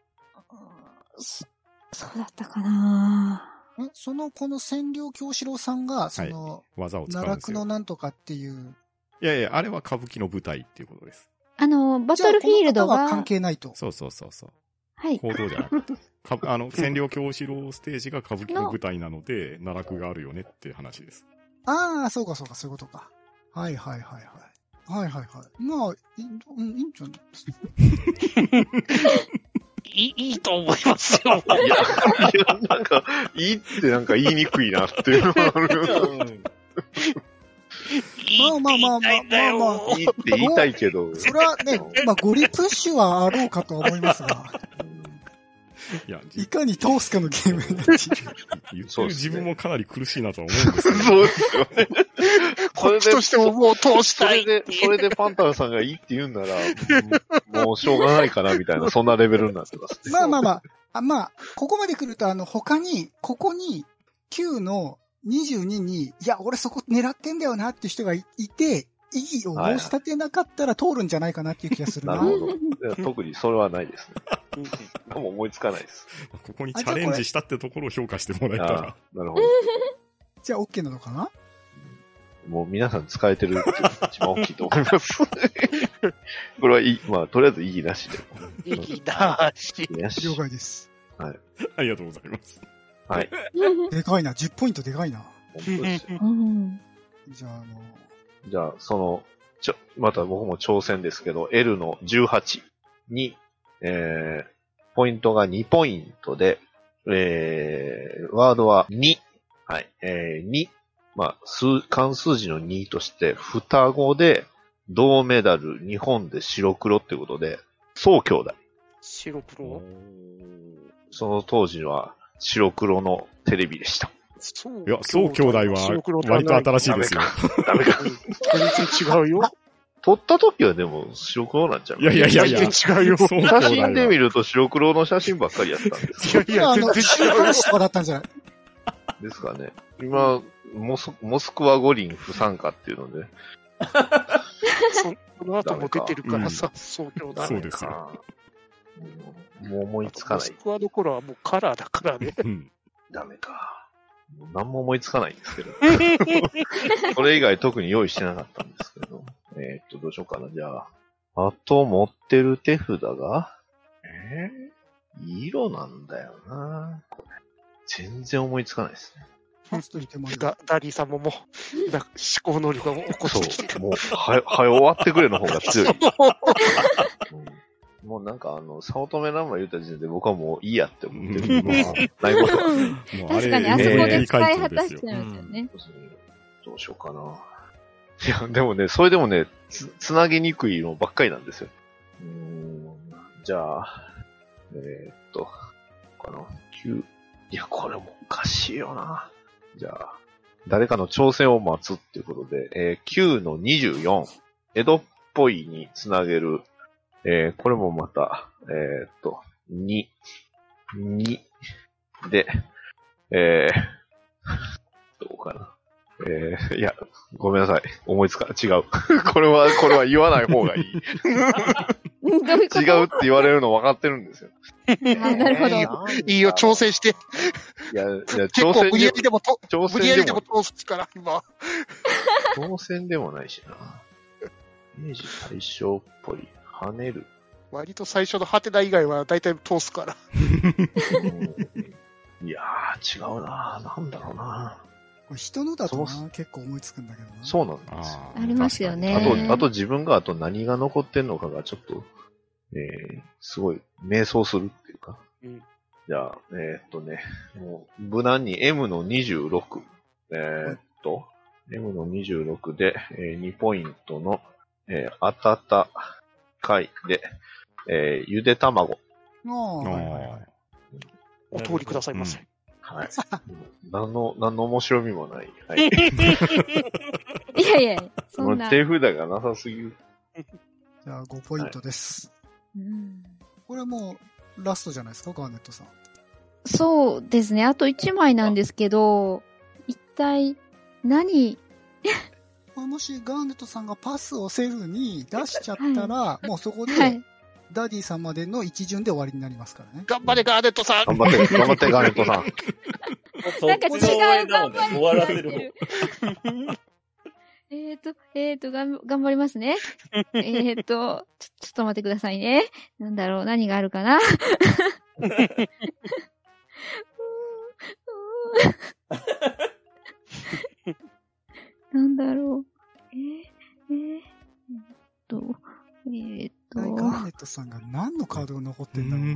D: そそうだったかな
C: えその、この占領京四郎さんが、その、
B: 技を使うん
C: 奈
B: です
C: 落
B: よ
C: の。なんとかっていう。
B: いやいや、あれは歌舞伎の舞台っていうことです。
D: あの、バトルフィールド
C: じゃあこの方は
D: が、
C: 関係ないと。
B: そうそうそうそう。
D: はい。
B: 行動じゃなくて。かあの、占領京四郎ステージが歌舞伎の舞台なので、奈落があるよねっていう話です。
C: ああ、そうかそうか、そういうことか。はいはいはいはい。はいはいはい。まあ、いいうんいいんじゃない
E: いいいと思います よ。
A: いや、いや、なんか、いいってなんか言いにくいなっていうのがある。
E: いいって言いたいんだよ
C: まあまあまあまあまあ
A: いいって言いたいけど。
C: それは ね、まあ、ゴリプッシュはあろうかとは思いますが、
B: いや、じ
C: いかに通すかのゲームになっている。
B: 言って
A: そう
B: る
A: です
B: 自
A: ね
B: 分もかなり苦しいなとは思うんですけど。
A: そうですよね。
E: こっちとしてももう通し
A: そ
E: たい
A: れ
E: って
A: で、
E: いう
A: それでパンタンさんがいいって言うんなら、もうしょうがないかなみたいな、そんなレベルになってます。
C: まあまあまあ、あまあ、ここまで来ると、あの、他に、ここに、9の22に、いや、俺そこ狙ってんだよなっていう人がいいて、異議を申し立てなかったら通るんじゃないかなっていう気がするな。
A: なるほど。いや特にそれはないですね。もう思いつかないです。
B: ここにチャレンジしたってところを評価してもら
A: あ
B: えたら。
A: あ、なるほど。
C: じゃあ OK なのかな
A: もう皆さん使えてるっていうのが一番大きいと思います。 これはいい、まあ、とりあえず意義なしで。
E: いいなし。
A: 意義なし。
C: 了解です。
B: ありがとうございます。
A: はい。
C: でかいな、10ポイントでかいな。
A: 本当ですよ
D: うん。
C: じゃあ、あの、
A: じゃあ、その、ちょ、また僕も挑戦ですけど、L の18に、えー、ポイントが2ポイントで、えー、ワードは2。はい。えー、2。まあ、数、関数字の2として、双子で、銅メダル、日本で白黒ってことで、双兄弟。
E: 白黒
A: その当時は白黒のテレビでした。
E: そう
B: いや、そう兄弟は割と新しいですよ。
A: ダメか。
E: 全然違うよ。
A: 撮った時はでも白黒なんちゃう
B: いやいやいやいや。
E: 全然違うよ。
B: そう兄弟
A: 写
B: は
A: 真で見ると白黒の写真ばっかりやったんです
E: いやいや、
C: あ
E: 全
C: の、
E: 然
C: 週
E: 違うよ
C: 刊。誌とかだったんじゃない
A: ですかね。今、モスモスクワ五輪不参加っていうので。
E: そその後も出てるからさ、そう兄弟。
B: そうですよ。
A: あーもう思いつか
E: モ
A: な
E: ス
A: い。
E: クワどころはもうカラーだから ね。
B: うん。
A: ダメか。もう何も思いつかないんですけど。それ以外特に用意してなかったんですけど。 えーっと、どうしようかな。じゃあ、あと持ってる手札が、えー色なんだよな。これ全然思いつかないですね。
C: ファーストに手前
E: ダダリーさんももう、な思考能力がもう起こしてき
A: そ
E: て
A: う。
E: る。
A: もう、はよ、はよ終わってくれの方が 強い。うん もうなんかあの、早乙女ナンバー言った時点で僕はもういいやって思ってる。
B: うん
A: もうない ことは。
B: もう
D: 確かに、あそこで使い果たしちゃいますよね。
A: どうしようかな。いや、でもね、それでもね、つ、つなげにくいのばっかりなんですよ。うーん、じゃあ、えーっと、この、9、いや、これもおかしいよな。じゃあ、誰かの挑戦を待つっていうことで、えー9の24、江戸っぽいにつなげる、えーこれもまた、えーっと、2、2で、えー、どうかな。えー、いや、ごめんなさい。思いつか、違う。 これは、これは言わない方 がいい。
H: うんどういうこと
A: 違うって言われるの分かってるんですよ。
H: あなるほど。
E: いいよ、調整して。
A: いや、いや、
E: 結
A: 挑
E: 構
A: 戦
E: 無理
A: で
E: やりでもと、
A: も、挑
E: 無理やり
A: 戦
E: で
A: で
E: も
A: も、
E: 通すから、今。
A: 挑戦でもないしな。明治大正っぽい。跳ね る。
E: 割と最初のハテナ以外は大体通すから。
A: うんいやー、違うな。なんだろうな。
C: これ人のだと
A: そ
C: な、結構思いつくんだけどな。
A: そうなんですよ。
B: あ
D: ありますよね
A: あ
D: えー
A: と、あと自分があと何が残ってんのかがちょっと、えー、すごい、迷走するっていうか。
E: うん
A: じゃあ、えーっとね、もう、無難に M の26。えーっと、M の26で、えー2ポイントの、えー、あたたかいで、えーゆで卵。
C: ああ
B: ー
C: はいはいはい
E: お通りくださいませ。
A: はい。何の、何の面白みもない。 はい。
D: いやいや、そ
A: も
D: ん
A: う
D: な。
A: 手札がなさすぎる。
C: じゃあ5ポイントです。
D: うん
C: これもうラストじゃないですか、ガーネットさん。
D: そうですね。あと1枚なんですけど、一体何、
C: これもしガーネットさんがパスをせずに出しちゃったら、もうそこで
D: はい。
C: ダディさんまでの一巡で終わりになりますからね。
E: 頑張れ、ガーネットさん
A: 頑張って、頑張って、ガーネットさ ん。
D: なんか違う頑張り
F: 終わらせる方。
D: えっと、えっ、と、がん、頑張りますね。えっと、ちょ、ちょっと待ってくださいね。なんだろう、何があるかな。 うーんうーんなんだろう。えー、えー、えーっと、えーっ
C: ガー
D: と、
C: ネットさんが何のカードが残ってんだろうな。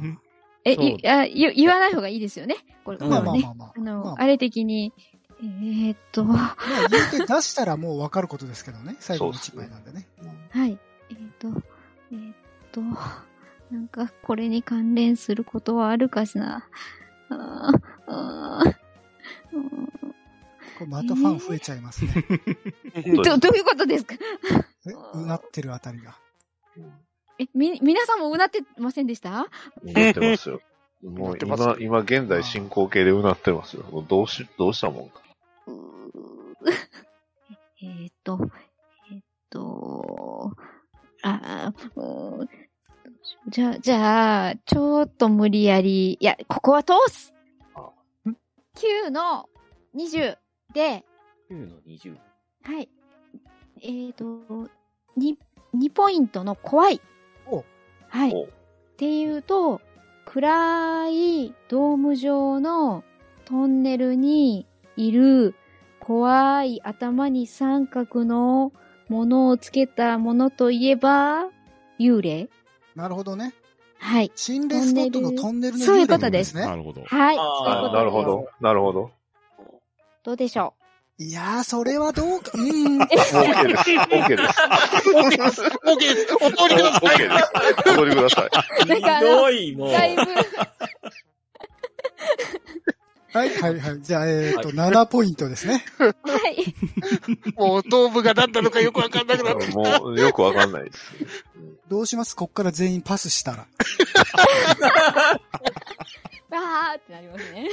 D: え、
F: そう
D: いあ言言わない方がいいですよね。これ、
F: うん
C: ま
D: こ
C: あ
D: れ
C: まあ
D: はね
C: まあまあ。
D: あの、
C: まあ
D: あれ的に、えーっと、は
C: まあ言うて出したらもう分かることですけどね。最後の1枚なんでね。
D: い、えーっと、えーっと、 なんか、これに関連することはあるかしな。あーあーう
C: これまたファン増えちゃいますね。
D: ーんど、 どういうことですか
C: えうなってるあたりが。
D: え、み、皆さんもうなってませんでした
A: なってますよ。も
E: なっ
A: う
E: てます
A: 今、今現在進行形でうなってますよ。もうどうし、どうしたもんか。
D: うー えーっと、えーっと、あーうーじゃあ、じゃあ、ちょっと無理やり、いや、ここは通す
A: あ
D: !9 の20で、
F: 9の20。
D: はい。えーっと、2、2ポイントの怖い。
C: お
D: はい。
A: お
D: っていうと、暗いドーム状のトンネルにいる怖い頭に三角のものをつけたものといえば、幽霊
C: なるほどね。
D: はい。
C: 心霊スポットのトンネルの
D: そういう
C: 幽
D: こ
C: 霊
D: とです
C: ね
B: な。るほど。
D: はい。
F: あー
D: そういうこ
A: あ
D: と
A: なるほ
D: です。
A: ど。なるほど。
D: どうでしょ
C: いやー、それはどうか、うーん。
A: OK です。OK です。
E: OK です OK ですお通りください
A: OK です。お取りください。
D: うなんかあ
F: ひ
D: の、
F: どい、も う。
D: だいぶ、
C: はい、はい、はい。じゃあ、えっ、と、7ポイントですね。
D: はい。
E: もう、ドームが何なのかよくわかんなくなってきた。
A: もう、よくわかんないです。
C: どうしますこっから全員パスしたら。
D: わーってなりますね。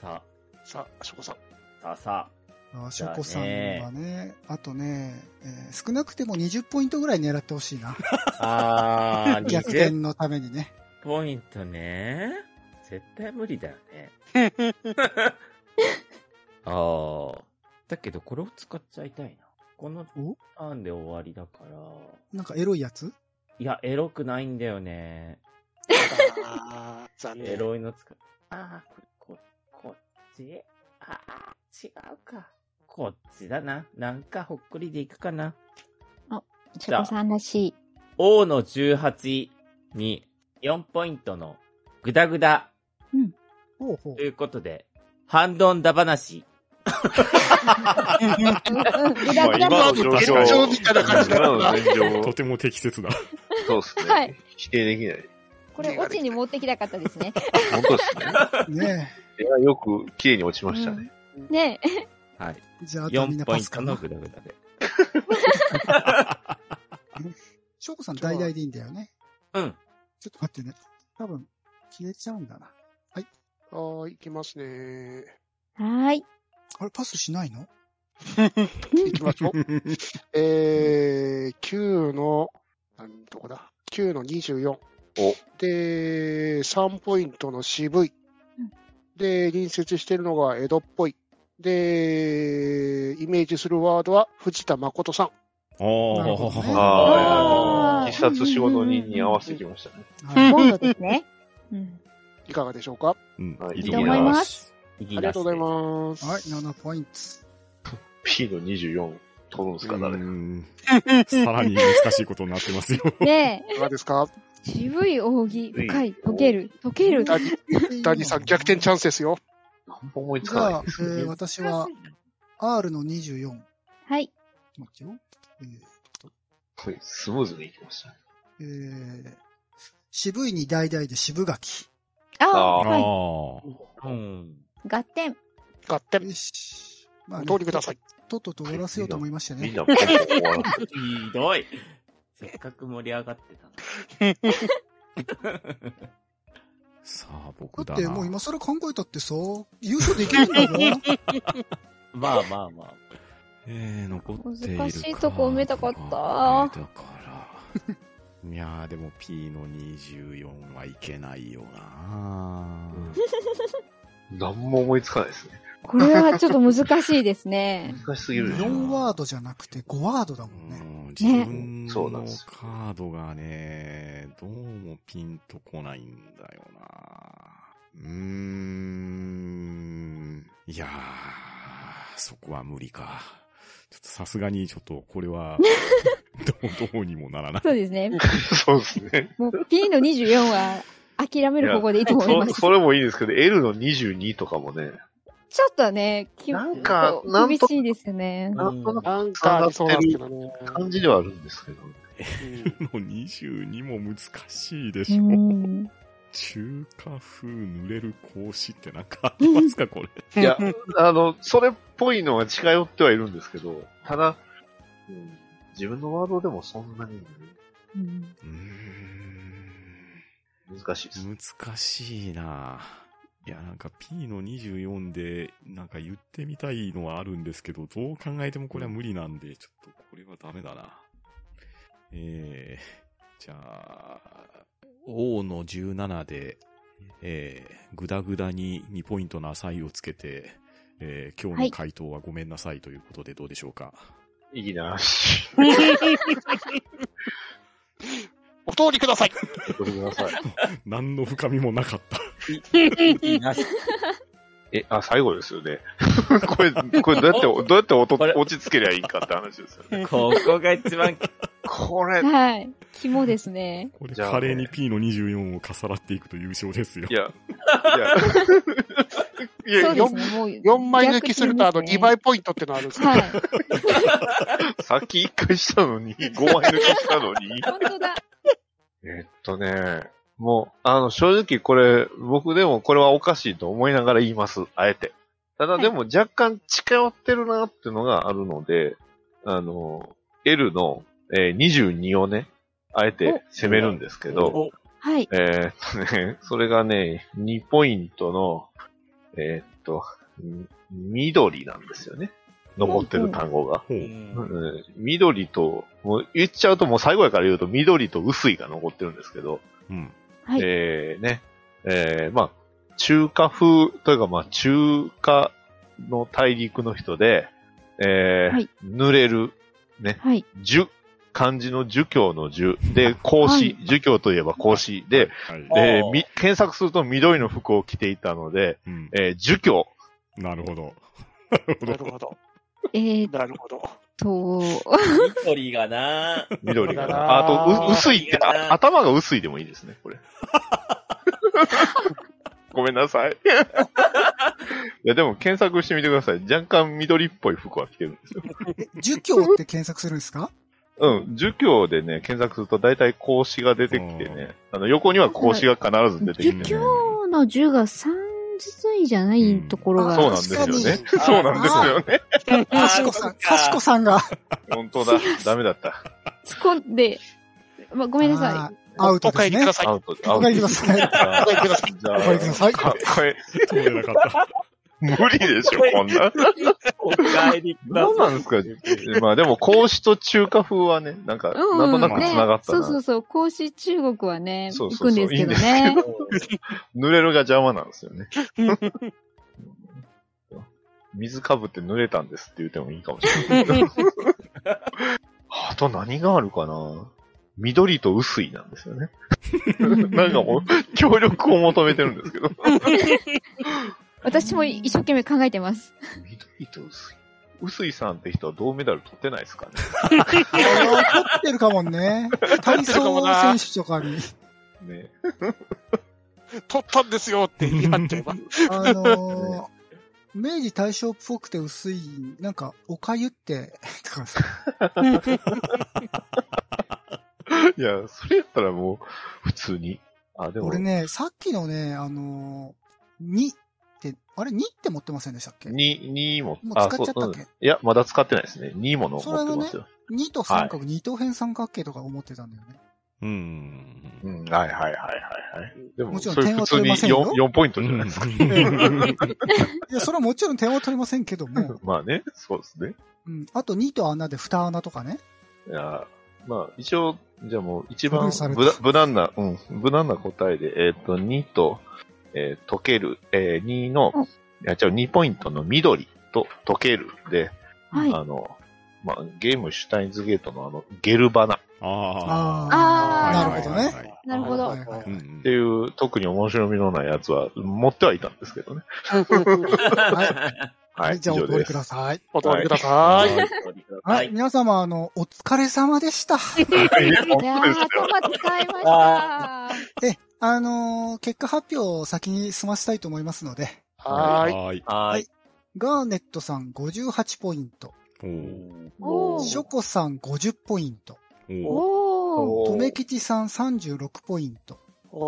F: さ、
E: さあ、しょこさん。
F: さ、さ。
C: あーしょこさんはね、あとね、えー少なくても20ポイントぐらい狙ってほしいな。
F: あー、
C: 逆
F: 20
C: 転のためにね。
F: ポイントね。絶対無理だよね。ああ。だけど、これを使っちゃいたいな。このタ
C: お
F: ーンで終わりだから。
C: なんかエロいやつ
F: いや、エロくないんだよね。
E: あー残
F: エ
E: 念。
F: ロいの使う。ああ、これ、こ、こっちああ、違うか。こっちだな。なんかほっくりでいくかな。
D: チョコさんら しい。
F: O の18に4ポイントのグダグダ
C: ほうほう
F: ということで、ハンドンダ話。
D: うんうんグダグダ
A: まあ今の
D: だ
A: 状
E: 現状みたいな感じだ
A: 今の
E: ったな。
A: 現状
B: とても適切だ。
A: そうです
D: は
A: ね
D: い。
A: 否定できない。
D: これ、オチに持ってきたかったですね。
A: 本当ですね。
C: ね
A: いや、よく綺麗に落ちましたね。
D: ねえ。
B: はい。
C: じゃああとはみんなパスかな
B: 4ポイントのグダグダで。
C: 翔子さん代々でいいんだよね。
B: うん。
C: ちょっと待ってね。多分、消えちゃうんだな。はい。
E: あー、いきますね。
I: はい。
C: あれ、パスしないの
E: いきましょう。 えー、9の、なんどこだ ?9 の24。で、3ポイントの渋い。で、隣接してるのが江戸っぽい。で、イメージするワードは藤田誠さん。
B: お
E: なるほどね
A: あ
E: あー
A: あ、必殺仕事人に合わせてきましたね。
I: 今度ですね。
E: いかがでしょうか
B: うん
A: はい
I: いいと思います。
F: あ
E: ありがとうございます。
C: はい、7ポイント。
A: P の24取るんですか、誰
B: う
A: か。
B: んさらに難しいことになって ますよ。
D: ね
E: いかがですか
D: え。渋い扇、深い、溶ける、溶ける。
E: ダニダニさん、逆転チャンスですよ。
A: 何も思いつ
C: じ
A: かな
C: ゃ
A: い
C: あ、え
A: ですよ
C: ー、
A: ね。
C: 私は R の24。待
I: はい。
C: ってよ。えー
A: はいスムーズにいきましたね。
C: えー、渋いに代々で渋垣。
I: ああ、
A: あ
B: あ
I: はい。
B: ー
F: うん。
I: 合点。
E: 合点
C: よ。し。ま
E: お
C: あね
E: 通りください。
C: とっとと終わらせようと思いまして
A: みん
C: ね。
A: なポンポン終わらせて。
F: ひどい。せっかく盛り上がってたのに。
B: さあ、僕
C: だ
B: だ
C: っ
B: な。
C: てもう今更考えたってさ、優勝できるんだぞ。
F: まあまあまあ。
B: えー、残っているか
D: 難しいとこ埋めたかった
B: これだから。いやー、でも P の24はいけないよな、
A: 何も思いつかないですね。
D: これはちょっと難しいですね。
A: 難しすぎるでしょ。
C: 4ワードじゃなくて5ワードだもんね。
B: うん自分
A: そうなん
B: の
A: です
B: カードがね、どうもピンとこないんだよなうーん。いやー、そこは無理か。ちょっとさすがにちょっとこ れは、どう、どうにもならない。
D: そうですね。
A: そうですね。
D: もう P の24は諦める方向でいいと思いま
A: そ
D: す。
A: それもいいんですけど、L の22とかもね、
D: ちょっとね、き
A: なんか
D: こう
A: なん
D: 厳
A: と
D: しいですよね。
A: なんとなく
E: なんかありそうなんですけどね。
A: 感じではあるんですけど、
E: うん
B: の22も難しいで
D: う
B: しょ。
D: ん。
B: 中華風濡れる格子ってなんかありますか、これ。
A: いや、あの、それっぽいのが近寄ってはいるんですけど、ただ、うん自分のワードでもそんなに
D: うん
B: うーん。
A: 難しいです。
B: 難しいなぁいや、なんか P の24で、なんか言ってみたいのはあるんですけど、どう考えてもこれは無理なんで、ちょっとこれはダメだな。えー、じゃあ、O の17で、えー、ぐだぐだに2ポイントの浅いをつけて、えー、今日の回答はごめんなさいということでどうでしょうか。
A: いいなし。
E: お通りください。
A: ごめんなさい。
B: 何の深みもなかった。
F: いいなし
A: え、あ、最後ですよね。 これ、これどうやって、どうやって落と
F: これ
A: 落ち着けりゃいいかって話ですよね。
F: ここが一番
A: これ、
D: はい。肝ですね。
B: これ、
A: じゃあ
B: 華麗に P の24を重なっていくと優勝ですよ
A: い。や、いや、いや、
D: そうで
A: よ
D: すね。もう
E: 4枚抜きすると、あの、2倍。ポイントってのあるんですけど
D: はい。
A: さっき1回したのに、5枚抜きしたのに。
D: 本当だ。
A: えっとね、もう、あの、正直これ、僕でもこれはおかしいと思いながら言います、あえて。ただ
D: はい
A: でも若干近寄ってるなっていうのがあるので、あの、L の、えー22をね、あえて攻めるんですけど、
D: はい。
A: えーっとね、それがね、2ポイントの、えーっと、み緑なんですよね。残ってる単語が。
B: ほ
F: う
B: う。
F: ん
A: うん緑と、もう言っちゃうともう最後やから言うと緑と薄いが残ってるんですけど、
B: うん。
I: はい
A: えー、ね、えー、まあ、中華風というか、まあ、中華の大陸の人で、えー
I: はい
A: 濡れる、
I: はい。
A: 樹、漢字の儒教の樹、で、孔子、
I: はい
A: 儒教といえば孔子で、
B: はい、
F: あ
A: で
F: ー
A: み検索すると緑の服を着ていたので、
B: うん。
A: えー儒教、
B: なるほど。
E: なるほど。
I: えー、っ
E: なるほど。
I: と、
F: 緑がな
A: 緑が
E: そうだ
A: な。
E: な
A: ああと、う薄いって、
F: 緑がな
A: あ頭が薄いでもいいですね、これ。ごめんなさい。いや、でも検索してみてください。若干緑っぽい服は着てるんですよ。
C: え、儒教って検索するんです か
A: うん。儒教でね、検索すると大体孔子が出てきてね、あの、横には孔子が必ず出てきて
I: 儒
A: ね。
I: 教の儒が三
J: いじゃないところが。
A: そうなんですよね。そうなんですよね。
C: かしこさん、かしこさんが、
A: 本当だ。ダメだった。
J: 突っ込んで、ま、ごめんなさい。
C: アウト
E: お
C: です
E: 帰り
C: ね
E: くだ。さい。
A: アウトで。
C: お
A: アウ
C: 帰
A: ト
C: り
A: で
C: ください。
A: あ
E: お帰りくださ
A: じゃ
C: お帰りください
A: かこれ、
B: 通れなかった。
A: 無理でしょ、こんな。
F: お帰りくだ
A: 何
F: さ。
A: ないんですかまあでも、孔子と中華風はね、なんか、
J: うん、
A: なんとなく繋がった
J: ね。そうそう
A: な。
J: そう。孔子中国はね、
A: そう
J: 行
A: そう
J: くん
A: そう
J: ですけどね。
A: 濡れるが邪魔なんですよね。 水かぶって濡れたんですって言ってもいいかもしれない。あと何があるかな緑と薄いなんですよね。 なんかもう、協力を求めてるんですけど。
J: 私も一生懸命考えてます。
A: 緑と薄い。薄いさんって人は銅メダル取ってないですかね。
C: 撮ってるかも ね。体操選手とかに、
A: ね
E: 取ったんですよって言い張っちゃえば。
C: あのー、明治大正っぽくて薄い、なんか、おかゆって、 とかさ
A: いや、それやったらもう、普通に。あ、でも、
C: 俺ね、さっきのね、あのー、2って、あれ2って持ってませんでしたっけ
A: 2、2も、
C: もう
A: あ
C: 使っちゃったっけ
A: そううんいや、まだ使ってないですね。2もの
C: それ
A: 持っ
C: はね
A: てますよ。
C: ?2 と三角、二等辺三角形とか思ってたんだよね。
B: うん。
A: うん、はいはいはいはいはい。でも、
C: もちろん
A: それ
C: 点
A: 普
C: は
A: 通
C: 取れ
A: に
C: ませんよ
A: 4, 4ポイントじゃないですか。
C: いや、それはもちろん点は取れませんけ ども、
A: まあね、そうですね。
C: うん。あと2と穴で二穴とかね。
A: いやまあ、一応、じゃあもう一
C: ブル
A: 番
C: ーされた
A: 無駄無難な、うん、無難な答えで、えっ、と、2と、えー溶ける、えー2の
J: うん、
A: いや、じゃあ2ポイントの緑と溶けるで、
J: はい。
A: あの、まあ、ゲームシュタインズゲートのあの、ゲルバナっ
B: ああ。
J: あ
C: なるほどね
B: はいはいはい
J: なるほ
C: は
J: ど
C: い。はいはい
B: うん
A: ていう、特に面白みのないやつは、持ってはいたんですけどね。は、
C: はいい、じゃあ
A: 以
C: お
A: 上
C: 通り
A: で
C: く
A: す
C: ださい。
E: お通りください。
C: はい、皆様、あの、お疲れ様でした。
D: いやー、頭使いました。
C: え、あのー結果発表を先に済ましたいと思いますので、
E: はーい。
B: はい。
F: はーい。
C: ガーネットさん58ポイント、
B: おー
D: お
C: ショ
D: ー。
C: コさん50ポイント、
B: おー
D: おー。
C: とめきちさん36ポイント、
E: お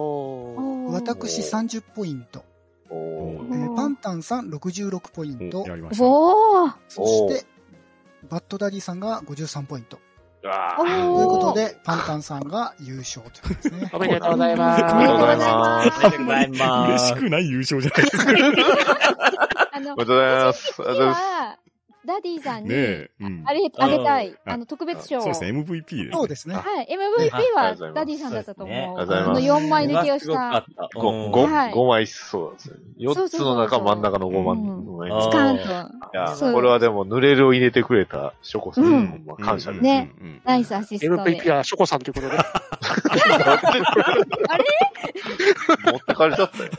E: ー。。
D: おー
C: 私30ポイント、
A: おー
C: えー
D: おー
C: パンタンさん66ポイン
B: お
C: ト
B: や、りました。
D: おー。
C: そして、バッドダディさんが53ポイント。
A: あー
D: お
C: という
D: ー。
C: ことで、パンタンさんが優勝ということです ね
E: おめでとうございます。
D: おめでとうござい
A: あり
D: ます。
F: ありがとうございま
B: 嬉
F: す
B: し。くない優勝じゃないですか。
A: おめでとうございます。ありが
D: あの
A: とうございます。
D: は、ダディさん
B: ね
D: に、
B: え。うん
D: あれ、あげたい、
B: あ
D: あの、特別賞を。
B: そうですね、MVP です
C: そうで
B: ね。
C: すね。
D: は
C: ね
D: い、MVP
A: ありがと
D: は
A: うございます
D: ダディさんだったと思う。
A: そうですねありがとうございます
D: あの、4枚抜けをし
F: すごか
D: た
F: っ。た。
A: 5、
D: ご
F: うん
D: はい
A: 5枚、そうなんですよね。4つの中、
D: そうそうそうそう
A: 真ん中の5枚。
D: うん
A: ごめん
F: あ
A: い
D: スカーン
A: や、
D: そう
A: これはでも、濡れるを入れてくれた、ショコさん、
D: う
A: ほ
D: ん
A: んま感謝です。
D: ね
B: うんうん
D: と、ナイスアシストで
E: MVP。はショコさんということで。
D: あれ
A: 持ってかれちゃったよ。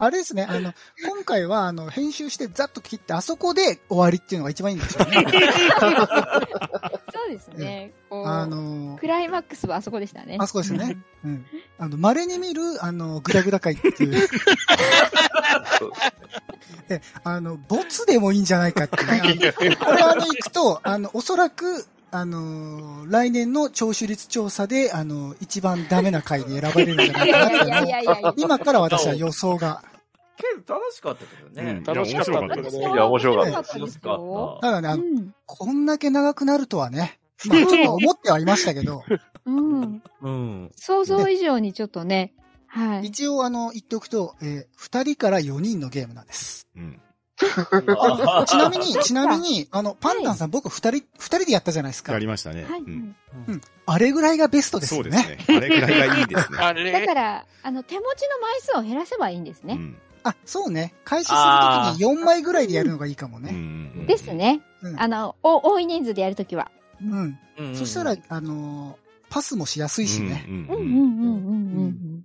C: あれですね、あの、今回は、あの、編集してざっと切って、あそこで終わりっていうのが一番いいんですよね。
D: そうですね。こ
C: あ
D: う、
C: のー
D: クライマックスはあそこでしたね。
C: あそこです よね。うん。あの、稀に見る、あの、グダグダ会っていう、
A: そう
C: え、あの、ボツでもいいんじゃないかっていう、ね。あのこれ、あの、行くと、あの、おそらく、あのー来年の聴取率調査で、あの一番ダメな回に選ばれるんじゃないい
D: や
C: か
D: い
C: なっ
D: やい
C: て
D: や
C: いうのを、
D: いやいやいや。
C: 今から私は予想が。
F: けど楽しかったけどね。
B: うんいや、面白かったです。
A: いや、面白かったです。
D: そうで
F: 楽
D: す
F: し
D: か
F: か
D: っ
F: った
C: だ。ね、あ
D: う
C: の、
D: ん。
C: こんだけ長くなるとはね、まあ、ちょっと思ってはいましたけど、
D: うん。
F: うん。
D: 想像以上にちょっとね、はい。
C: 一応、あの、言っておくと、え2人から4人のゲームなんです。
B: うん
F: あ
C: ち なみに、ちなみに、あの、パンダンさん、僕2人、二人でやったじゃないですか
B: や。りましたね。
D: はい。
B: うん
C: あれぐらいがベストです
B: そう
C: よ
B: で
C: ね。
B: すね。あれくらいがいいですね。
E: あ
D: だ
E: れ
D: から、あの、手持ちの枚数を減らせばいいんです
B: う
D: ね。
B: ん
C: あ、そうね。開始するときに4枚ぐらいでやるのがいいかも
B: うんう
C: ね。
B: んうん
D: です。ね。
C: うん。
D: あの、お多い人数でやるときは。
C: うん。
F: うん
C: そしたら、あのーパスもしやすいしね。
B: うん
D: う
B: うん
D: う
B: う
D: んんうんんうんうんうん。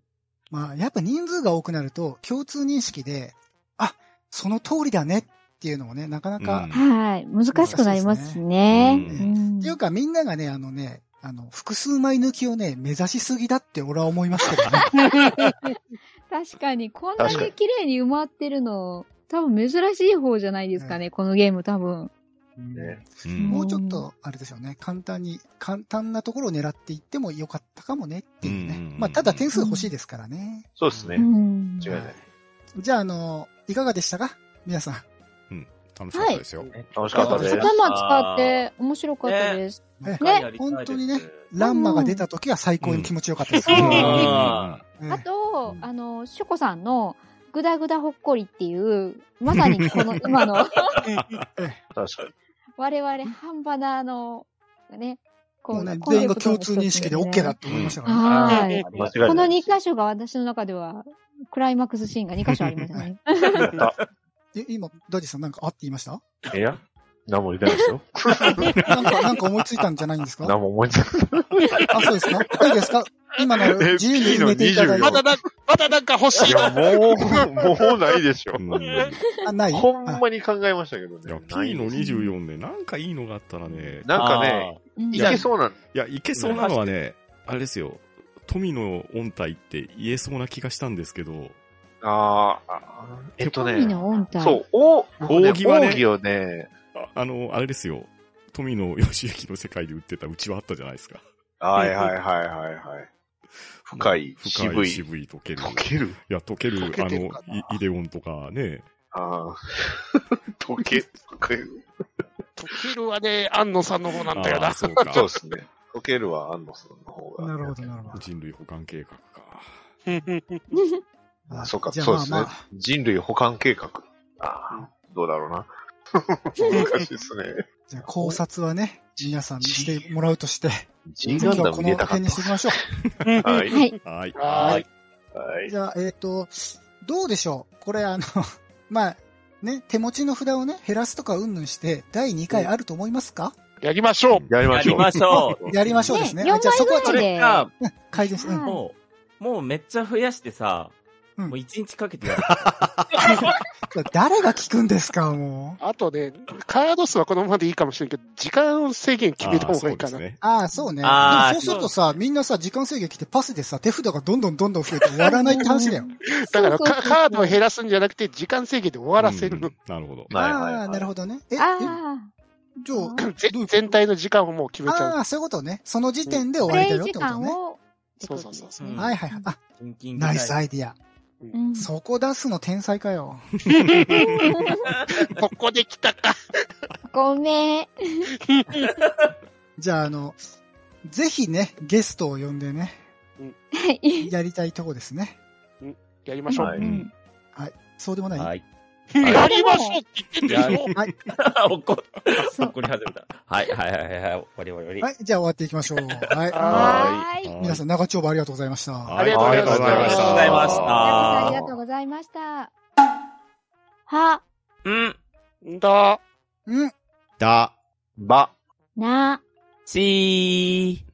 C: まあ、やっぱ人数が多くなると、共通認識で、あ、その通りだねっていうのもね、なかなか、
B: うん
D: はい。難しくなりますね。うん
C: っていうかみんながね、あのね、あの、複数枚抜きをね、目指しすぎだって俺は思いますけどね。
D: 確かに、こんだ
A: 確か
D: け
A: に
D: 綺麗に埋まってるの、多分珍しい方じゃないですかね、このゲーム多分。
A: ね
B: うん
C: もうちょっと、あれですよね、簡単に、簡単なところを狙っていってもよかったかもねっていうね。
B: うんうんうん
C: まあ、ただ点数欲しいですからね。
A: そうですね。
D: うん。
A: 違いない。
C: じゃあ、あの、いかがでしたか皆さん。
B: うん。楽しかったですよ。
A: 楽しかったです
D: 頭使って面白かったです。
C: ね
D: ね
C: 本当にね、ランマが出た時は最高に気持ちよかったです。
D: うん
B: あ
C: うん
D: あと、あの、ショコさんの、ぐだぐだほっこりっていう、まさにこの 今の、
A: 確かに。
D: 我々半端なあの、ね、こ
C: もう
D: う
C: ね、
D: コン
C: 全
D: セ
C: 員が
D: プト
C: 共
D: の
C: 通認識で
D: 一つ
C: OK だって思いましたからね。
D: はーい。
A: 間違いない。
D: この2箇所が私の中では、クライマックスシーンが2箇所ありましたね。
A: やった
C: え、今、ダディさんなんかあって言いました
A: いや、何も言ってないですよ。
C: なんか、なんか思いついたんじゃないんですか
A: 何も思いつ かない。
C: あ、そうですかいいですか 今なら自由に埋めていただい
A: え P の
E: ま
C: て
A: 24。
E: だな、まだなんか欲し
A: い
E: いな
A: や、。もう、もうないでしょ
B: ー。うんい
C: あ、ない
A: ほん
C: あ
A: まに考えましたけど
B: や、
A: ね。ないで
B: P
A: す
B: の24で、なんかいいのがあったらね、
A: なんかね、
D: うん
A: いけそうなん
B: いや、いけそうなのはね、あれですよ、富の音体って言えそうな気がしたんですけど、
A: あーあー、えっと
D: 神
A: ね、
D: の音体。
A: そう、お、僕ね、
B: 奥義はね
A: 奥義をね、
B: ああの、あれですよ、富野義行の世界で売ってたうちはあったじゃないですか。
A: はいはいはいはいはい。深い、
B: 深
A: 渋
B: い、
A: い。
B: 渋い溶ける。
A: 溶ける
B: いや、溶ける、
E: 溶け
B: あ
E: てるか
B: の、いイデオンとかね、
A: ああ。 溶け、溶ける。
E: とけるはね、安野さんの方なんだよ
B: あー
E: な。
B: そう か。
A: そうですね。溶けるは安野さんの方が。
C: なるほど、なるほど。
B: 人類保管計画か。
A: あ、そうか、
C: じゃあ
A: そうです
C: まあ
A: ね
C: まあ。
A: 人類保管計画。ああ、どうだろう な。難しいですね。
C: じゃあ考察はね、皆さんにしてもらうとして、
A: G
C: 今
A: ガ
C: 日
A: ン
C: は
A: ダ
C: こ
A: ム
C: の
A: 入れたか
C: 辺
A: っ
C: にしていきましょ
A: た。はい。
D: はい。
B: はい。
E: はーい。
A: は
C: う。
A: い。
C: じゃあ、えっ、と、どうでしょうこれあの、まあ、ね、手持ちの札をね、減らすとかうんぬんして、第2回あると思いますか、
E: やりましょう。
A: やりま
F: や
A: し
F: り
A: ょう。
F: ましょう。
C: やりましょうですね。
D: ね
C: あじゃあそこはちょ
F: そ
C: っと
F: れか、
C: 改善して、うん
D: はい
F: もう、もうめっちゃ増やしてさ、
C: うん
F: もう一日かけ てやる。
C: 誰が聞くんですか、もう。
E: あとね、カード数はこのままでいいかもしれんけど、時間制限決めた
B: あー
E: 方がい
B: そ
E: いうか
B: で
E: な。
B: すね。
C: ああ、そうね。で
F: あ
C: も
F: ー
C: そうするとさ、みんなさ、時間制限来てパスでさ、手札がどんどんどんどん増えて終わらないって話だよ。
E: だから
D: そうそうそう
E: カ、カードを減らすんじゃなくて、時間制限で終わら せる
B: う
E: の
B: ん。なるほど。
A: はいはいはい
C: ああ、なるほどね。え、え
D: あ
C: じゃあ、
E: ぜ全体の時間をもう決めち
C: あ
E: ゃう。
C: あ、そういうことね。その時点で終
D: あ、プ
C: わりだ
D: レイ
C: よっ
D: 時
C: てこと
D: 間
C: ね。
D: を、って
E: そ
D: こ
E: う
D: とで
E: そうそう
D: す
E: そう。
D: ね。
C: はいはいはい。あ、
F: キンキン
C: ナイスア
F: イ。
C: イディア。
D: うん
C: そこ出すの天才かよ。
E: ここで来たか。
D: ごめ ん。
C: じゃあ、あの、ぜひね、ゲストを呼んでね、
D: はい。
C: やりたいとこですね。
E: やりましょう。
A: は
D: う
A: い
D: ん。
C: そうでもない、
F: はい。
E: やりましょうって言ってんでしょ。
F: 怒っ怒り始めた。はい、はい、はい、はい。終わり終わり終わ
C: はい、じゃあ終わっていきましょう。は
D: はーい。
C: い。皆さん、長丁場ありがとうございました。
B: はい
E: ありがとうございました
B: ありがとうございまし
D: あ
F: あー
D: りがとうございました。は、
F: り。うん。
E: んだ。
C: うん。
B: た。だ。
A: ば。
D: な、
F: しー。